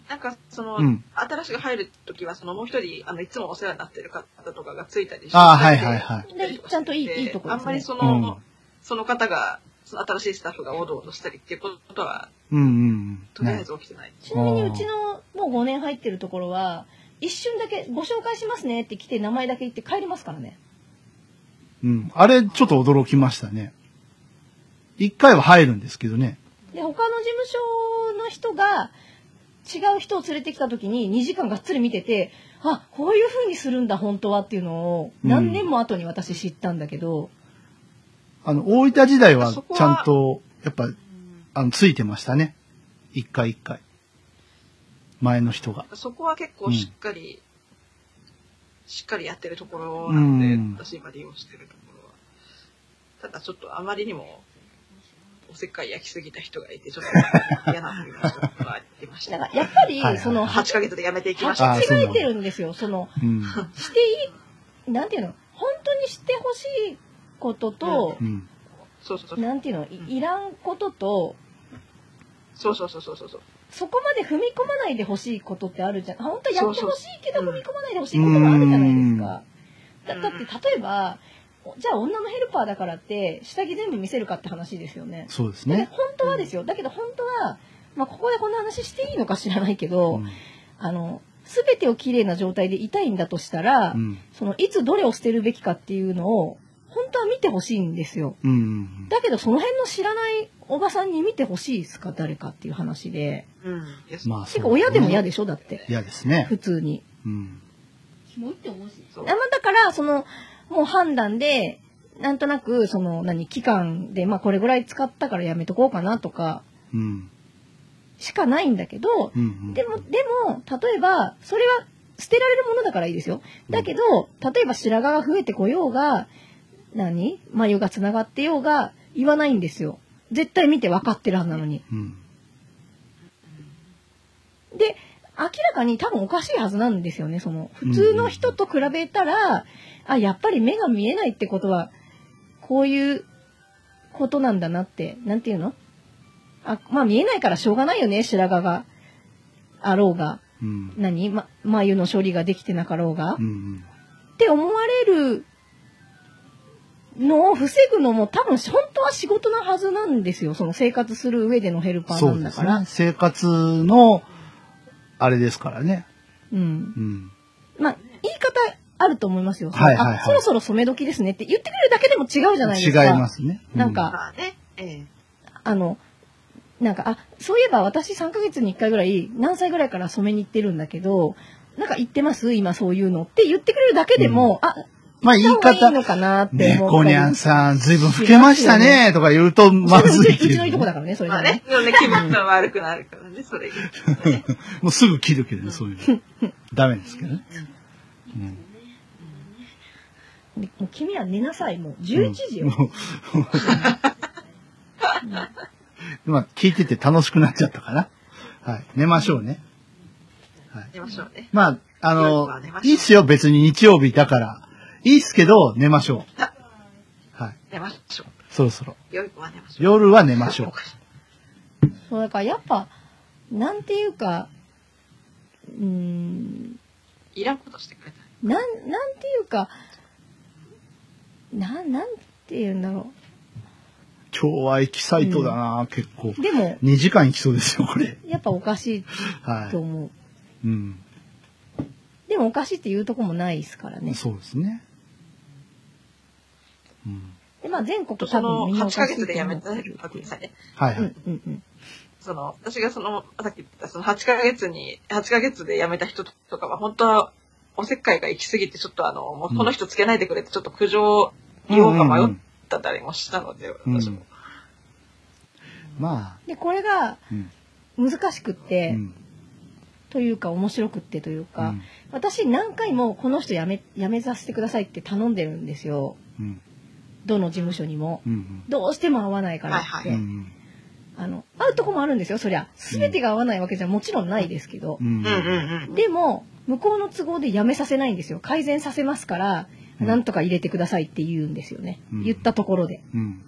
なんかその、うん新しく入る時はそのもう一人あのいつもお世話になってる方とかがついたりしてああ、はいはいはい。でちゃんといいいいとこですねあんまりその、うん。その方がその新しいスタッフがおどおどしたりっていうことはうんうんうとん。りあえねず起きてない、ちなみにうちのもう5年入ってるところは一瞬だけご紹介しますねって来て名前だけ言って帰りますからねうん。あれ、ちょっと驚きましたね。一回は入るんですけどね。で他の事務所の人が違う人を連れてきた時に2時間がっつり見ててあこういう風にするんだ本当はっていうのを何年も後に私知ったんだけど、あの、大分時代はそこはちゃんと、やっぱ、あの、ついてましたね。一回一回。前の 人が。そこは結構しっかり、しっかりやってるところなうんので、私今利用してるところは。ただちょっとあまりにも、おせっかい焼きすぎた人がいて、ちょっと嫌なというのがありましだたか。らやっぱりはいはいそのは8ヶ月で辞めていきましあーた。履き違えてるんですよそのうん。していいなんていうの本当にしてほしいこととう、ん。そうそうそう。なんていうのいいらんこととそうそうそうそうそうそう。そこまで踏み込まないでほしいことってあるじゃん本当やってほしいけどそうそう踏み込まないでほしいこともあるじゃないですか。だうんだって例えばおじゃあ女のヘルパーだからって下着全部見せるかって話ですよね。そうですで ね。本当はですよだけど本当は、まあ、ここでこんな話していいのか知らないけど、うんあの全てをきれいな状態でいたいんだとしたら。うん。そのいつどれを捨てるべきかっていうのを本当は見てほしいんですよ。うんうんだけどその辺の知らないおばさんに見てほしいですか誰かっていう話で。うん。うん。まあ、てか親でも嫌で。でしょだって。嫌ですね。普通に。うん。キモいって思うし。そうあまあだから、その、もう判断で、なんとなく、その、何、期間で、まあこれぐらい使ったからやめとこうかなとか、うん。しかないんだけど、うんうん。でも、でも、例えば、それは捨てられるものだからいいですよ。だけど、例えば白髪が増えてこようが、何眉が繋がってようが、言わないんですよ。絶対見て分かってるはずなのに。うん。で、明らかに多分おかしいはずなんですよね、その。普通の人と比べたら、あ、やっぱり目が見えないってことは、こういうことなんだなって、なんていうのあ、まあ見えないからしょうがないよね、白髪が。あろうが。うん。何ま、眉の処理ができてなかろうが、うんうん。って思われるのを防ぐのも多分本当は仕事なはずなんですよ。その生活する上でのヘルパーそなうんでだすから。ね。生活の、あれですからね。うん。うん。まあ、言い方あると思いますよ。はいはいはいあそろそろ染め時ですねって言ってくれるだけでも違うじゃない違ですか。いますね。うなんか、まあね。えあの、なんか、あ、そういえば私3ヶ月に1回ぐらい、何歳ぐらいから染めに行ってるんだけど、なんか行ってます今そういうのって言ってくれるだけでも、あ、まあ言い行った方方がいい、のかなって思ったり。ね、こにゃんさん、ずいぶん老けましたね、とか言うとまずいけうちどのいいとこだね。からね、そえれまがねあね。。でもね、気分が悪くなるからね、そ れに。もうすぐ切るけどね、そういうの。ダメですけどね。うんでもう君は寝なさい、もう。11時よ。もう まあ、聞いてて楽しくなっちゃったかな。はい。寝ましょうね。寝ましょうね。まあ、あのまあ寝ま、しょういいっすよ、別に日曜日だから。いいっすけど、寝ましょう。はい。寝ましょう。そろそろ。夜は寝ましょう。夜は寝ましょう。そう、だからやっぱ、なんていうか、うーん、いらんことしてくれた。なん、なんていうか、なん、なんて言うんだろ今日はエキサイトだな、結構う。。でも、 2時間いきそうですよ、これ。やっぱおかしいはと思う。い。うん。でもおかしいって言うとこもないですからね。そうですね。うん。で、まあ全国そ多の分みんなお8かヶしい月でとやめ思たっわてけでるっていう。すね。はい、はうい。んうんうん。その、私がその、さっき言ったその8ヶ月に、8ヶ月で辞めた人とかは、本当はおせっかいが行き過ぎて、ちょっとあの、もうこの人つけないでくれって、ちょっと苦情言おうか迷ったたりもしたので、うん私も。まで、これがあ、うん。難しくっうて、んというか面白くってといううか、ん私何回もこの人辞め辞めさせてくださいって頼んでるんですようん。どの事務所にもうん。どうしても合わないからって、はいうん。はうんあの合うとこもあるんですよそりゃ全てが合わないわけじゃもちろんないですけどう、んうんうんうん。でも向こうの都合で辞めさせないんですよ改善させますからうんなんとか入れてくださいって言うんですよね、うん言ったところでうん。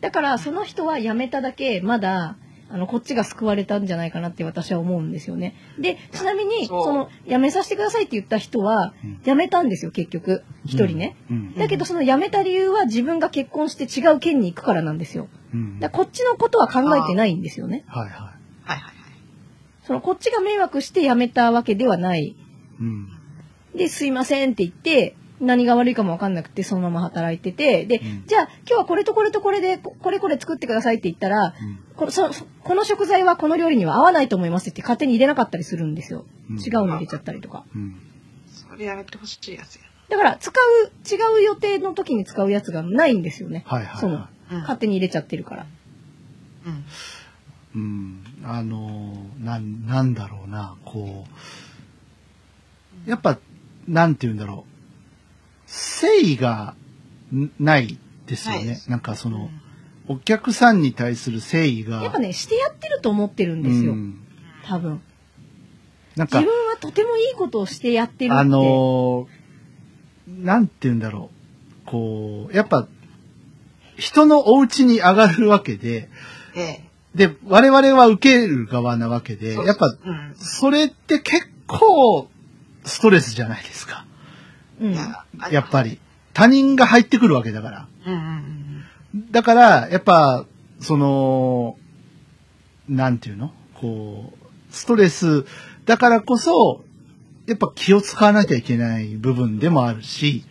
だからその人は辞めただけまだあのこっちが救われたんじゃないかなって私は思うんですよねでちなみにそうその辞めさせてくださいって言った人はうん辞めたんですよ結局一人ね、。うん。だけどその辞めた理由は自分が結婚して違う県に行くからなんですようん。だからこっちのことは考えてないんですよねはいははいはいはい。そのこっちが迷惑して辞めたわけではないい。うん。で、すいませんって言って、何が悪いかもわかんなくて、そのまま働いてて、で、うんじゃあ、今日はこれとこれとこれで、ここれこれ作ってくださいって言ったら、こそそこの食材はこの料理には合わないと思いますって勝手に入れなかったりするんですよ。うん違うの入れちゃったりとか。うん。それやめてほしいやつやだから、使う、違う予定の時に使うやつがないんですよね。はいはいそはのい。、な。勝手に入れちゃってるから。うん。うん、あのー、なん、なんだろうな、こう、やっぱ、なんて言うんだろう、誠意がんないですよね。ないですなんかそうんの、お客さんに対する誠意が、やっぱね、してやってると思ってるんですよ。うん多分。なん自か分、はとてもいいことをしてやってるって。あのー、なんて言うんだろう、こう、やっぱ、人のお家に上がるわけで、ええ。で、我々は受ける側なわけで、そうやっぱ、うん。それって結構ストレスじゃないですか。うん。やっぱり。他人が入ってくるわけだから。うんうんうんだから、やっぱ、その、なんていうのこう、ストレスだからこそ、やっぱ気を使わなきゃいけない部分でもあるし、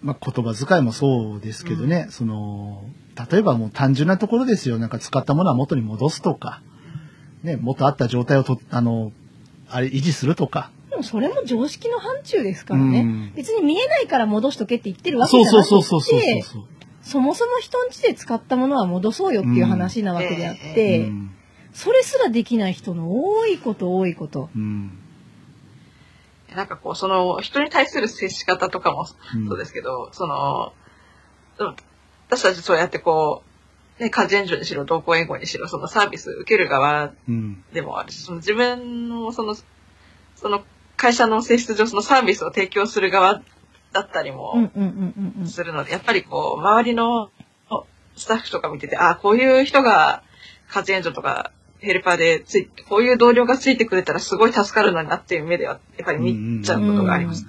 まあ、言葉遣いもそうですけどね、その、例えばもう単純なところですよ。なんか使ったものは元に戻すとか、ね、元あった状態をと、あの、あれ維持するとか。でもそれも常識の範疇ですからうね。ん別に見えないから戻しとけって言ってるわけじゃそうなくそうて、そうそうそうそうそう。そもそも人んちで使ったものは戻そうよっていう話なわけであっうて、ん。それすらできない人の多いこと多いこと。うん。なんかこう、その、人に対する接し方とかもそうですけど、その、うん私たちそうやってこう、ね、家人所にしろ、同行援護にしろ、そのサービス受ける側うん。でもあるし、その自分の、その、その会社の性質上、そのサービスを提供する側だったりうんうんもうんうんうん。するので、やっぱりこう、周りのスタッフとか見てて、ああ、こういう人が家事援助とかヘルパーでつい、こういう同僚がついてくれたらすごい助かるのになっていう目では、やっぱり見ちゃうことがあります。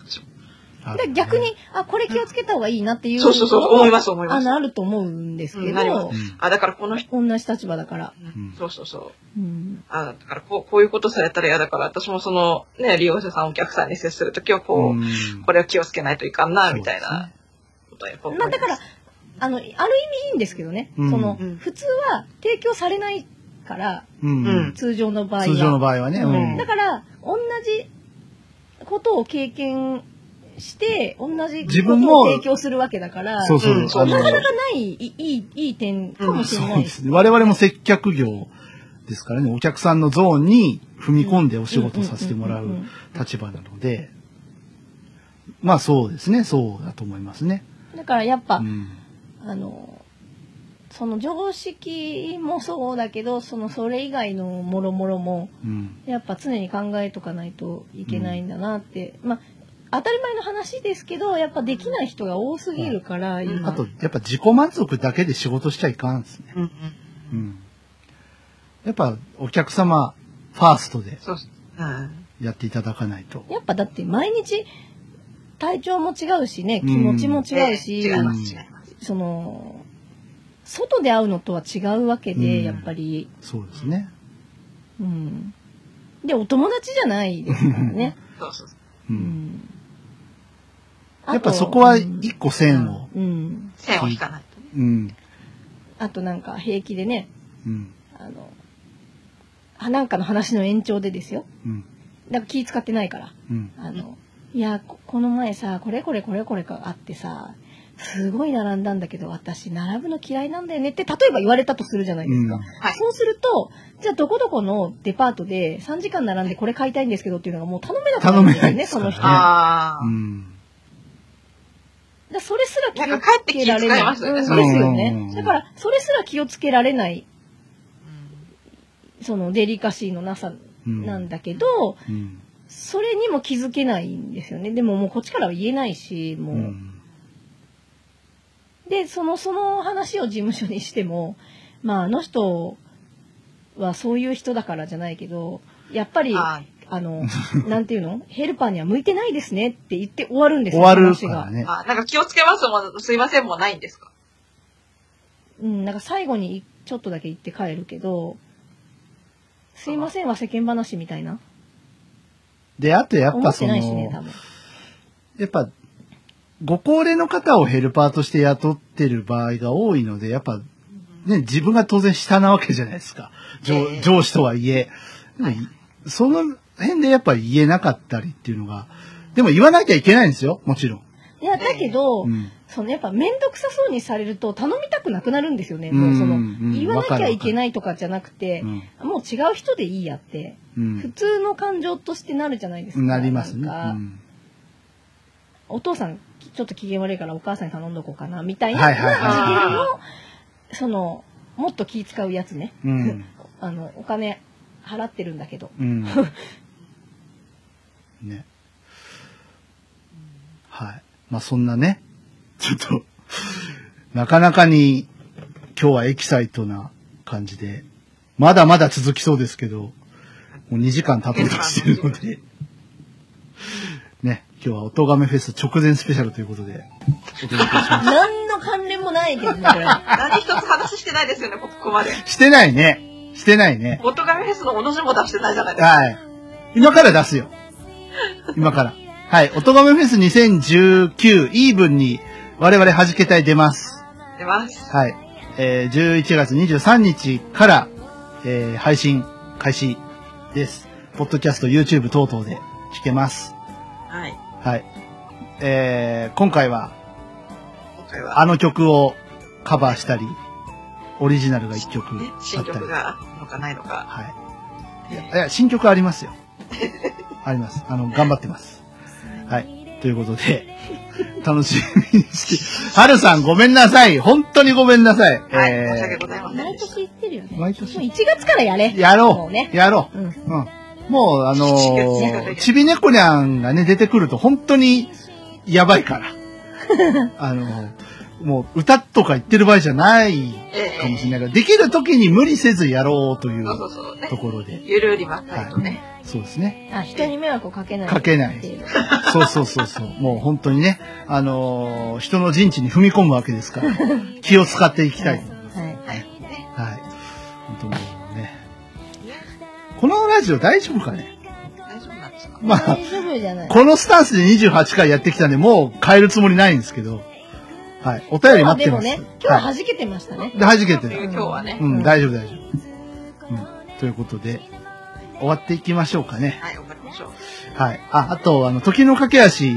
あだるから逆に、あ、これ気をつけた方がいいなっていう。そうそうそう、思います、思いまあ、す。なると思うんですけうんなりまどう、んあ、だからこの人、同じ立場だから。んそうそうそう。うん。あだからこう、こういうことされたら嫌だから、私もその、ね、利用者さん、お客さんに接するときは、こう、うんこれは気をつけないといかんな、そうみですねたいなことはやっぱ思いまあまだす。から、あの、ある意味いいんですけどね。うんそのうん、普通は提供されないから、うんうん通常の場合は。通常の場合はね。ううんんだから、同じことを経験して、同じ自こ分ともを提供するわけだから、そうそうう。んあのなかなかない、いいい、いい点かもしれそなうい。ですね。我々も接客業ですからね、お客さんのゾーンに踏み込んでお仕事させてもらんんんうん立場なので、まあそうですね、そうだと思いますね。だからやっぱ、うん。あの、その常識もそうだけど、そのそれ以外のもろもろも、うん。やっぱ常に考えとかないといけないんだなって、まあ、当たり前の話ですけど、やっぱできない人が多すぎるから、ん今あと、やっぱ自己満足だけで仕事しちゃいかんですね。うんうん、うん。やっぱお客様ファーストでそうそう。うん。やっていただかないと。やっぱだって毎日体調も違うしね、気持ちも違うし、違いまうんす、違います。その、外で会うのとは違うわけで、うんやっぱり、そうですね。うん。で、お友達じゃないですからね。そうそうそ う。う。うんんやっぱそこはうん一個線を。うん。線を引かないとね。うん。あとなんか平気でね、うん。あの、あなんかの話の延長でですよ。うん。だから気使ってないから。うん。あの、いや、ここの前さ、これこれこれこれがあってさ、すごい並んだんだけど、私、並ぶの嫌いなんだよねって、例えば言われたとするじゃないですか。はいそうすると、じゃあどこどこのデパートで3時間並んでこれ買いたいんですけどっていうのがもう頼めなくなるんです頼めよないね、ですそかのら人。だかああ、うん。らそれすら気なんをか帰っつてけ気られ遣いない。ますようねんそれですようんうんうね。んだから、それすら気をつけられない、うんそのデリカシーのなさうんなんだけど、うん。それにも気づけないんですよね。でももうこっちからは言えないし、もうう。ん。でそのその話を事務所にしても、まあ、あの人はそういう人だからじゃないけどやっぱりああのなんていうのヘルパーには向いてないですねって言って終わるんです終よわる話かがらーね。あー、なんか気をつけますもん、すいませんもないん ですかうん、なんか最後にちょっとだけ言って帰るけど「すいません」は世間話みたいなで、あとやっ思ぱってそないしね多の、分。やっぱ、ご高齢の方をヘルパーとして雇ってる場合が多いので、やっぱ、ね、自分が当然下なわけじゃないですか。上ええ上司とはいえ。でもその辺でやっぱ言えなかったりっていうのが、でも言わなきゃいけないんですよ、もちろん。いやだけど、うん。そのやっぱ面倒くさそうにされると頼みたくなくなるんですよね。もうそのうんうん言わわなきゃいけかるわかないとかじゃなくてう、んもう違う人でいいやってう普ん。通の感情としてなるじゃないですか。なりますね。うなんかん。お父さんちょっと機嫌悪いからお母さんに頼んどこうかなみたいなはいはいはい次元のそのもっと気使うやつね。うん。 あのお金払ってるんだけど。うん。ね。はい。まあそんなね、ちょっと、なかなかに今日はエキサイトな感じで、まだまだ続きそうですけど、もう2時間経とうとしてるので、ね、今日はおとがめフェス直前スペシャルということで、お届けしま何の関連もないけどねこ れ。何一つ話してないですよね、ここまで。す。してないね。してないね。オトガメフェスのおの字も出してないじゃないですか。はい。今から出すよ。今から。はい。おとがめフェス2019イーブンに、我々弾けたい出ます。出ます。はい。えー、11月23日から、えー、配信開始です。ポッドキャスト、YouTube 等々で弾けます。はい。はい。えー、今回は、今回は、あの曲をカバーしたり、オリジナルが1曲ね、あ新った曲り。があるのかないのか。はい。いや、いや新曲あり ますよ。あります。あの、頑張ってます。はい。ということで、楽しみにして、はるさんごめんなさい。本当にごめんなさい。はい。えー申し訳ございません毎でした。年言ってるよね。毎もう年。 1月からやれ。やもろうう。ね。やろうう。ん。うん。もう、あの違ーう ちびねこにゃんがね、出てくると本当にやばい から。あのーもう歌とか言ってる場合じゃないええかもしれないから、できる時に無理せずやろうというそうそうそう。ねと。ころで。ゆるりまったりとね。そうですね。あ、人に迷惑をかけない。かけないっていうそうそうそうそう。もう本当にね、あのー人の陣地に踏み込むわけです から、気を使っていきたい。はい。はい。本当にもうね。このラジオ大丈夫かね大丈夫なんですかまあ大、丈夫じゃない。このスタンスで28回やってきたんで、もう変えるつもりないんですけど、はい。お便り待ってます。でもね、今日はは弾けてましたね。い、で、弾けて今る。日はね。うん、大丈夫大丈夫。うん。ということで、終わっていきましょうかね。はい、終わりましょう。はい。あ、あと、あの、時の駆け足、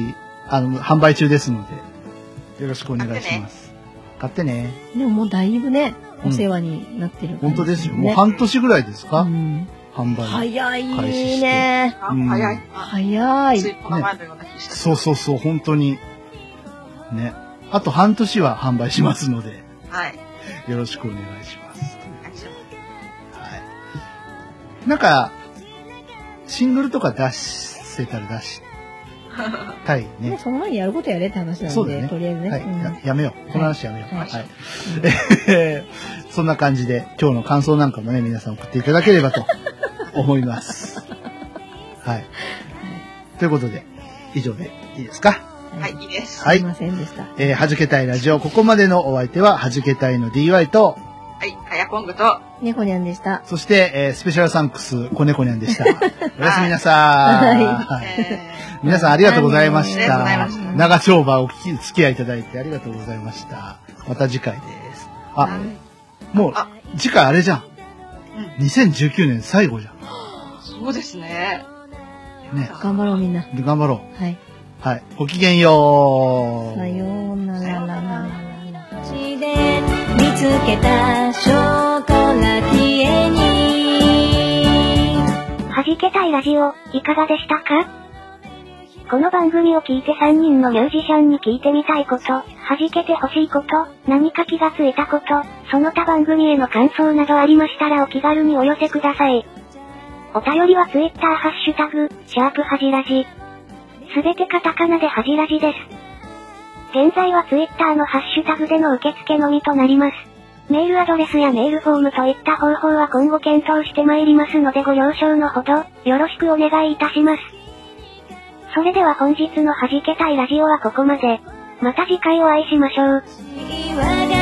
あの、販売中ですので、よろしくお願いします。買ってね。でももうだいぶね、うんお世話になってる、本当ですよ。もうね半年ぐらいですか、うん販売。早い開始してね。あ、うん早い。あ早ついい。この前のような気した。そうそうそう、本当に。ね。あと半年は販売しますので、はい。よろしくお願いします。大丈夫はい。なんか、シングルとか出せたら出したいね、ね。その前にやることやれって話なんそうだで、ね。とりあえずね。はい、うんややめよう。この話やめよう。は。はいいはいえー そんな感じで、今日の感想なんかもね、皆さん送っていただければと思います。はい。ということで、以上でいいですかはい、いいです。はすいい。ませんでした。えー、はじけたいラジオ、ここまでのお相手は、はじけたいの DY と、はい、はやこんぐと、は猫にゃんでした。そして、えースペシャルサンクス、コネコニャンでした。おやすみなさーい。はえー皆さんありがとうございましありがとうございたまし。た長丁場お聞き付き合いいただいてありがとうございました。また次回です。あ、もうあ次回あれじゃん。2019年最後じゃん。そうですね。ね頑張ろうみんな。で頑張ろはい。う。はい。ごきげんよう。さようならららで見つけたショコラティエに弾けたいラジオ、いかがでしたかこの番組を聞いて3人のミュージシャンに聞いてみたいこと、弾けてほしいこと、何か気がついたこと、その他番組への感想などありましたらお気軽にお寄せください。お便りは Twitter ハッシュタグ、シャープはじらじ。すべてカタカナではじらじです。現在は Twitter のハッシュタグでの受付のみとなります。メールアドレスやメールフォームといった方法は今後検討してまいりますのでご了承のほど、よろしくお願いいたします。それでは本日の弾けたいラジオはここまで。また次回お会いしましょう。が